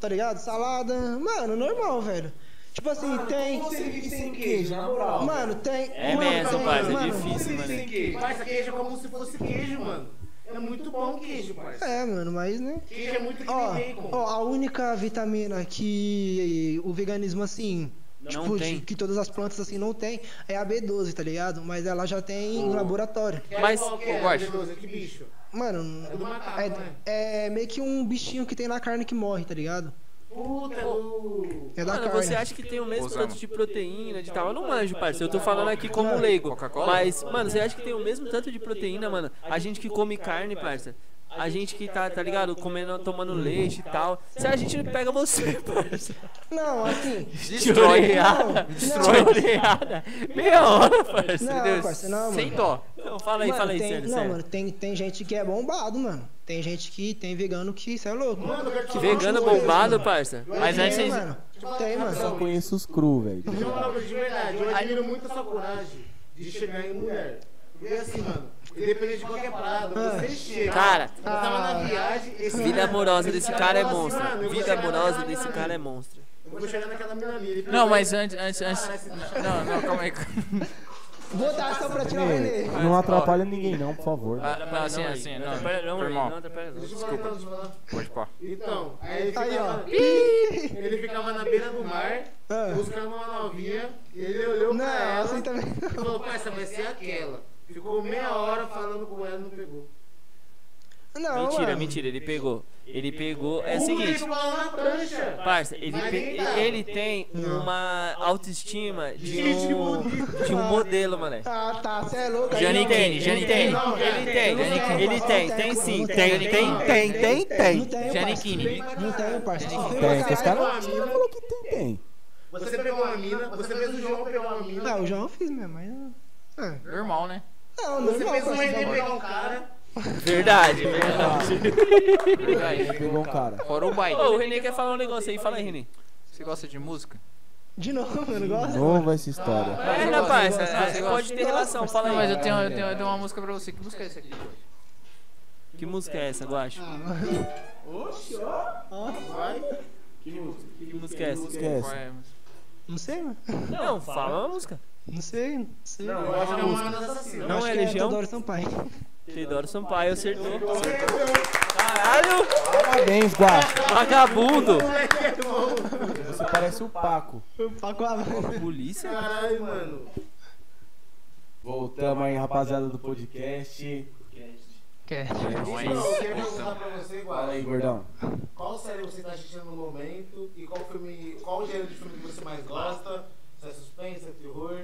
S5: Tá ligado? Salada. Mano, normal, velho. Tipo assim, tem.
S4: Como você vive sem queijo, na moral?
S5: Mano, tem.
S1: É
S5: mano,
S1: mesmo,
S5: tem-
S1: parça, é
S5: mano,
S1: difícil,
S4: Você vive sem
S1: mano.
S4: queijo.
S6: Parça, queijo é como se fosse queijo, mano. É muito bom o queijo, parça.
S5: É, mano, mas né.
S6: Queijo é muito que
S5: Ó,
S6: nem bacon.
S5: ó, a única vitamina que o veganismo, assim. tipo, de-
S1: tem.
S5: que todas as plantas assim não tem, é a B12, tá ligado? Mas ela já tem em laboratório.
S1: Mas,
S6: Qual que é,
S2: Ô, Guaxa.
S6: Veloso? Que bicho?
S5: Mano,
S6: É do macaco, né?
S5: é, é meio que um bichinho que tem na carne que morre, tá ligado?
S6: Puta, do...
S5: É da
S1: mano,
S5: carne.
S1: você acha que tem o mesmo
S2: Osama.
S1: tanto de proteína de tal? Eu não manjo, parceiro. Eu tô falando aqui como leigo.
S2: Coca-Cola?
S1: Mas, mano, você acha que tem o mesmo tanto de proteína, mano? A gente que come carne, parça. A gente que tá, tá ligado? Comendo, tomando leite e tal. Se a gente não pega você, parça.
S5: Não, assim.
S2: Destrói.
S1: Choreada.
S5: Não.
S1: Choreada. Meia hora, parça.
S5: Não,
S1: Deus.
S5: parça, não, mano.
S2: Sem dó.
S1: Não, fala aí,
S5: Mano,
S1: fala aí,
S5: tem,
S1: sério,
S5: não,
S1: sério.
S5: mano, tem, tem gente que é bombado, mano. Tem gente que tem vegano que isso é louco.
S6: Mano, eu quero te falar
S1: Vegano
S5: um
S6: uma coisa,
S1: bombado,
S6: mano.
S1: parça.
S2: Mas
S5: tem,
S2: aí vocês.
S5: mano. Tem,
S6: Eu
S5: mano.
S6: só
S3: Conheço os cru, velho.
S6: Deixa eu falar uma coisa de verdade. Eu admiro muito a sua coragem de chegar em mulher. Porque assim, mano, independente de qualquer parada,
S5: Ah.
S6: você chega.
S1: Cara.
S6: eu tava na viagem. Esse
S1: Vida amorosa
S6: esse
S1: desse cara é
S6: falou assim,
S1: monstro.
S6: mano, eu vou
S1: Vida
S6: chegar
S1: amorosa
S6: naquela
S1: desse
S6: mina
S1: cara é
S6: ali.
S1: monstro.
S6: Eu vou chegar naquela mina ali. ele
S2: Não,
S6: pergunta,
S2: mas antes, antes, antes. Não, não, calma aí.
S5: Vou dar só pra tirar o Renê.
S3: Não atrapalha ninguém, não, por favor.
S2: Ah, Não, assim, assim, não.
S1: atrapalha não,
S2: Foi
S1: irmão.
S2: mal.
S1: Não, atrapalha não.
S6: "Deixa eu falar, não, deixa eu falar."
S2: Pode pá.
S6: Então, aí ele
S5: Tá Aí, ó.
S6: ficava, ele ficava na beira do mar,
S5: Ah.
S6: buscando uma novinha, e ele olhou pra
S5: Não,
S6: ela
S5: assim também.
S6: e falou, parça, vai ser aquela. Ficou meia hora falando com ela e não pegou.
S5: Não,
S1: Mentira,
S5: mano.
S1: mentira, ele pegou. Ele pegou. É o
S6: Como que ele
S1: seguinte,
S6: ficou lá na prancha?
S1: parça, ele, tá.
S6: Mas
S1: pe-
S6: nem dá.
S1: ele tem uma autoestima de
S6: Gente,
S1: um, de um modelo, mané.
S5: Ah, tá, você é louco. aí
S2: Janique,
S5: não.
S2: Janique,
S1: ele tem,
S6: Não,
S1: ele tem,
S5: não tem.
S1: ele tem, tem
S5: Não tem,
S1: sim,
S5: não
S1: tem,
S5: tem,
S1: tem,
S5: não
S1: tem, tem, tem.
S5: Não tem, parça.
S2: Janiquini.
S5: Não tem, parça.
S3: Tem, que os
S5: Caralho,
S3: caras falou que tem, tem.
S6: Você pegou uma mina, você fez o João pegar uma mina,
S5: Ah, o João eu fiz mesmo, mas. ah,
S2: Normal, né?
S5: Não, não,
S6: É. você
S5: não,
S6: fez o
S5: parça,
S6: René
S5: não.
S6: pegar um cara,
S1: Verdade, verdade.
S2: Verdade.
S3: Pegou um cara.
S2: Fora o
S1: Ô,
S2: baile. né?
S1: o Renê quer falar um negócio aí, fala aí, Renê.
S2: Você gosta de música?
S5: De novo, mano, gosta?
S3: Nova essa história.
S1: É,
S2: gosta,
S1: rapaz,
S2: você
S1: é,
S2: gosta.
S1: pode ter relação, fala
S2: Não, mas
S1: aí.
S2: eu tenho, eu tenho, eu tenho uma música pra você. Que música é essa aqui?
S1: Que música é essa, Guacho? Que música é essa?
S3: Esquece.
S2: Qual é a música?
S5: Não sei, mano.
S1: Não, fala uma música.
S5: Não sei, não sei.
S4: Não,
S6: Eu acho que é uma das assassinas.
S1: Não
S5: Acho
S1: é
S5: que
S1: Legião?
S5: Teodoro Sampaio.
S1: Teodoro Sampaio acertou. Caralho,
S3: Parabéns, Guá.
S1: vagabundo.
S3: Você parece o Paco.
S5: Paco Amaro.
S1: Polícia?
S6: Caralho, mano.
S3: Voltamos aí, rapaziada do podcast.
S2: Não é
S6: Eu
S2: isso.
S6: queria perguntar pra você,
S3: Fala aí,
S6: Guara,
S3: gordão.
S6: qual série você tá assistindo no momento e qual filme, qual gênero de filme que você mais gosta? Se é suspense, é terror?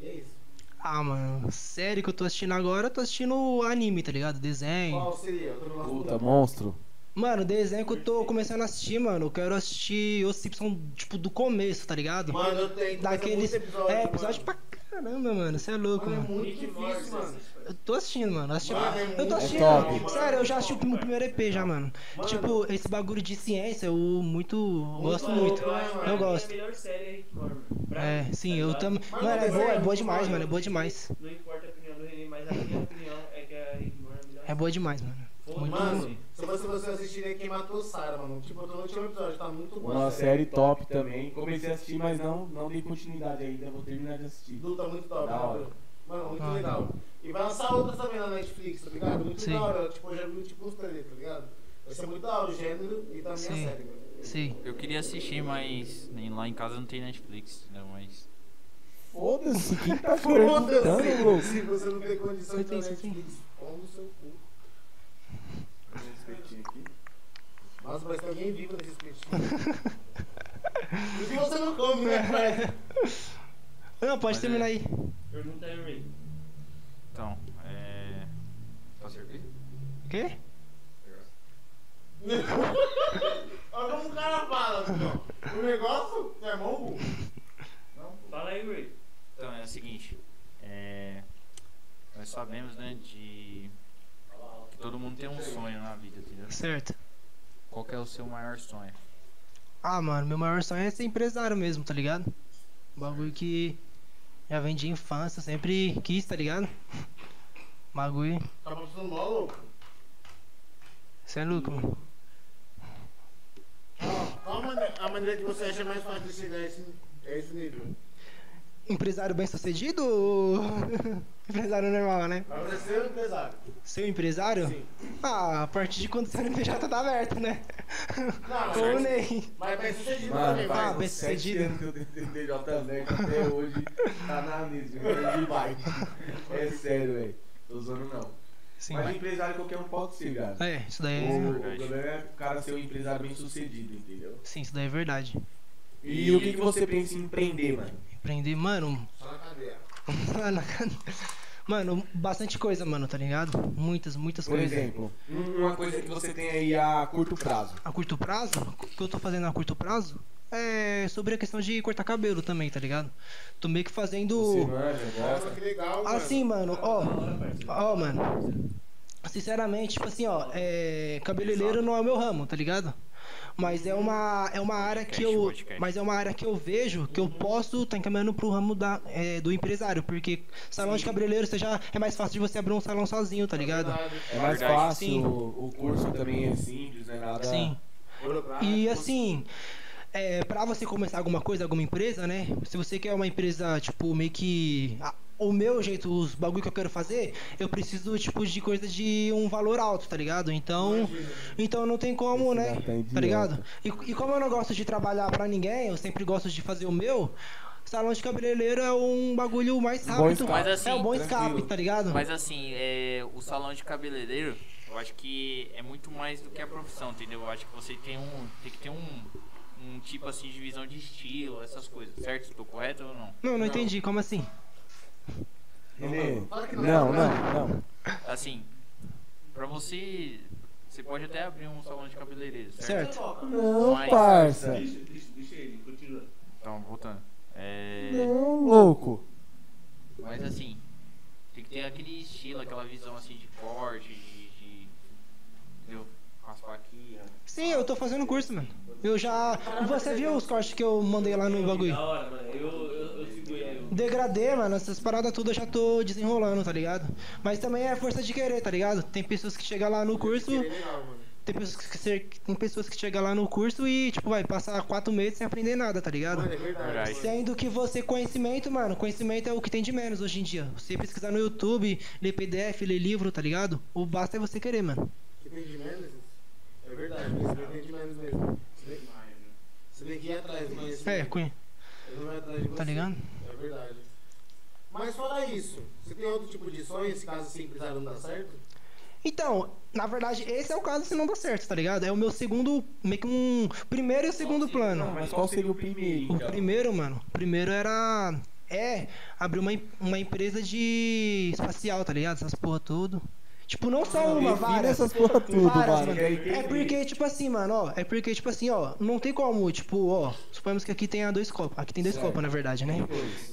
S6: E é isso.
S5: Ah, mano, série que eu tô assistindo agora, eu tô assistindo anime, tá ligado? Desenho.
S6: Qual seria? Eu tô no
S3: Puta, monstro.
S5: Mano, desenho que eu tô começando a assistir, mano. Eu quero assistir os Simpsons, tipo, do começo, tá ligado?
S6: Mano, eu tenho
S5: Daqueles.
S6: muito episódio,
S5: É,
S6: mano.
S5: episódio pra caramba, mano. Você é louco,
S6: Mano, é
S5: mano.
S6: muito difícil, mano.
S5: Eu tô assistindo, mano. Assistindo...
S6: Mano, é
S5: eu
S6: muito
S5: tô assistindo.
S3: top.
S5: Sério, eu já assisti o prim- o primeiro EP já, mano. Tipo, esse bagulho de ciência, eu muito. gosto
S6: louco,
S5: muito.
S6: né, mano?
S5: Eu gosto.
S7: melhor série
S5: É, sim, eu também. Mano, é boa, é boa demais, mano. É boa demais.
S7: Não importa a opinião do René, mas a minha opinião é que a Rick Morty é melhor.
S5: É boa demais, mano. Muito
S6: Mano, se você, você assistir Quem Matou Sarah, mano. Tipo, eu tô no último episódio, tá muito bom.
S3: Uma
S6: essa
S3: série top também. Comecei a assistir, mas não, não dei continuidade ainda. Vou terminar de assistir.
S6: Duta muito top,
S3: Da hora.
S6: mano. Mano, muito
S5: Ah.
S6: legal. E vai lançar outra também na Netflix, tá ligado? Muito
S5: Sim.
S6: da hora. Tipo, eu já vi tipo uns trailers, tá ligado? Vai ser muito da hora o gênero e também
S5: Sim.
S6: a série, velho.
S5: Sim.
S2: Eu queria assistir, mas nem lá em casa não tem Netflix, né? Mas.
S3: Foda-se, quem tá perguntando, louco?
S6: Se você não tem condição de
S5: Sim,
S6: ter
S5: sim, sim.
S6: Netflix, pão no seu cu. Nossa, parece que alguém vivo nesses peitinhos. Inclusive você não come, né?
S5: Não, pode
S2: Olha.
S5: terminar aí.
S7: Pergunta aí, Rick.
S2: Então, é. Posso servir?
S5: O quê?
S6: Olha como o cara fala, filho. O negócio é mongo?
S7: Fala aí, Rick.
S2: Então, é o seguinte. É. Nós sabemos, né, de. Que todo mundo tem um sonho na vida, entendeu?
S5: Certo.
S2: Qual que é o seu maior sonho?
S5: Ah, mano, meu maior sonho é ser empresário mesmo, tá ligado? Um bagulho que já vem de infância, sempre quis, tá ligado? Bagulho.
S6: Tá passando mó louco.
S5: Você é louco, mano.
S6: Ó, Qual a mane- a maneira que você acha mais fácil de chegar a esse, a esse nível?
S5: Empresário bem sucedido ou. empresário normal, né?
S6: Pra você ser um empresário.
S5: Seu empresário?
S6: Sim.
S5: Ah, a partir de quando o CNPJ tá aberto, né?
S6: Não,
S5: Ou
S6: mas,
S5: nem.
S6: mas bem sucedido
S3: Mano,
S6: também, vai.
S5: Ah,
S3: vai,
S5: bem
S3: os sete
S5: sucedido.
S3: anos que eu tentei TJ Zeca até hoje, tá na mesa, eu perdi bike. É sério, velho. Tô zoando não.
S5: Sim.
S3: Mas
S5: vai.
S3: empresário qualquer um pode ser, cara.
S5: É, isso daí
S3: O,
S5: é.
S3: o problema é o cara ser um empresário bem sucedido, entendeu?
S5: Sim, isso daí é verdade.
S3: E o que, que você pensa em empreender, mano?
S5: Empreender, mano.
S6: Só na cadeia.
S5: mano, Mano, bastante coisa, mano, tá ligado? Muitas, muitas
S3: Por
S5: coisas.
S3: exemplo, um- uma coisa que você tem aí a curto prazo.
S5: a curto prazo, o que eu tô fazendo a curto prazo é sobre a questão de cortar cabelo também, tá ligado? Tô meio que
S3: Você
S5: fazendo.
S3: manja,
S6: Nossa,
S3: gosta.
S6: que legal, mano.
S5: Assim, mano, ó. Ó, mano. Sinceramente, tipo assim, ó, é, cabeleireiro não é o meu ramo, tá ligado? Mas é uma, é uma área que eu. Mas é uma área que eu vejo que eu posso tá encaminhando pro ramo da, é, do empresário. Porque salão de cabeleireiro você já é mais fácil de você abrir um salão sozinho, tá ligado?
S3: É mais
S2: Verdade.
S5: Sim.
S3: fácil, o, o curso também é simples, né? Nada
S5: Sim.
S6: Burocrático.
S5: E assim, é, para você começar alguma coisa, alguma empresa, né? Se você quer uma empresa, tipo, meio que. ah, o meu jeito, os bagulho que eu quero fazer, eu preciso, tipo, de coisa de um valor alto, tá ligado? Então. Então não tem como, né?
S3: cara tá idiota.
S5: Tá ligado? E, e como eu não gosto de trabalhar pra ninguém, eu sempre gosto de fazer o meu. Salão de cabeleireiro é um bagulho mais
S3: Bom
S5: rápido.
S3: escape. Mas
S2: assim,
S5: é um bom escape,
S3: tranquilo.
S5: tá ligado?
S2: Mas assim, é, o salão de cabeleireiro, eu acho que é muito mais do que a profissão, entendeu? Eu acho que você tem um. Tem que ter um. Um tipo assim de visão de estilo, essas coisas, certo? Tô correto ou não?
S5: Não, não entendi, como assim?
S3: Ele...
S6: Fala que
S3: Não, não, não.
S2: Assim, pra você. Você pode até abrir um salão de cabeleireiro, certo?
S5: Certo.
S3: Não,
S2: Mas-
S3: parça.
S7: Deixa, deixa, deixa ele, continua.
S2: Então, voltando. É.
S3: Não, louco.
S2: Mas assim, tem que ter aquele estilo, aquela visão assim de corte, de. de entendeu? Raspar aqui,
S5: Sim, eu tô fazendo um curso, mano. Eu já. Você viu os cortes que eu mandei lá no bagulho?
S7: Da hora, mano. Eu, eu, eu sigo ele. eu-
S5: Degradê, mano, essas paradas tudo eu já tô desenrolando, tá ligado? Mas também é força de querer, tá ligado? Tem pessoas que chegam lá no curso.
S6: legal, mano.
S5: Tem pessoas que, che- tem pessoas que chegam lá no curso e, tipo, vai passar quatro meses sem aprender nada, tá ligado?
S6: Mano, é verdade.
S2: Verdade.
S5: Sendo que você, conhecimento, mano, conhecimento é o que tem de menos hoje em dia. Você pesquisar no YouTube, ler PDF, ler livro, tá ligado? O basta é você querer, mano.
S6: Depende de menos? É verdade, mas depende de menos mesmo. Você tem- Você tem que ir atrás do
S5: É,
S6: conhecimento.
S5: cunha,
S6: Ele vai atrás de
S5: tá
S6: você.
S5: ligado?
S6: É verdade. Mas fora isso, você tem outro tipo de sonho, esse caso se empresário não dá certo?
S5: Então, na verdade, esse é o caso se não dá certo, tá ligado? É o meu segundo, meio que um primeiro e o segundo plano.
S4: Mas qual seria o primeiro?
S5: O
S3: então.
S5: primeiro, mano, o primeiro era. É, abrir uma, em- uma empresa de espacial, tá ligado? Essas porra tudo. Tipo, não só uma, várias.
S4: essas porra tudo,
S5: Várias,
S4: mano.
S5: mano. É porque, tipo assim, mano, ó. É porque, tipo assim, ó. Não tem como, tipo, ó. Suponhamos que aqui tenha dois copos. Aqui tem dois copos, na verdade, né?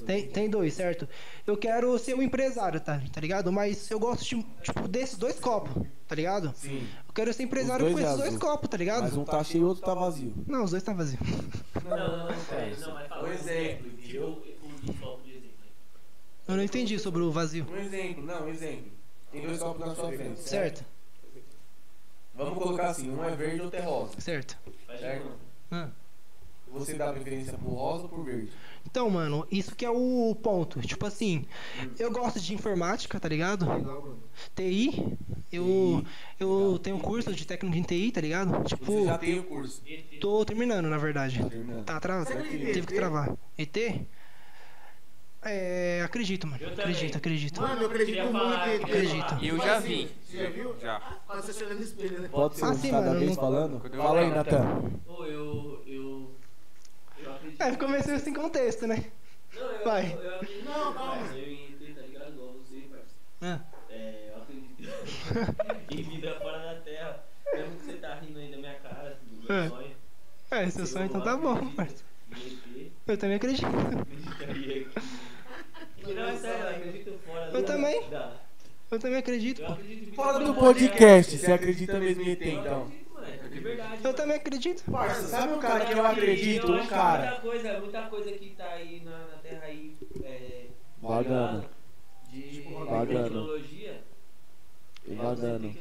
S5: Tem, tem dois, certo? Eu quero ser um empresário, tá, tá ligado? Mas eu gosto, de, tipo, desses dois copos, tá ligado? Sim. Eu quero ser empresário
S4: Os
S5: com
S4: dois
S5: esses
S4: é
S5: dois
S4: azul.
S5: copos, tá ligado?
S4: Mas um tá cheio e outro tá vazio.
S5: Não, os dois tá vazio.
S3: Um
S6: é.
S7: Tipo,
S3: exemplo, entendeu?
S7: um
S5: Eu não entendi sobre o vazio.
S3: Um exemplo, não, um exemplo. Tem dois copos na sua frente, certo?
S5: Certo,
S3: Vamos colocar assim, um é verde e outro é rosa,
S5: certo.
S3: certo?
S5: Ah.
S3: Você dá preferência pro rosa ou pro verde?
S5: Então, mano, isso que é o ponto. Tipo assim, eu gosto de informática, tá ligado? TI. Eu, eu tenho um curso de técnico em TI, tá ligado?
S3: Você
S5: Tipo,
S3: já tem o curso.
S5: tô terminando, na verdade.
S3: Terminando.
S5: Tá, tra... teve que travar. ET? É, acredito, mano. Acredito, acredito.
S6: Mano, eu acredito muito em assim,
S5: Acredito.
S2: Eu já vi.
S6: Você já viu? Ah,
S2: Já.
S6: Quando você chega no espelho, né?
S4: Pode ser um
S5: Ah,
S4: de
S1: Assim,
S5: sim,
S4: cada
S5: mano,
S4: vez
S5: não-
S4: falando?
S2: Quando eu
S4: Fala aí,
S2: era-
S4: Natan.
S7: Pô, eu. Eu. Eu acredito.
S5: É, ficou meio sem contexto, né?
S7: Não, eu,
S5: Vai.
S7: eu acredito.
S6: Não, calma.
S7: Mas eu entrei, tá ligado? Igual você, parceiro.
S5: Ah,
S7: É, eu acredito. em vida fora da terra. Mesmo que você tá rindo aí da minha cara, do meu
S5: É.
S7: sonho.
S5: é, seu sonho então tá bom, parceiro. Eu também acredito.
S7: Não, é sério, eu acredito fora
S5: Eu
S7: da-
S5: também.
S7: da-
S5: Eu também acredito,
S7: Eu
S5: pô.
S7: acredito em
S3: Fala
S7: vida
S3: do
S7: fora da terra.
S3: podcast, você acredita mesmo em ET,
S7: Eu
S3: então? um
S7: acredito, moleque, de verdade.
S5: Eu também acredito.
S6: Parça, sabe o cara que
S3: eu
S6: eu
S3: acredito,
S7: Eu
S3: um
S7: acho que
S3: cara.
S7: Muita coisa, muita coisa que tá aí na, na terra aí. É,
S4: Vagando.
S7: ligado? De
S4: vagando.
S7: tecnologia. eu não sei
S4: Vagando.
S7: quem que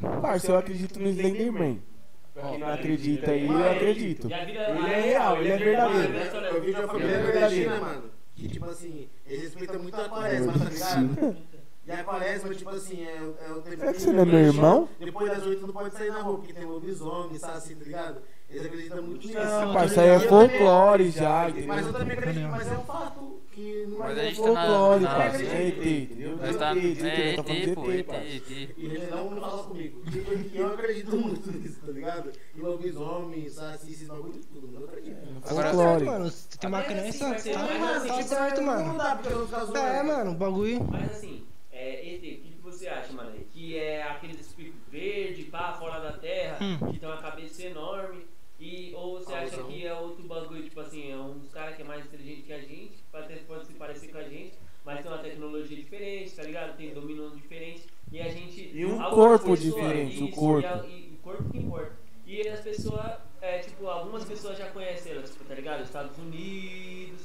S7: ajudou.
S4: Parça, eu acredito no Slenderman. Pra quem não acredita aí, eu acredito.
S7: E a vida,
S4: Ele é real, ele é verdadeiro.
S6: Tá Eu vi de uma família nordestina, mano. Que, tipo assim, eles respeitam muito a quaresma, tá ligado? E a quaresma, tipo assim, é, o- é o tempo
S4: Será que você não é meu irmão?
S6: Depois das oito não pode sair na rua, porque tem lobisomem, saci, tá ligado? Eles acreditam muito nisso.
S4: Não,
S5: tô
S4: parça, aí é
S6: ligado. Eu também-
S4: folclore já,
S6: Mas eu
S4: entendeu?
S6: também acredito, mas é um fato que não
S2: Mas
S6: é
S2: a gente tá na.
S4: Folclore,
S2: na-
S4: parça, é ET, entendeu?
S2: Nós tá.
S4: É ET,
S2: É
S4: tá falando de
S2: ET, pô. ET,
S4: parça.
S2: ET.
S6: E ele não fala comigo. E Eu acredito muito nisso, tá ligado? Em lobisomem, saci, esses bagulho, tudo. Eu acredito.
S5: Tá certo,
S4: Folclore.
S5: mano. Se tem uma
S7: Mas é
S5: crença,
S7: assim, vai ser
S5: tá,
S7: mais assim,
S5: tá
S6: tipo,
S5: certo,
S6: Não
S5: mano.
S6: dá porque eu não ficar zoando.
S5: É, mano, o bagulho.
S7: Mas assim, é, ET, o que que você acha, mano? Que é aquele espírito verde, pá, fora da terra,
S5: Hum.
S7: que tem uma cabeça enorme. E, ou
S4: Ah,
S7: você acha que é outro bagulho, tipo assim, é um cara que é mais inteligente que a gente, pode, pode se parecer com a gente, mas tem uma tecnologia diferente, tá ligado? Tem domínio diferente. E a gente.
S4: E um
S7: algumas
S4: corpo
S7: pessoas-
S4: diferente, o
S7: isso,
S4: corpo.
S7: E, a- e- o corpo que importa. E as pessoas, é, tipo, algumas pessoas já conhecem elas, tipo, tá ligado? Estados Unidos.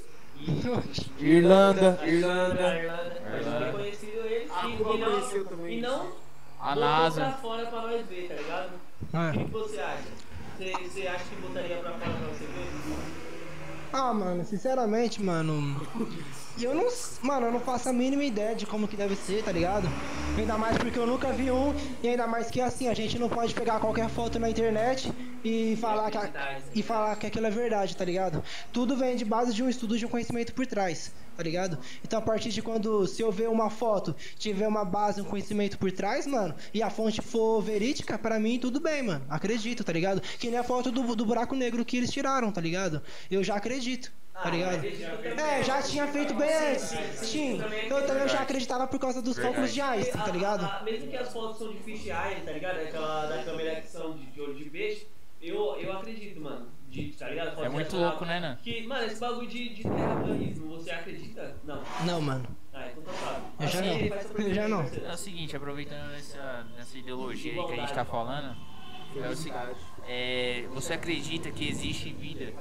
S7: E,
S4: Irlanda.
S7: a Irlanda,
S4: É
S7: a gente tem conhecido eles
S6: A
S7: e,
S6: Cuba
S7: e não,
S6: conheceu também.
S7: e não
S2: A
S7: botou
S2: NASA.
S7: pra fora pra nós ver, tá ligado? O que
S5: É.
S7: que você acha? Você, você acha que botaria pra fora pra você ver?
S5: Ah, mano, sinceramente, mano. Eu não. s- Mano, eu não faço a mínima ideia de como que deve ser, tá ligado? Ainda mais porque eu nunca vi um. E ainda mais que assim, a gente não pode pegar qualquer foto na internet e falar que, a- e falar que aquilo é verdade, tá ligado? Tudo vem de base de um estudo de um conhecimento por trás, tá ligado? Então a partir de quando se eu ver uma foto, tiver uma base, um conhecimento por trás, mano, e a fonte for verídica, pra mim tudo bem, mano. Acredito, tá ligado? Que nem a foto do, do buraco negro que eles tiraram, tá ligado? Eu já acredito. Tá
S6: Ah,
S5: ligado? É, já tinha feito bem antes. Sim, eu também já acreditava por causa dos cálculos de Einstein, tá
S7: A-
S5: ligado?
S7: a- mesmo que as fotos são de fisheye, tá ligado? Aquela da câmera que são de, de olho de peixe, eu, eu acredito, mano. De, tá ligado? Foto
S2: É muito
S7: relacionada-
S2: louco, né, Nan?
S7: Que, mano, esse bagulho de, de terraplanismo, você acredita? Não.
S5: Não, mano.
S7: Ah, então tá claro.
S5: Eu já
S7: Assim,
S5: não.
S7: faz essa pergunta né?
S5: Já
S7: aí,
S5: não.
S7: parceiro.
S2: É o seguinte, aproveitando essa, essa ideologia aí que a gente tá falando, é o seguinte, é, você acredita que existe vida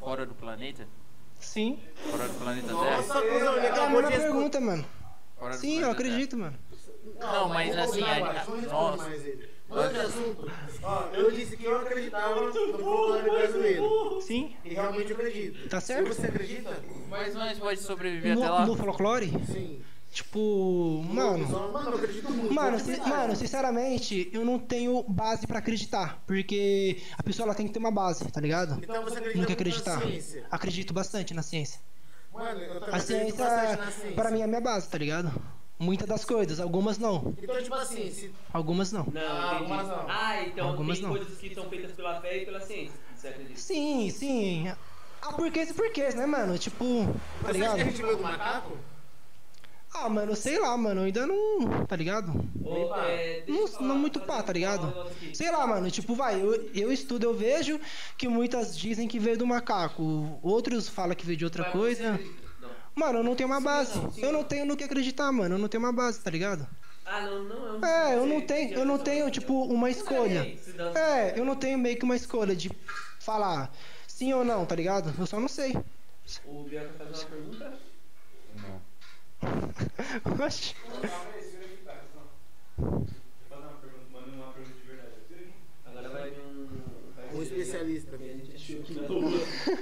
S2: fora do planeta?
S5: Sim.
S2: Fora do planeta Terra?
S6: Nossa, cuzão, ele
S5: É a
S6: acabou de
S5: mesma
S6: responder.
S5: pergunta, mano.
S2: Fora do
S5: Sim, eu
S2: planeta Terra?
S5: acredito, mano.
S2: Não, mas
S6: vamos
S2: assim,
S6: combinar,
S2: a-
S6: Bart, vamos responder
S2: nossa.
S6: mais ele. Manda de assunto. Ó, eu disse que eu acreditava no futebol brasileiro.
S5: Sim.
S6: E realmente eu acredito.
S5: Tá certo.
S6: Se você acredita,
S2: Mas nós pode sobreviver até lá.
S5: No, no folclore?
S6: sim.
S5: Tipo, mano.
S6: Só- Mano, eu acredito muito.
S5: Mano,
S6: de
S5: si-
S6: verdade.
S5: mano, sinceramente, eu não tenho base pra acreditar. Porque a pessoa ela tem que ter uma base, tá ligado?
S6: Então você acredita
S5: Nunca
S6: muito na
S5: acreditar.
S6: ciência.
S5: Acredito bastante na ciência.
S6: Mano, eu também
S5: A
S6: acredito
S5: ciência,
S6: bastante na ciência.
S5: pra mim, é minha base, tá ligado? Muitas das coisas, algumas não.
S6: Então, tipo assim, se
S5: Algumas não.
S7: Não,
S6: Ah,
S7: entendi.
S6: algumas não.
S7: Ah, então
S5: Algumas
S7: tem
S5: não.
S7: coisas que são feitas pela fé e pela ciência. Você acredita?
S5: Sim, sim. Ah, Há porquês e porquês, né, mano? Tipo,
S6: você
S5: tá
S6: acha
S5: ligado?
S6: que a gente veio do macaco,
S5: Ah, mano, sei lá, mano, ainda não. Tá ligado?
S7: Ou,
S6: pá.
S7: é, deixa eu
S5: Não-
S7: falar-
S5: não muito
S7: fazer-
S5: pá, tá
S7: falar um
S5: ligado?
S7: negócio aqui.
S5: Sei lá, mano, tipo, vai, eu, eu estudo, eu vejo que muitas dizem que veio do macaco, outros falam que veio de outra
S7: Mas você
S5: coisa.
S7: acredita? Não.
S5: Mano, eu não tenho uma base.
S7: não, sim,
S5: Eu não
S7: não.
S5: tenho no que acreditar, mano. Eu não tenho uma base, tá ligado?
S7: Ah, não, não.
S5: É, eu
S7: você-
S5: não tenho, eu não tenho, tipo, uma escolha. É, eu não tenho meio que uma escolha de falar sim ou não, tá ligado? Eu só não sei.
S7: O Bianca faz uma pergunta.
S5: Oxi.
S7: Agora vai vir um. vai
S6: um
S7: vir-
S6: especialista.
S7: A gente achou que não.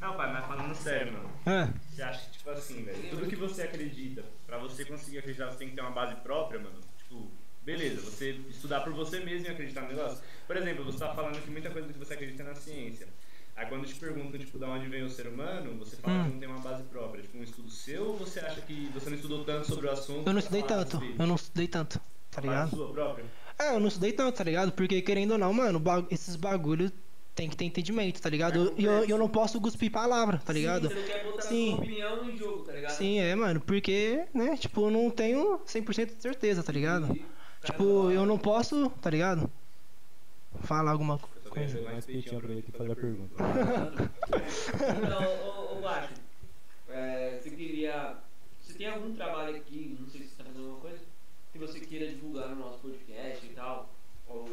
S9: Não, pai, mas falando sério, mano.
S5: Ah,
S9: Você acha que, tipo assim, velho, tudo que você acredita, pra você conseguir acreditar, você tem que ter uma base própria, mano. Tipo, beleza, você estudar por você mesmo e acreditar no negócio. Por exemplo, você tá falando que muita coisa que você acredita é na ciência. Aí quando te perguntam, tipo, de onde vem o ser humano, você fala que não tem uma base própria. Tipo, um estudo seu ou você acha que você não estudou tanto sobre o assunto?
S5: eu não
S9: pra
S5: estudei
S9: falar a
S5: tanto,
S9: respeito?
S5: eu não estudei tanto, tá
S9: Base
S5: ligado?
S9: sua própria?
S5: É, eu não estudei tanto, tá ligado? Porque querendo ou não, mano, ba- esses bagulho tem que ter entendimento, tá ligado? E eu, eu não posso cuspir palavra, tá ligado?
S7: Sim, você não quer botar
S5: Sim.
S7: sua opinião em jogo, tá ligado?
S5: Sim, é, mano, porque, né, tipo, eu não tenho 100% de certeza, tá ligado? Tipo, eu não posso, tá ligado? Falar alguma
S9: Eu só queria
S5: coisa.
S9: jogar mais peitinho pra ele que fazer a pergunta.
S7: Então, ô, ô Baixo, é, você queria. Você tem algum trabalho aqui, não sei se você está fazendo alguma coisa, que você queira divulgar no nosso podcast e tal? Ou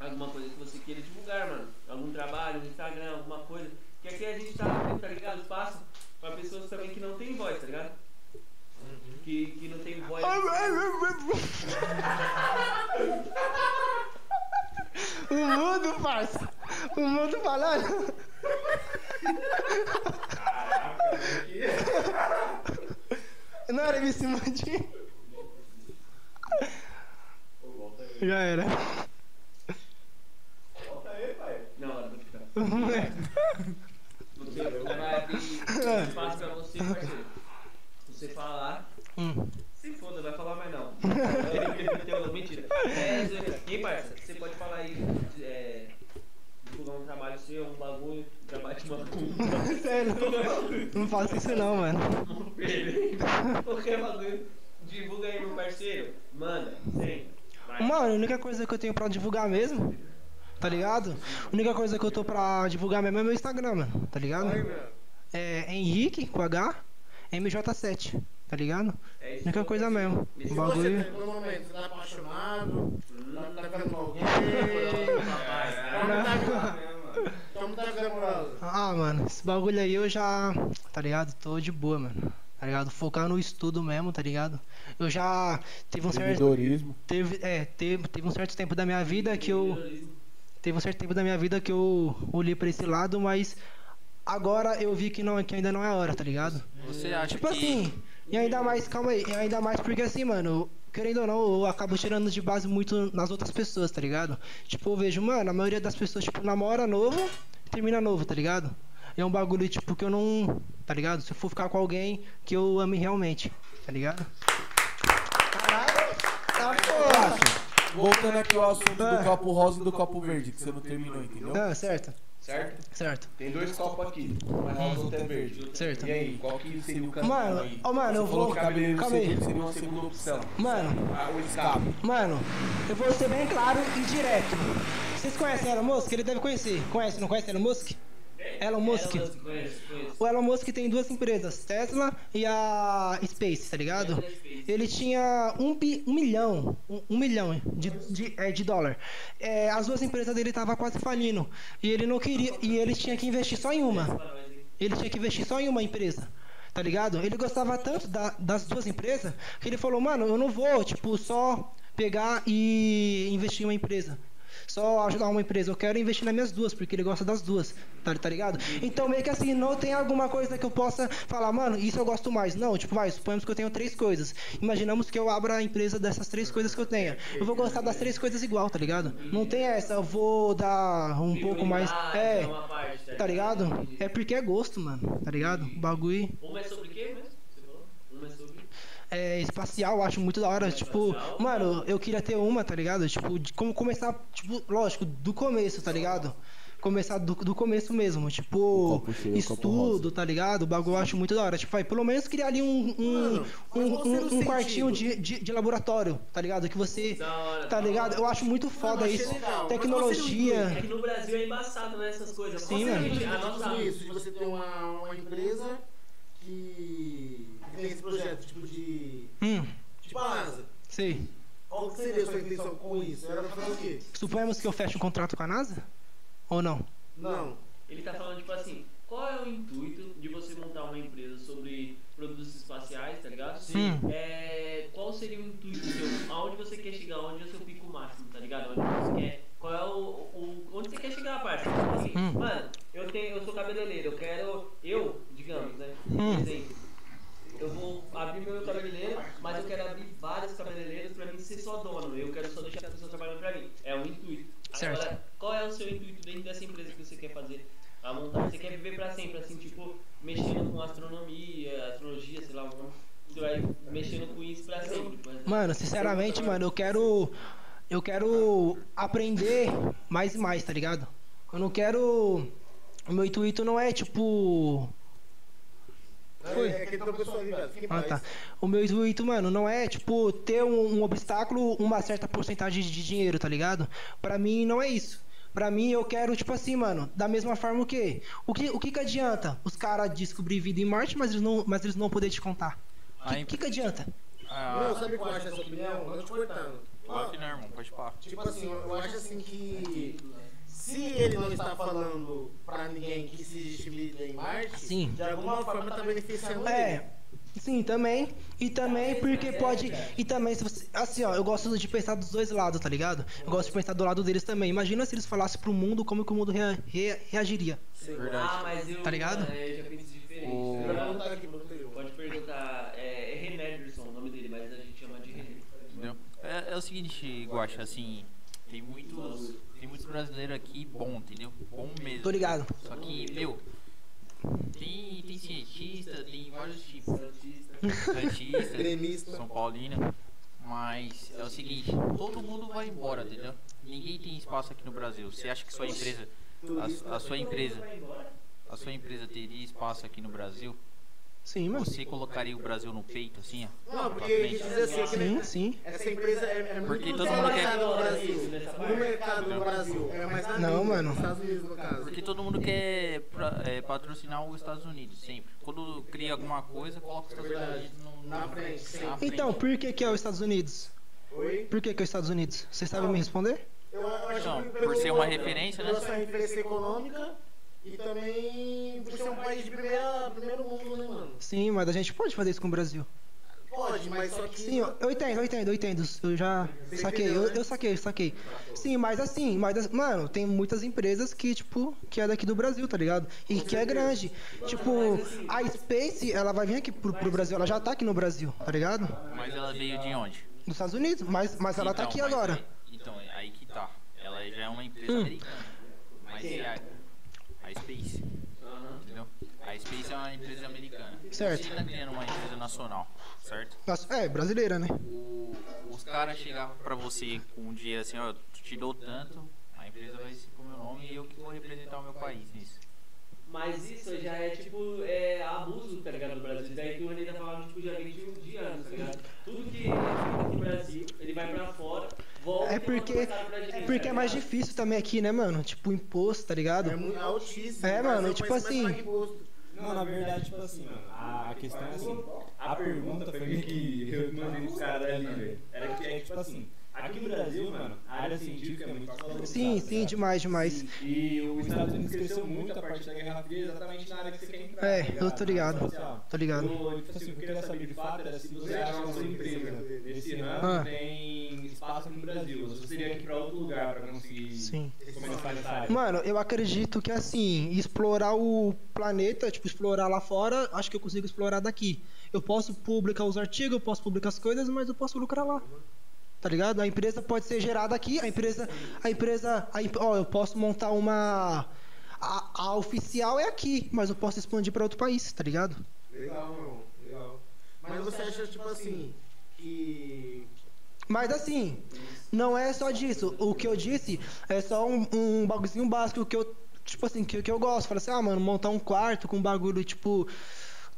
S7: alguma coisa que você queira divulgar, mano? Algum trabalho, um Instagram, alguma coisa. Que aqui a gente tá abrindo, tá ligado? Espaço pra pessoas também que não tem voz, tá ligado? Que, que não tem voz.
S5: O mundo, parça! O mundo falando! Não era MC Mandinho? Já era.
S7: Não, mano, vou ficar. Você vai
S5: É.
S7: abrir um espaço pra você, parceiro. Você falar.
S5: Hum.
S7: Se foda, vai falar mais não. Ele meteu não, mentira. É, zoeira. e parça, você pode falar aí, é, divulgar um trabalho seu, um bagulho, um trabalho de macumba,
S5: Sério, não faço isso não, mano.
S7: um pele, qualquer bagulho. Divulga aí, meu parceiro. Manda, sempre.
S5: Mano, a única coisa que eu tenho pra divulgar mesmo, tá ligado? A única coisa que eu tô pra divulgar mesmo é meu Instagram, mano, tá ligado? É Henrique com H, MJ7, tá ligado?
S7: É isso.
S5: Única coisa mesmo.
S6: E
S5: O
S6: você,
S5: Um bagulho.
S6: tá- no momento, você tá apaixonado, tá, tá ficando com alguém, então não tá ficando amorosa.
S5: Ah, mano, esse bagulho aí eu já, tá ligado? Tô de boa, mano. Tá ligado? Focar no estudo mesmo, tá ligado? Eu já teve um certo
S3: Vidorismo.
S5: teve, é, teve, teve um certo tempo da minha vida que eu teve um certo tempo da minha vida que eu olhei pra esse lado, mas agora eu vi que não que ainda não é a hora, tá ligado?
S2: Você acha
S5: Tipo
S2: que.
S5: assim, e ainda mais, calma aí, e ainda mais porque assim, mano, querendo ou não, eu acabo tirando de base muito nas outras pessoas, tá ligado? Tipo, eu vejo, mano, a maioria das pessoas, tipo, namora novo, termina novo, tá ligado? É um bagulho, tipo, que eu não. Tá ligado? Se eu for ficar com alguém que eu ame realmente, tá ligado? Caralho! Tá
S3: Voltando aqui ao assunto do copo rosa e do copo verde, que você não terminou, entendeu?
S5: porra! Ah, certo,
S3: Certo?
S5: certo,
S3: Tem dois copos aqui. Um é rosa e outro é verde.
S5: certo.
S3: E aí, qual que seria o caminho
S5: Mano,
S3: aí?
S5: ó, mano, eu
S3: Você falou
S5: vou.
S3: que cabeleireiro
S5: Calma aí.
S3: seria seria uma segunda opção.
S5: Mano,
S3: Ah, o escape.
S5: mano, eu vou ser bem claro e direto. Vocês conhecem Elon Musk? Ele deve conhecer. Conhece, não conhece Elon Musk? Elon Musk.
S7: Conheço, conheço.
S5: O Elon Musk tem duas empresas, Tesla e a Space, tá ligado? Ele tinha um, bi, um milhão, um, um milhão de, de, é, de dólar. É, as duas empresas dele estavam quase falindo. E ele não queria. E ele tinha que investir só em uma. Ele tinha que investir só em uma empresa. tá ligado? Ele gostava tanto da- das duas empresas que ele falou, mano, eu não vou, tipo, só pegar e investir em uma empresa. Só ajudar uma empresa, eu quero investir nas minhas duas, porque ele gosta das duas, tá, tá ligado? Então, meio que assim, não tem alguma coisa que eu possa falar, mano, isso eu gosto mais. Não, tipo, vai, suponhamos que eu tenho três coisas. Imaginamos que eu abra a empresa dessas três coisas que eu tenha. Eu vou gostar das três coisas igual, tá ligado? Não tem essa, eu vou dar um pouco mais. É,
S7: uma parte, tá
S5: tá ligado? É porque é gosto, mano, tá ligado? O bagulho
S7: Uma é sobre o quê mesmo? Você falou? Uma é sobre.
S5: é, espacial, eu acho muito da hora. Tipo,
S7: espacial?
S5: mano, eu queria ter uma, tá ligado? Tipo, de como começar, tipo, lógico, do começo, tá ligado? Começar do, do começo mesmo, tipo,
S3: copo cheio, copo
S5: estudo, tá ligado? O bagulho eu acho muito da hora. Tipo, vai, pelo menos criar ali um, um,
S6: mas
S5: um,
S6: qual seria o
S5: um- um quartinho de,
S6: sentido?
S5: de, de laboratório, tá ligado? Que você,
S7: Da hora.
S5: tá ligado? Eu acho muito
S6: Mano,
S5: foda
S6: achei
S5: isso.
S6: legal. Mas
S7: É
S5: Tecnologia.
S7: que no Brasil é embaçado nessas coisas.
S5: Sim,
S7: Porque
S5: mano.
S7: a gente- a nossa-
S6: Tipo isso, de você ter uma, uma empresa que, que tem esse projeto, tipo de.
S5: Hum,
S6: Tipo a NASA.
S5: sei.
S6: Qual que seria a sua intenção com isso? Ela vai fazer o quê?
S5: Suponhamos que eu feche um contrato com a NASA? Ou não?
S6: Não.
S7: Ele tá falando, tipo assim, qual é o intuito de você montar uma empresa sobre produtos espaciais, tá ligado?
S5: Sim.
S7: É, qual seria o intuito seu? Aonde você quer chegar? Onde é o seu pico máximo, tá ligado? Onde você quer. Qual é o. o- onde você quer chegar, parça? Tipo assim,
S5: Hum.
S7: mano, eu tenho. Eu sou cabeleireiro, eu quero. Eu, digamos, né?
S5: Hum.
S7: Por exemplo, eu vou abrir meu cabeleireiro, mas eu quero abrir várias cabeleireiras pra mim ser só dono. Eu quero só deixar as pessoas trabalhando pra mim. É um intuito.
S5: Certo.
S7: Agora, qual é o seu intuito dentro dessa empresa que você quer fazer? A montar, você quer viver pra sempre, assim, tipo, mexendo com astronomia, astrologia, sei lá, o nome. Você vai mexendo com isso pra sempre. tipo, né?
S5: Mano, sinceramente, mano, eu quero. Eu quero aprender mais e mais, tá ligado? Eu não quero. O meu intuito não é tipo. Foi.
S6: É, é que então, pessoal, ali, velho, fica em
S5: Ah,
S6: paz.
S5: tá. O meu intuito, mano, não é, tipo, ter um, um obstáculo, uma certa porcentagem de dinheiro, tá ligado? Pra mim, não é isso. Pra mim, eu quero, tipo assim, mano, da mesma forma o quê? O que, o que, que adianta os caras descobrir vida em Marte, mas eles não, mas eles não poder te contar? O
S2: Ai,
S5: que, que adianta?
S2: ah,
S6: Não, sabe qual eu acho essa opinião? Não te cortando.
S2: pode não, irmão, pode pá.
S6: Tipo assim, eu acho assim que se ele não está falando pra ninguém que se distribui em Marte,
S5: Sim.
S6: de alguma forma tá beneficiando
S5: É.
S6: ele.
S5: Sim, também. E também porque pode. E também, se você. Assim, ó, eu gosto de pensar dos dois lados, tá ligado? Eu gosto de pensar do lado deles também. Imagina se eles falassem pro mundo como que o mundo rea- rea- reagiria.
S7: Ah, mas eu.
S5: Tá ligado?
S7: Ah, eu já penso diferente.
S2: O-
S6: Eu
S7: tá
S6: não
S7: ligado?
S6: tá aqui pro anterior.
S7: Pode perguntar, é, é René Anderson o nome dele, mas a gente chama de René.
S2: Entendeu? É, é o seguinte, Guaxa, assim, tem muitos, tem muitos brasileiros aqui bom, entendeu? Bom mesmo.
S5: Tô ligado.
S2: Só que, meu, tem, tem cientista, tem vários tipos. Santista,
S6: Gremista.
S2: São Paulino. Mas é o seguinte, todo mundo vai embora, entendeu? Ninguém tem espaço aqui no Brasil. Você acha que sua empresa, a, a sua empresa, a sua empresa teria espaço aqui no Brasil?
S5: Sim, mano.
S2: Você colocaria o Brasil no peito, assim, ó?
S6: Não, porque
S2: Pra
S6: ele
S2: frente?
S6: quis dizer assim, que
S5: Sim,
S6: nem-
S5: sim.
S6: essa empresa é, é muito
S2: Porque todo mundo quer- né?
S6: valorizada no Brasil. No mercado no Brasil. É mais na
S5: Não,
S6: mídia,
S5: mano.
S6: Nos Estados Unidos, no caso.
S2: Porque todo mundo quer pra- é, patrocinar os Estados Unidos, sempre. Quando cria alguma coisa, coloca os Estados Unidos no,
S6: Na frente, sim.
S2: na frente.
S5: Então, por que, que é os Estados Unidos?
S6: Oi?
S5: Por que, que é os Estados Unidos? Vocês sabem me responder?
S6: Eu, eu acho
S2: Não,
S6: que
S2: por
S6: pelo-
S2: ser uma referência, né?
S6: Pela sua referência econômica e também por ser um país de primeira, primeiro mundo, né, mano?
S5: Sim, mas a gente pode fazer isso com o Brasil.
S6: Pode, mas só que.
S5: Sim, eu eu entendo, eu entendo, eu entendo. Eu já saquei, eu, eu saquei, eu saquei. Sim, mas assim, mas mano, tem muitas empresas que, tipo, que é daqui do Brasil, tá ligado? E que é grande. Tipo, a Space, ela vai vir aqui pro, pro Brasil, ela já tá aqui no Brasil, tá ligado?
S2: Mas ela veio de onde?
S5: Dos Estados Unidos, mas, mas ela tá
S2: Então,
S5: aqui
S2: mas
S5: agora.
S2: aí- então, é aí que tá. Ela já é uma empresa
S5: Hum.
S2: americana. Mas é a, a Space. Entendeu? A Space é uma empresa americana.
S5: Certo.
S2: Você tá criando uma empresa nacional, certo?
S5: Nossa, é, brasileira, né?
S2: O- os caras chegavam pra você com um dinheiro assim, ó, eu te dou tanto, a empresa vai ser com o meu nome e eu que vou representar o meu país é nisso.
S7: Mas isso já é tipo é, abuso, tá ligado? No Brasil. Daí que o René tá falando, tipo, já vem de um dia antes, tá ligado? Tudo que ele fica aqui no Brasil, ele vai pra fora, volta
S5: É
S7: e volta
S5: porque,
S7: pra pra gente,
S5: é porque é
S7: tá
S5: mais
S7: ligado?
S5: difícil também aqui, né, mano? Tipo, imposto, tá ligado?
S6: É muito altíssimo.
S5: É,
S6: mas
S5: mano,
S6: eu
S5: tipo
S6: conheço mais
S5: assim.
S6: pago em gosto.
S4: Não, na verdade, tipo assim, mano, a questão
S8: né?
S4: é assim. A pergunta foi meio que eu mandei os caras ali, velho. Era que, é que, tipo assim,
S8: Aqui no Brasil, mano, a área científica é muito valorizada.
S5: Sim,
S8: tá ligado?
S5: sim, demais, demais.
S8: E os Estados Unidos cresceu muito a partir da Guerra Fria exatamente na área que você quer entrar.
S5: É,
S8: tá
S5: eu tô ligado.
S8: Na área social.
S5: Tô ligado.
S8: Eu, tipo assim, o que eu queria saber de fato era se você acha que sua empresa nesse
S5: Ah.
S8: ramo tem espaço no Brasil. Você teria que ir pra outro lugar pra conseguir
S5: Sim.
S8: começar nessa área.
S5: Mano, eu acredito que assim, explorar o planeta, tipo, explorar lá fora, acho que eu consigo explorar daqui. Eu posso publicar os artigos, eu posso publicar as coisas, mas eu posso lucrar lá. Tá ligado? A empresa pode ser gerada aqui, a empresa. A empresa. a em- ó, eu posso montar uma. A, a oficial é aqui, mas eu posso expandir pra outro país, tá ligado?
S6: Legal, mano. Legal. Mas você acha, tipo assim, que.
S5: Mas assim, não é só disso. O que eu disse é só um, um bagulhozinho básico que eu, tipo assim, que, que eu gosto. Fala assim, ah, mano, montar um quarto com bagulho, tipo,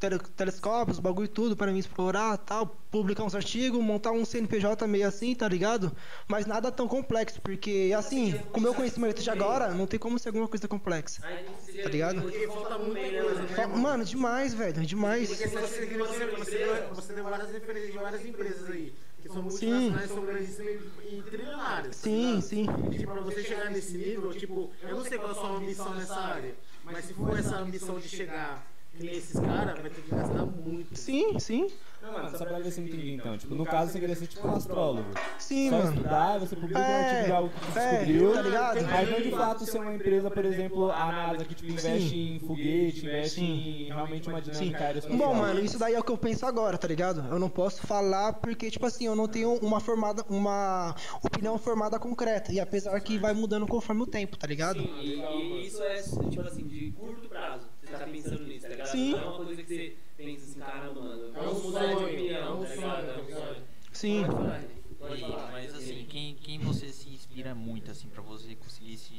S5: tele, telescópios, bagulho e tudo pra mim explorar tal, publicar uns artigos, montar um CNPJ meio assim, tá ligado? Mas nada tão complexo, porque assim, com o meu conhecimento de agora, não tem como ser alguma coisa complexa.
S1: Aí você
S5: Tá ligado?
S6: Porque falta muita coisa, né?
S5: Fa-
S6: mano?
S5: Mano, demais, velho, demais.
S6: Porque você, que você,
S5: né?
S6: você, deu, você deu várias referências de várias empresas aí, que são multinacionais, são grandíssimas e e trilionárias. tá
S5: Sim,
S6: ligado?
S5: sim.
S6: E, Tipo, pra você chegar nesse nível, tipo, eu não sei qual é a sua ambição nessa área, mas se for essa ambição de chegar que nem esses caras, vai ter que gastar muito.
S5: Sim, sim.
S8: Não, mano,
S3: Só pra ver se eu entendi então. Tipo, no caso você queria ser tipo um astrólogo.
S5: Sim,
S3: Só
S5: mano.
S3: estudar, você publica um
S5: É,
S3: artigo de algo que
S5: é,
S3: descobriu.
S5: tá ligado?
S3: Mas não de fato ser uma empresa, por exemplo, a NASA que tipo, investe em foguete, investe em realmente uma dinâmica
S5: Sim.
S3: aérea
S5: Bom, mano, isso daí é o que eu penso agora, tá ligado? Eu não posso falar porque, tipo assim, eu não tenho uma formada, uma opinião formada concreta. E apesar que vai mudando conforme o tempo, tá ligado?
S1: Sim, e, e isso é, tipo assim, de curto prazo. Você tá pensando nisso, tá ligado?
S5: Sim.
S1: Não é uma coisa que você pensa assim, caramba, mano,
S6: É um
S1: vamos mudar de
S6: sonho, é
S1: opinião,
S6: um
S1: tá ligado? É um
S6: sonho.
S1: sonho.
S5: Sim.
S1: Pode falar, gente, pode
S2: E-
S1: falar.
S2: mas assim, quem, quem você se inspira muito, assim, pra você conseguir esse,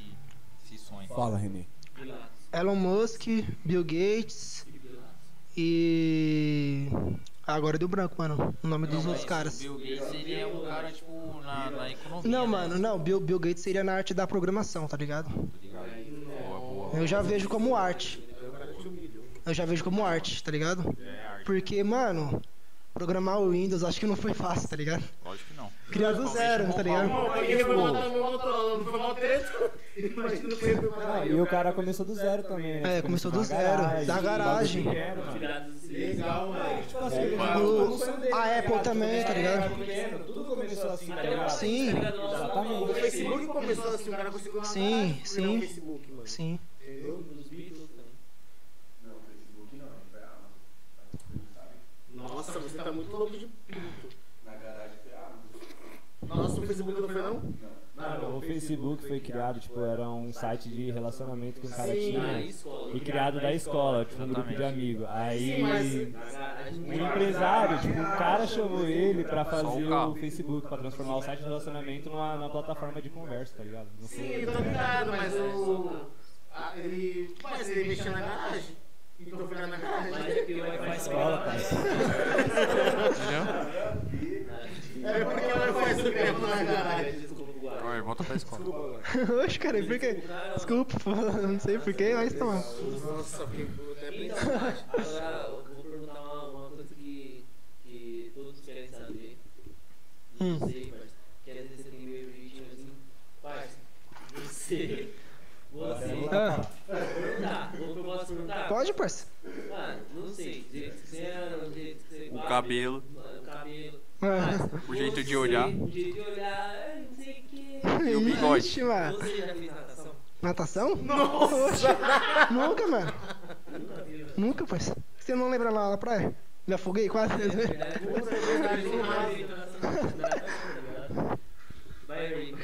S2: esse sonho?
S10: Fala, Renê.
S1: Pilatos,
S5: Elon Musk, Bill Gates
S1: Pilatos.
S5: e. Ah, Agora deu branco, mano. O nome
S2: Não, mas
S5: dos outros
S2: Então, é, o
S5: caras.
S2: Bill Gates seria um cara, tipo, na, na economia.
S5: Não,
S2: né?
S5: mano, não. Bill, Bill Gates seria na arte da programação, tá ligado?
S2: Boa, boa.
S5: Eu já vejo como arte. Eu já vejo como arte, tá ligado? Porque, mano, programar o Windows acho que não foi fácil, tá ligado?
S2: Lógico que não.
S5: Criar do zero, tá ligado?
S6: Não, porque foi matar meu Motorola, não foi mal treta. Imagina que ele
S3: Ah, e o cara começou do zero também, né?
S5: É,
S3: Tipo,
S5: começou do
S3: na
S5: zero, da garagem.
S3: bagulho pequeno, mano.
S1: Pilatos, você-
S6: Legal, mano.
S3: Tipo assim, ele
S5: Opa.
S3: mudou o sonho dele,
S5: A
S3: tá
S5: Apple
S3: ligado?
S5: também, tá ligado?
S3: Era pequeno, Tudo começou assim, tá
S1: Até o
S3: ligado?
S5: Sim.
S1: Facebook, tá ligado? Nossa,
S3: Exatamente.
S6: O Facebook começou assim, o cara conseguiu uma
S5: Sim,
S6: garagem pra
S5: sim.
S6: criar o Facebook, mano.
S5: Sim.
S6: Entendeu?
S1: Dos Beatles também.
S6: Nossa, você tá muito louco de puto. Nossa, o Facebook não foi não?
S3: Mano, o Facebook foi criado, tipo, era um site de relacionamento que um cara
S6: Sim. é
S1: Na
S3: tinha.
S1: escola.
S3: E criado da escola, tipo, um grupo de
S2: Exatamente.
S3: amigos. Aí.
S6: Sim, mas-
S3: Um empresário, tipo, um cara chamou ele pra
S6: um
S3: fazer o Facebook, pra transformar o site de relacionamento numa, numa plataforma de conversa, tá ligado? Não
S6: Sim,
S3: sei.
S6: eu tô ligado, mas o. a- ele. Mas ele mexeu na garagem. Então foi lá na
S1: Mas é
S6: garagem.
S1: que o Wi-Fi
S3: Escola,
S1: escola.
S3: cara.
S6: É porque ela faz o tempo na garagem.
S1: Desculpa, Guara.
S2: Oi, volta pra escola.
S5: Oxe, cara, por quê? Desculpa, não sei porquê, mas tá bom.
S6: Nossa, fiquei até
S1: Então,
S6: pensando.
S1: agora eu vou perguntar uma, uma coisa que, que todos querem saber. Não
S5: Hum.
S1: sei, parça. Que às vezes você tem meio jeitinho assim. Parça, você. Você.
S5: Ah,
S1: Tá, eu posso perguntar?
S5: pode, parça?
S1: Mano, não sei. do jeito que você anda, do jeito que você
S2: O
S1: bate,
S2: cabelo.
S1: mano, O cabelo.
S5: Ah.
S1: Mas
S2: O jeito de
S1: você-
S2: olhar.
S1: O jeito de olhar, eu não sei o que.
S2: E o bigode.
S5: Ixi, mano.
S1: Você já fez natação?
S5: Natação? Nossa! Nunca, mano. Nunca, parça. Você não lembra lá na praia? Me afoguei quase.
S1: Vai aí.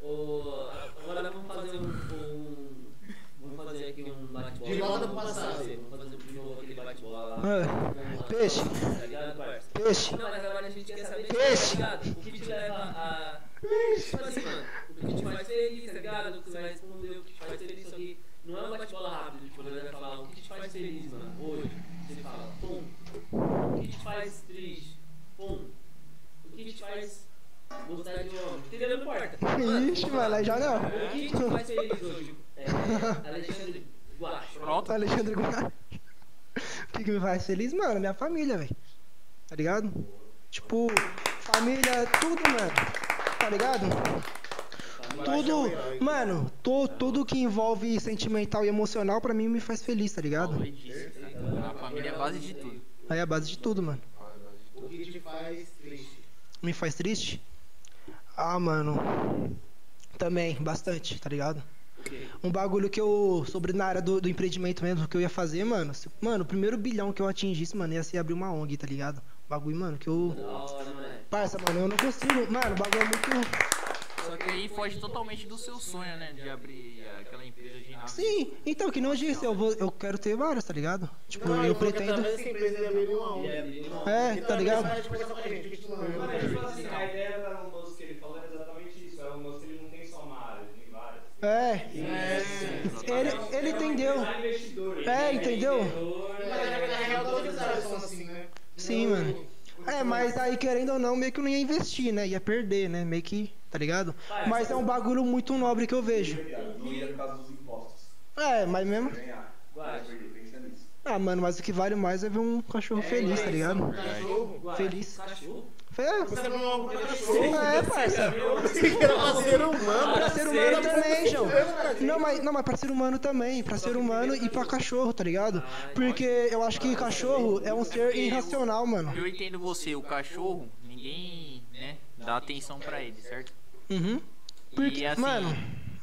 S1: Ô, Agora vamos fazer um. um- Vamos fazer aqui um bate-bola.
S6: De volta pro passado.
S1: Vamos fazer de novo aquele bate-bola lá.
S5: Ah,
S1: com a-
S5: Peixe.
S1: Tá ligado, parça?
S5: Peixe.
S1: Não, mas agora a gente quer saber, tá
S5: Peixe.
S1: ligado? O que te leva a. Tipo assim, mano, o que te faz feliz, tá ligado? O que você vai responder, o que te faz feliz, isso aqui não é um bate-bola rápido, tipo, ele vai falar o que te faz feliz, mano, hoje. Você fala, pum. O que te faz triste, pum. O que te faz gostar de um homem, entendeu? Não importa.
S5: Ixi, mano, aí já não.
S1: O que te faz feliz hoje? É, Alexandre Guacho.
S2: Pronto.
S5: Alexandre Goulart. O que, que me faz feliz, mano? Minha família, velho. Tá ligado? Tá Tipo, família, tudo, mano. Tá ligado? Tudo, mano, to- tudo que envolve sentimental e emocional pra mim me faz feliz, tá ligado?
S2: A família é a base de tudo.
S5: Aí é a base de tudo, mano.
S6: O que te faz triste?
S5: Me faz triste? Ah, mano. Também, bastante, tá ligado? Um bagulho que eu. Sobre na área do, do empreendimento mesmo, que eu ia fazer, mano. se- mano, o primeiro bilhão que eu atingisse, mano, ia ser abrir uma ONG, tá ligado? Bagulho, mano, que eu.
S7: Da hora, mano.
S5: Parça, mano, eu não consigo. Mano, o bagulho é muito.
S2: Só que aí foge totalmente do seu sonho, né? De abrir aquela empresa de nada.
S5: Sim, então, que não disse, eu, vou, eu quero ter várias, tá ligado? Tipo, eu pretendo.
S6: Talvez essa empresa ia abrir uma onda.
S5: É, tá ligado?
S6: Vai conversar com a gente, que a gente não
S4: Mano, tipo assim, a ideia do Elon Musk que ele falou é exatamente isso. O Elon Musk ele não tem só uma área, ele tem várias.
S5: É. Ele, ele entendeu.
S4: Ele é investidor. ele
S5: É, entendeu?
S4: investidor, é-
S6: Mas na real, todas as áreas são assim, né?
S5: Sim, mano. É, mas aí querendo ou não, meio que eu não ia investir, né? Ia perder, né? Meio que, tá ligado? Mas é um bagulho muito nobre que eu vejo.
S3: Não ia por causa dos impostos.
S5: É, mas mesmo.
S3: Ganhar. Vai
S7: Guarde.
S3: perder, pensa nisso.
S5: Ah, mano, mas o que vale mais é ver um cachorro feliz, tá ligado?
S6: Cachorro?
S5: Feliz.
S7: Cachorro?
S5: É,
S6: Você não é um cachorro.
S5: é, parça.
S6: Você quer fazer ser humano.
S5: Pra ser humano também, João.
S6: Cara,
S5: Não, mas, não, mas pra ser humano também. Pra ser humano e pra cachorro, tá ligado? Porque eu acho que cachorro é um ser irracional, mano.
S2: Eu entendo você, o cachorro, ninguém, né, dá atenção pra ele, certo?
S5: Uhum. Porque,
S2: E assim-
S5: mano.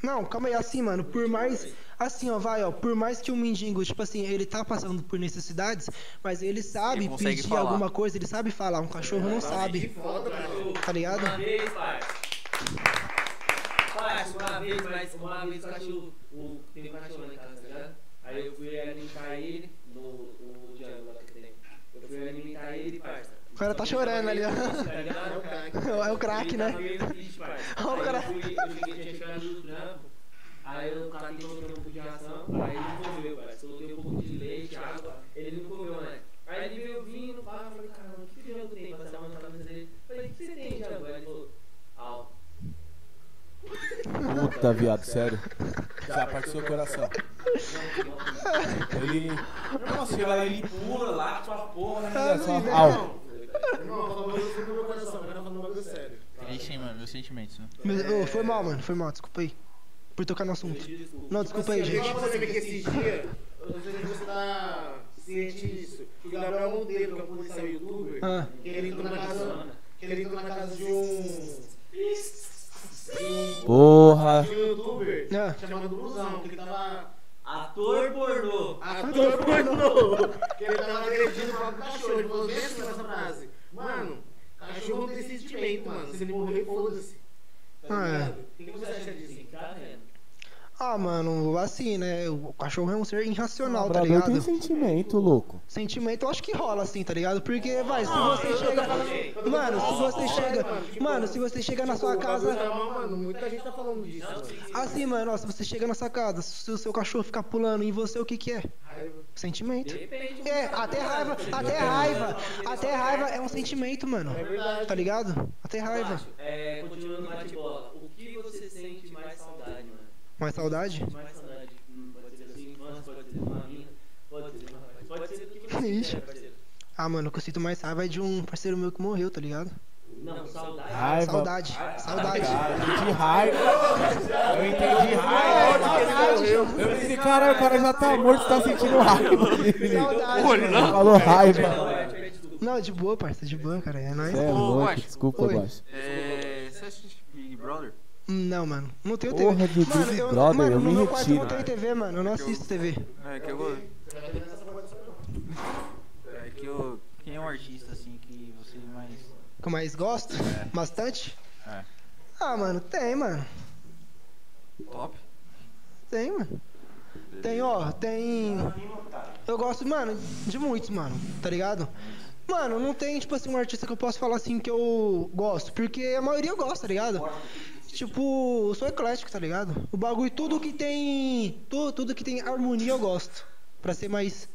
S5: Não, calma aí, assim, mano, por mais. Assim, ó, vai, ó, por mais que o mendigo, tipo assim, ele tá passando por necessidades, mas ele sabe
S2: Ele consegue
S5: pedir
S2: falar.
S5: alguma coisa, ele sabe falar, um cachorro não sabe,
S6: Foda, mano.
S5: tá ligado?
S7: Uma vez, parça. Parça, uma vez, mas uma vez o cachorro. O, tem um cachorro lá em casa, tá ligado? Aí eu fui alimentar ele no o Django lá que tem. Eu fui alimentar ele, parça.
S5: O cara tá chorando ali, ó.
S7: Tá
S6: É o
S7: ligado?
S6: cara.
S5: É o craque, né?
S7: Ele tava meio triste, parça.
S5: Ó, o
S7: Aí
S5: cara.
S7: Eu, fui, eu cheguei, tinha chegado no trampo. Aí eu catei meu trampo um de ração. Aí ele não comeu, parça. Soltei um pouco de leite, água. Ele não comeu, né? Aí ele veio vindo, pá, eu falei, caramba, que Django tem? Passei a mão na cabeça dele. Falei, o que você tem, Django? Aí ele falou, au.
S3: Puta, viado, sério. Já partiu seu coração. Ele. Nossa, chega lá, assim, ele pula, late pra porra,
S5: Ah,
S3: né? Só... Au.
S6: Irmão, falou um bagulho do meu coração, agora falando um bagulho sério.
S2: Triste, hein, mano, meus sentimentos, né?
S5: Mas, ô, foi mal, mano, foi mal, desculpa aí. Por tocar no assunto. Não, desculpa aí,
S6: Eu
S5: gente.
S6: tava sabendo que esses dias, eu não sei se você tá ciente disso, que o Gabriel Monteiro, que é um policial youtuber,
S5: Ah,
S6: que ele entrou na casa, que ele entrou na casa de um, de
S3: Porra.
S6: um youtuber
S5: ah.
S6: chamado Brusão, que ele tava
S7: Ator pornô.
S6: ator pornô, que ele tava agredindo o próprio cachorro, ele falou bem assim nessa frase, mano, cachorro não tem sentimento, mano, se ele morrer, foda-se. Tá
S5: Ah, é.
S6: ligado? O que você acha disso?
S7: Tá vendo?
S5: Ah, mano, assim, né? O cachorro é um ser irracional, tá
S3: Labrador tem um
S5: ligado?
S3: sentimento, louco.
S5: Sentimento, eu acho que rola assim, tá ligado? Porque, vai, se você chega. Mano, se você chega. Mano, se você chega na sua
S6: Pô, tá
S5: casa.
S6: mal, mano, muita gente tá falando disso, mano.
S5: Assim, mano, ó, se você chega na sua casa, se o seu cachorro ficar pulando em você, o que que é? Sentimento.
S7: Depende.
S5: É, até raiva, até raiva, até raiva é um sentimento, mano. Tá ligado? Até raiva.
S7: É, continuando no bate-bola, o que você sente mais saudade, mano?
S5: Mais saudade?
S7: Mais saudade, hum, pode ser da sua infância, pode ser de uma mina, pode ser de uma rapaz, pode ser do que você
S5: Ixi.
S7: quiser, parceiro.
S5: Ah, mano, o que eu sinto mais raiva é de um parceiro meu que morreu, tá ligado?
S7: Não, saudade.
S3: Raiva.
S5: Saudade,
S7: Ah,
S5: saudade.
S3: Cara, eu entendi raiva. Eu entendi raiva. É, Eu pensei, caralho, o cara já tá morto, tá sentindo raiva.
S5: Saudade. mano.
S3: Falou raiva.
S7: Não, é, peraí, desculpa.
S5: Não, de boa, parça, de boa, cara. É nóis.
S3: Cê é
S2: Ô,
S3: louco,
S2: Baixo.
S3: desculpa,
S5: Oi.
S3: Baixo.
S2: É, você assiste Big Brother?
S5: Hum, Não, mano. Não tenho TV.
S3: Porra, de
S5: mano,
S3: Big
S5: eu,
S3: Brother,
S5: mano,
S3: eu
S5: no
S3: me
S5: meu quarto eu não
S3: retiro.
S5: tenho TV, mano. Eu não assisto TV.
S2: É, que eu É que eu... Quem é um artista, assim, que você mais...
S5: O que eu mais gosto? Bastante?
S2: É.
S5: Ah, mano, tem, mano.
S2: Top?
S5: Tem, mano. Tem, ó, tem. Eu gosto, mano, de muitos, mano, tá ligado? Mano, não tem, tipo assim, um artista que eu posso falar assim que eu gosto, porque a maioria eu gosto, tá ligado? Tipo, eu sou eclético, tá ligado? O bagulho, tudo que tem. Tudo, tudo que tem harmonia eu gosto. Pra ser mais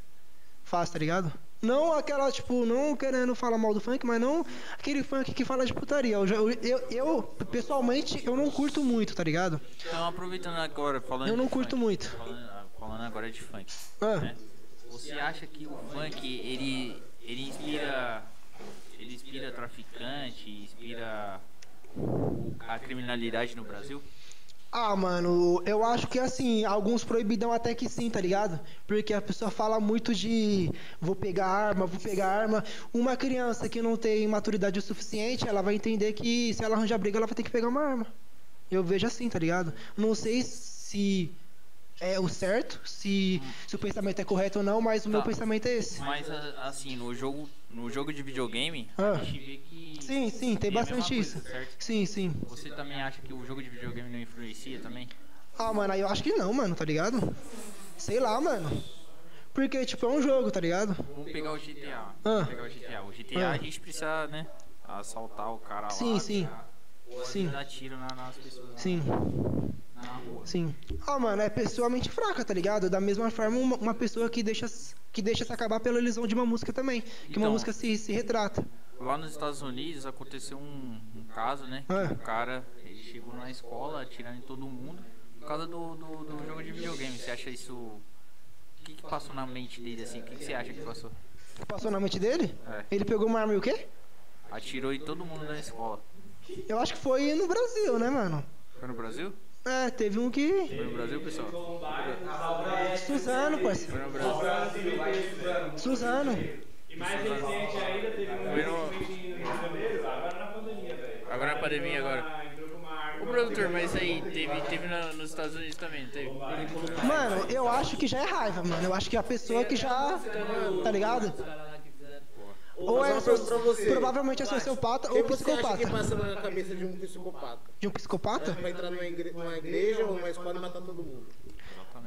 S5: fácil, tá ligado? Não aquela, tipo, não querendo falar mal do funk, mas não aquele funk que fala de putaria. Eu, já- eu, eu- eu, pessoalmente, eu não curto muito, tá ligado?
S2: Então, aproveitando agora, falando
S5: Eu não
S2: de
S5: curto
S2: funk,
S5: muito.
S2: Falando, ah, falando agora de funk.
S5: Ah.
S2: Você acha que o funk, ele, ele inspira... Ele inspira traficante, inspira o- a criminalidade no Brasil?
S5: Ah, mano, eu acho que assim, alguns proibidão até que sim, tá ligado? Porque a pessoa fala muito de vou pegar arma, vou pegar arma. Uma criança que não tem maturidade o suficiente, ela vai entender que se ela arranjar briga, ela vai ter que pegar uma arma. Eu vejo assim, tá ligado? Não sei se é o certo, se, se o pensamento é correto ou não, mas o meu
S2: Tá.
S5: pensamento é esse.
S2: Mas a- assim, no jogo, no jogo de videogame,
S5: Ah.
S2: a gente vê que é
S5: Sim, sim, tem
S2: a mesma
S5: bastante
S2: coisa,
S5: isso.
S2: certo?
S5: Sim, sim.
S2: Você também acha que o jogo de videogame não influencia também?
S5: Ah, mano, aí eu acho que não, mano, tá ligado? Sei lá, mano. Porque, tipo, é um jogo, tá ligado?
S2: Vamos pegar o GTA.
S5: Ah.
S2: Vamos pegar o GTA. O GTA a gente precisa, né? Assaltar o cara lá.
S5: Sim, sim.
S2: pegar- Ou às
S5: Sim.
S2: vezes dar tiro na- nas pessoas na-
S5: Sim,
S2: na rua.
S5: sim. Ah, mano, é pessoalmente fraca, tá ligado? Da mesma forma, uma, uma pessoa que deixa, que deixa se acabar pela ilusão de uma música também. Que uma
S2: Então.
S5: música se, se retrata.
S2: Lá nos Estados Unidos aconteceu um, um caso, né?
S5: Ah.
S2: Que o cara ele chegou na escola atirando em todo mundo por causa do, do, do jogo de videogame. Você acha isso. O que, que passou na mente dele assim? O que, que você acha que passou?
S5: Passou na mente dele?
S2: É.
S5: Ele pegou uma arma e o quê?
S2: Atirou em todo mundo na escola.
S5: Eu acho que foi no Brasil, né, mano?
S2: Foi no Brasil?
S5: É, teve um que.
S2: Foi no Brasil, pessoal?
S5: Suzano, parceiro.
S2: Foi no Brasil.
S5: Suzano.
S4: E mais recente ainda, teve um
S2: Foi no-
S4: recentemente no Rio de Janeiro, agora na pandemia, velho.
S2: Agora na pandemia, agora.
S4: Ah, entrou com uma
S2: Ô,
S4: arma.
S2: produtor, mas aí, teve, teve na- nos Estados Unidos também, não teve?
S5: Mano, eu acho que já é raiva, mano. Eu acho que a pessoa que já. Tá ligado? Ou é.
S6: Mas uma coisa pra você.
S5: Provavelmente é sociopata
S6: Quem
S5: ou
S6: você acha que
S5: psicopata.
S6: passa na cabeça de um psicopata?
S5: De um psicopata?
S6: Pra entrar numa igre- numa igreja ou numa escola e matar todo mundo?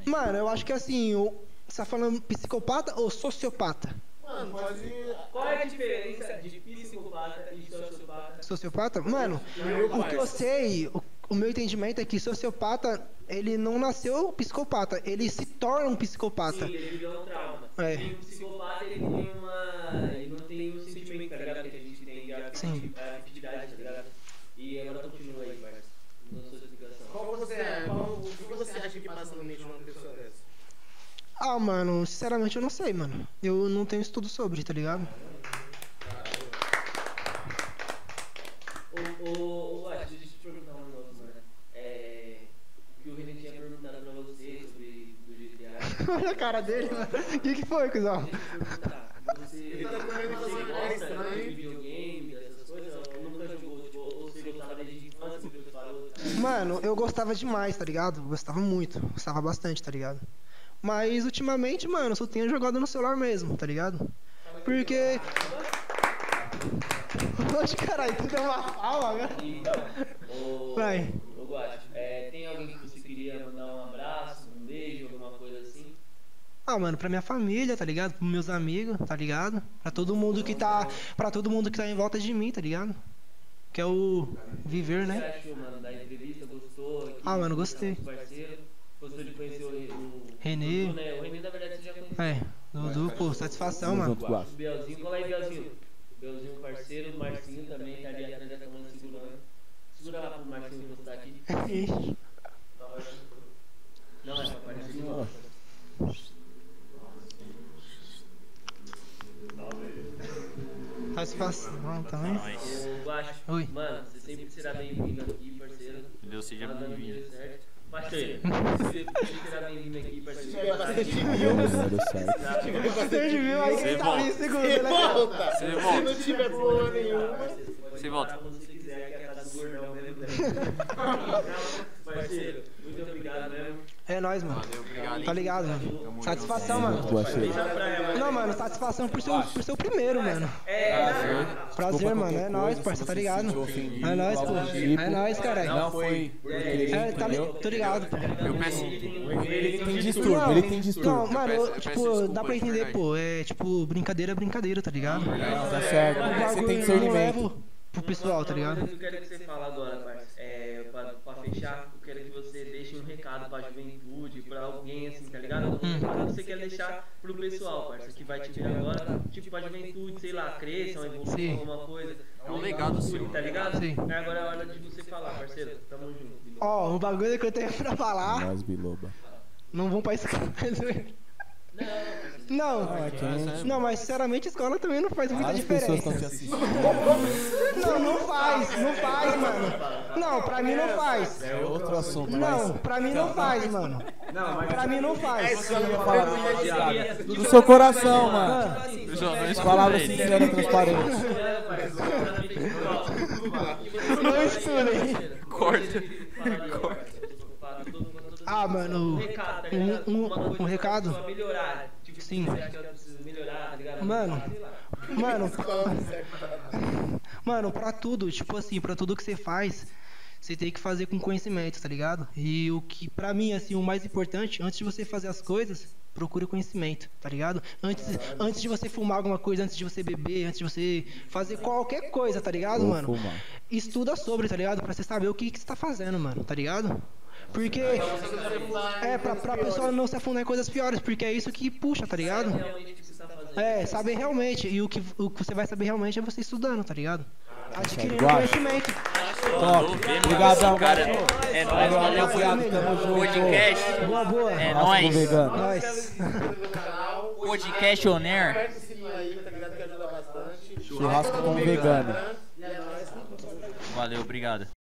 S5: Mano, eu acho que assim, o- você tá falando psicopata ou sociopata?
S6: Mano, pode.
S7: Qual é a diferença de psicopata e sociopata?
S5: Sociopata? Mano, o que eu sei, o, o meu entendimento é que sociopata, ele não nasceu psicopata, ele se torna um psicopata.
S7: Sim, ele virou um trauma.
S5: É.
S7: E o psicopata, ele tem uma. Ele não tem um sentimento, tá ligado? Que a gente tem de
S5: Sim.
S7: afetividade, afetividade, tá ligado? E agora continua aí, mas. Não sou explicação.
S6: Qual você é? Qual, o que você acha que passa na mente de uma pessoa dessa?
S5: Ah, mano, sinceramente eu não sei, mano. Eu não tenho estudo sobre, tá ligado?
S7: Ô, ô, ô, Watt, deixa eu te perguntar um negócio, mano. É. O que o Renan tinha perguntado pra você sobre do GTA.
S5: Olha a cara dele, mano. O que, que foi, cuzão?
S7: Deixa eu te perguntar. Você.
S6: tá correndo pra
S7: você
S6: fazer uma
S7: gosta
S6: coisa,
S7: de
S6: né?
S7: videogame, dessas coisas? Ou nunca jogou? Tipo, ou você gostava desde infância, você parou? tá?
S5: Mano, eu gostava demais, tá ligado? Gostava muito, gostava bastante, tá ligado? Mas ultimamente, mano, eu só tenho jogado no celular mesmo, tá ligado? Porque. Oxe, caralho, tu deu uma palma, velho.
S7: Ô,
S5: Vai.
S7: ô, Guacho, é, tem alguém que você queria mandar um abraço, um beijo, alguma coisa assim?
S5: Ah, mano, pra minha família, tá ligado? Pros meus amigos, tá ligado? Pra todo mundo que tá. Pra todo mundo que tá em volta de mim, tá ligado? Que é o viver,
S7: O que você
S5: né?
S7: achou, mano, da entrevista? Gostou? aqui,
S5: Ah, mano,
S7: do
S5: gostei.
S7: nosso Parceiro? Gostou de conhecer o, o
S5: Renê.
S7: Dudu, né? O Renê, na verdade, você já conheceu.
S5: É, Dudu, pô, satisfação, mano.
S7: O Belzinho, cola aí, Belzinho. Belzinho, parceiro, o Marcinho também tá ali atrás da câmera segurando. Segura lá pro Marcinho encostar aqui.
S5: É
S7: Não, é, papai, assim não.
S5: Satisfação também.
S7: Eu Guacho,
S5: Oi.
S7: mano, você sempre será bem-vindo aqui, parceiro.
S2: Deus seja
S7: Mandando o
S2: bem-vindo.
S7: vídeo certo. Parceiro, você sempre será bem-vindo aqui, parceiro.
S5: Vocês viram aí que ele tá ali segurando, né?
S6: Volta!
S2: Você
S6: Se
S2: volta.
S6: não tiver problema nenhum.
S2: Você volta.
S7: Quando você quiser, que é a casa do gordão mesmo. Parceiro, muito obrigado mesmo.
S5: É nóis, mano.
S2: Obrigado.
S5: Tá ligado, mano? Satisfação, mano. Não, mano, satisfação por ser, o- por ser o primeiro, mano.
S3: É, né?
S5: Prazer, mano. É nóis, parça, tá ligado? É nóis, pô. É nóis, caralho.
S3: tipo. Não foi.
S5: É, tá li... Tô ligado, pô.
S2: Eu peço.
S3: Ele tem
S5: Não,
S3: distúrbio, ele tem
S5: Não,
S3: distúrbio.
S5: mano,
S2: peço-
S5: eu,
S2: eu peço
S5: tipo, dá
S2: desculpa,
S5: pra
S2: de
S5: entender,
S2: verdade.
S5: pô. É tipo, brincadeira é brincadeira, tá ligado?
S3: Tá certo.
S5: O
S3: Você tem
S5: bagulho eu não
S3: discernimento.
S5: levo pro pessoal, tá ligado?
S7: Eu quero que você fale agora, parceiro. É, pra, pra fechar, eu quero que você deixe um recado pra juventude, pra alguém assim, tá ligado? Um recado que você quer deixar pro pessoal, parceiro, que vai te ver agora. Tipo, pra juventude, sei lá, cresçam,
S5: Sim.
S7: evoluam alguma coisa.
S2: É um legado seu.
S7: Tá ligado?
S5: Sim.
S7: É, Agora é a hora de você falar, parceiro. Tamo junto.
S5: Ó, o bagulho que eu tenho pra falar,
S11: Nós, biloba.
S5: não vão pra escola. Não, não, mas sinceramente a escola também não faz muita
S3: Várias pessoas
S5: diferença.
S3: estão te assistindo.
S5: Não, não faz, não faz, mano. Não, pra mim não faz.
S3: É outro assunto, mas.
S5: Não, pra mim não faz, mano. Pra mim não faz.
S3: Do seu coração, mano.
S2: Pessoal, não escuta
S3: Palavra
S5: assim,
S2: ele.
S3: sincera e transparente.
S5: Não estudem.
S2: Corta.
S5: Ah, mano. Um, um, um recado?
S7: Melhorar. Tipo,
S5: Sim.
S7: você acha que ela precisa melhorar, tá ligado?
S5: Mano.
S7: Sei lá.
S5: Mano, mano, pra tudo, tipo assim, pra tudo que você faz, você tem que fazer com conhecimento, tá ligado? E o que, pra mim, assim, o mais importante, antes de você fazer as coisas, procure conhecimento, tá ligado? Antes, antes de você fumar alguma coisa, antes de você beber, antes de você fazer qualquer coisa, tá ligado,
S3: Vou
S5: mano?
S3: fumar.
S5: Estuda sobre, tá ligado? Pra você saber o que, que você tá fazendo, mano, tá ligado? Porque. É, pra, pra pessoa não se afundar em coisas piores, porque é isso que puxa, tá ligado?
S7: Realmente o que você tá fazendo.
S5: É, saber realmente. E o que, o que você vai saber realmente é você estudando, tá ligado? Adquirindo
S3: Guacha.
S5: conhecimento.
S3: Top. Obrigadão,
S2: Cara,
S3: galera.
S2: é nóis,
S3: Valeu,
S2: valeu.
S3: rapaziada. Tamo junto.
S2: Podcast.
S5: Boa, boa.
S3: Nossa,
S2: É
S3: com
S2: nóis.
S3: vegano.
S5: Nós.
S2: Podcast on air.
S6: Aperta o sininho aí, tá ligado? Que ajuda bastante.
S3: Churrasco com vegano.
S6: E é nóis.
S2: Valeu, obrigado.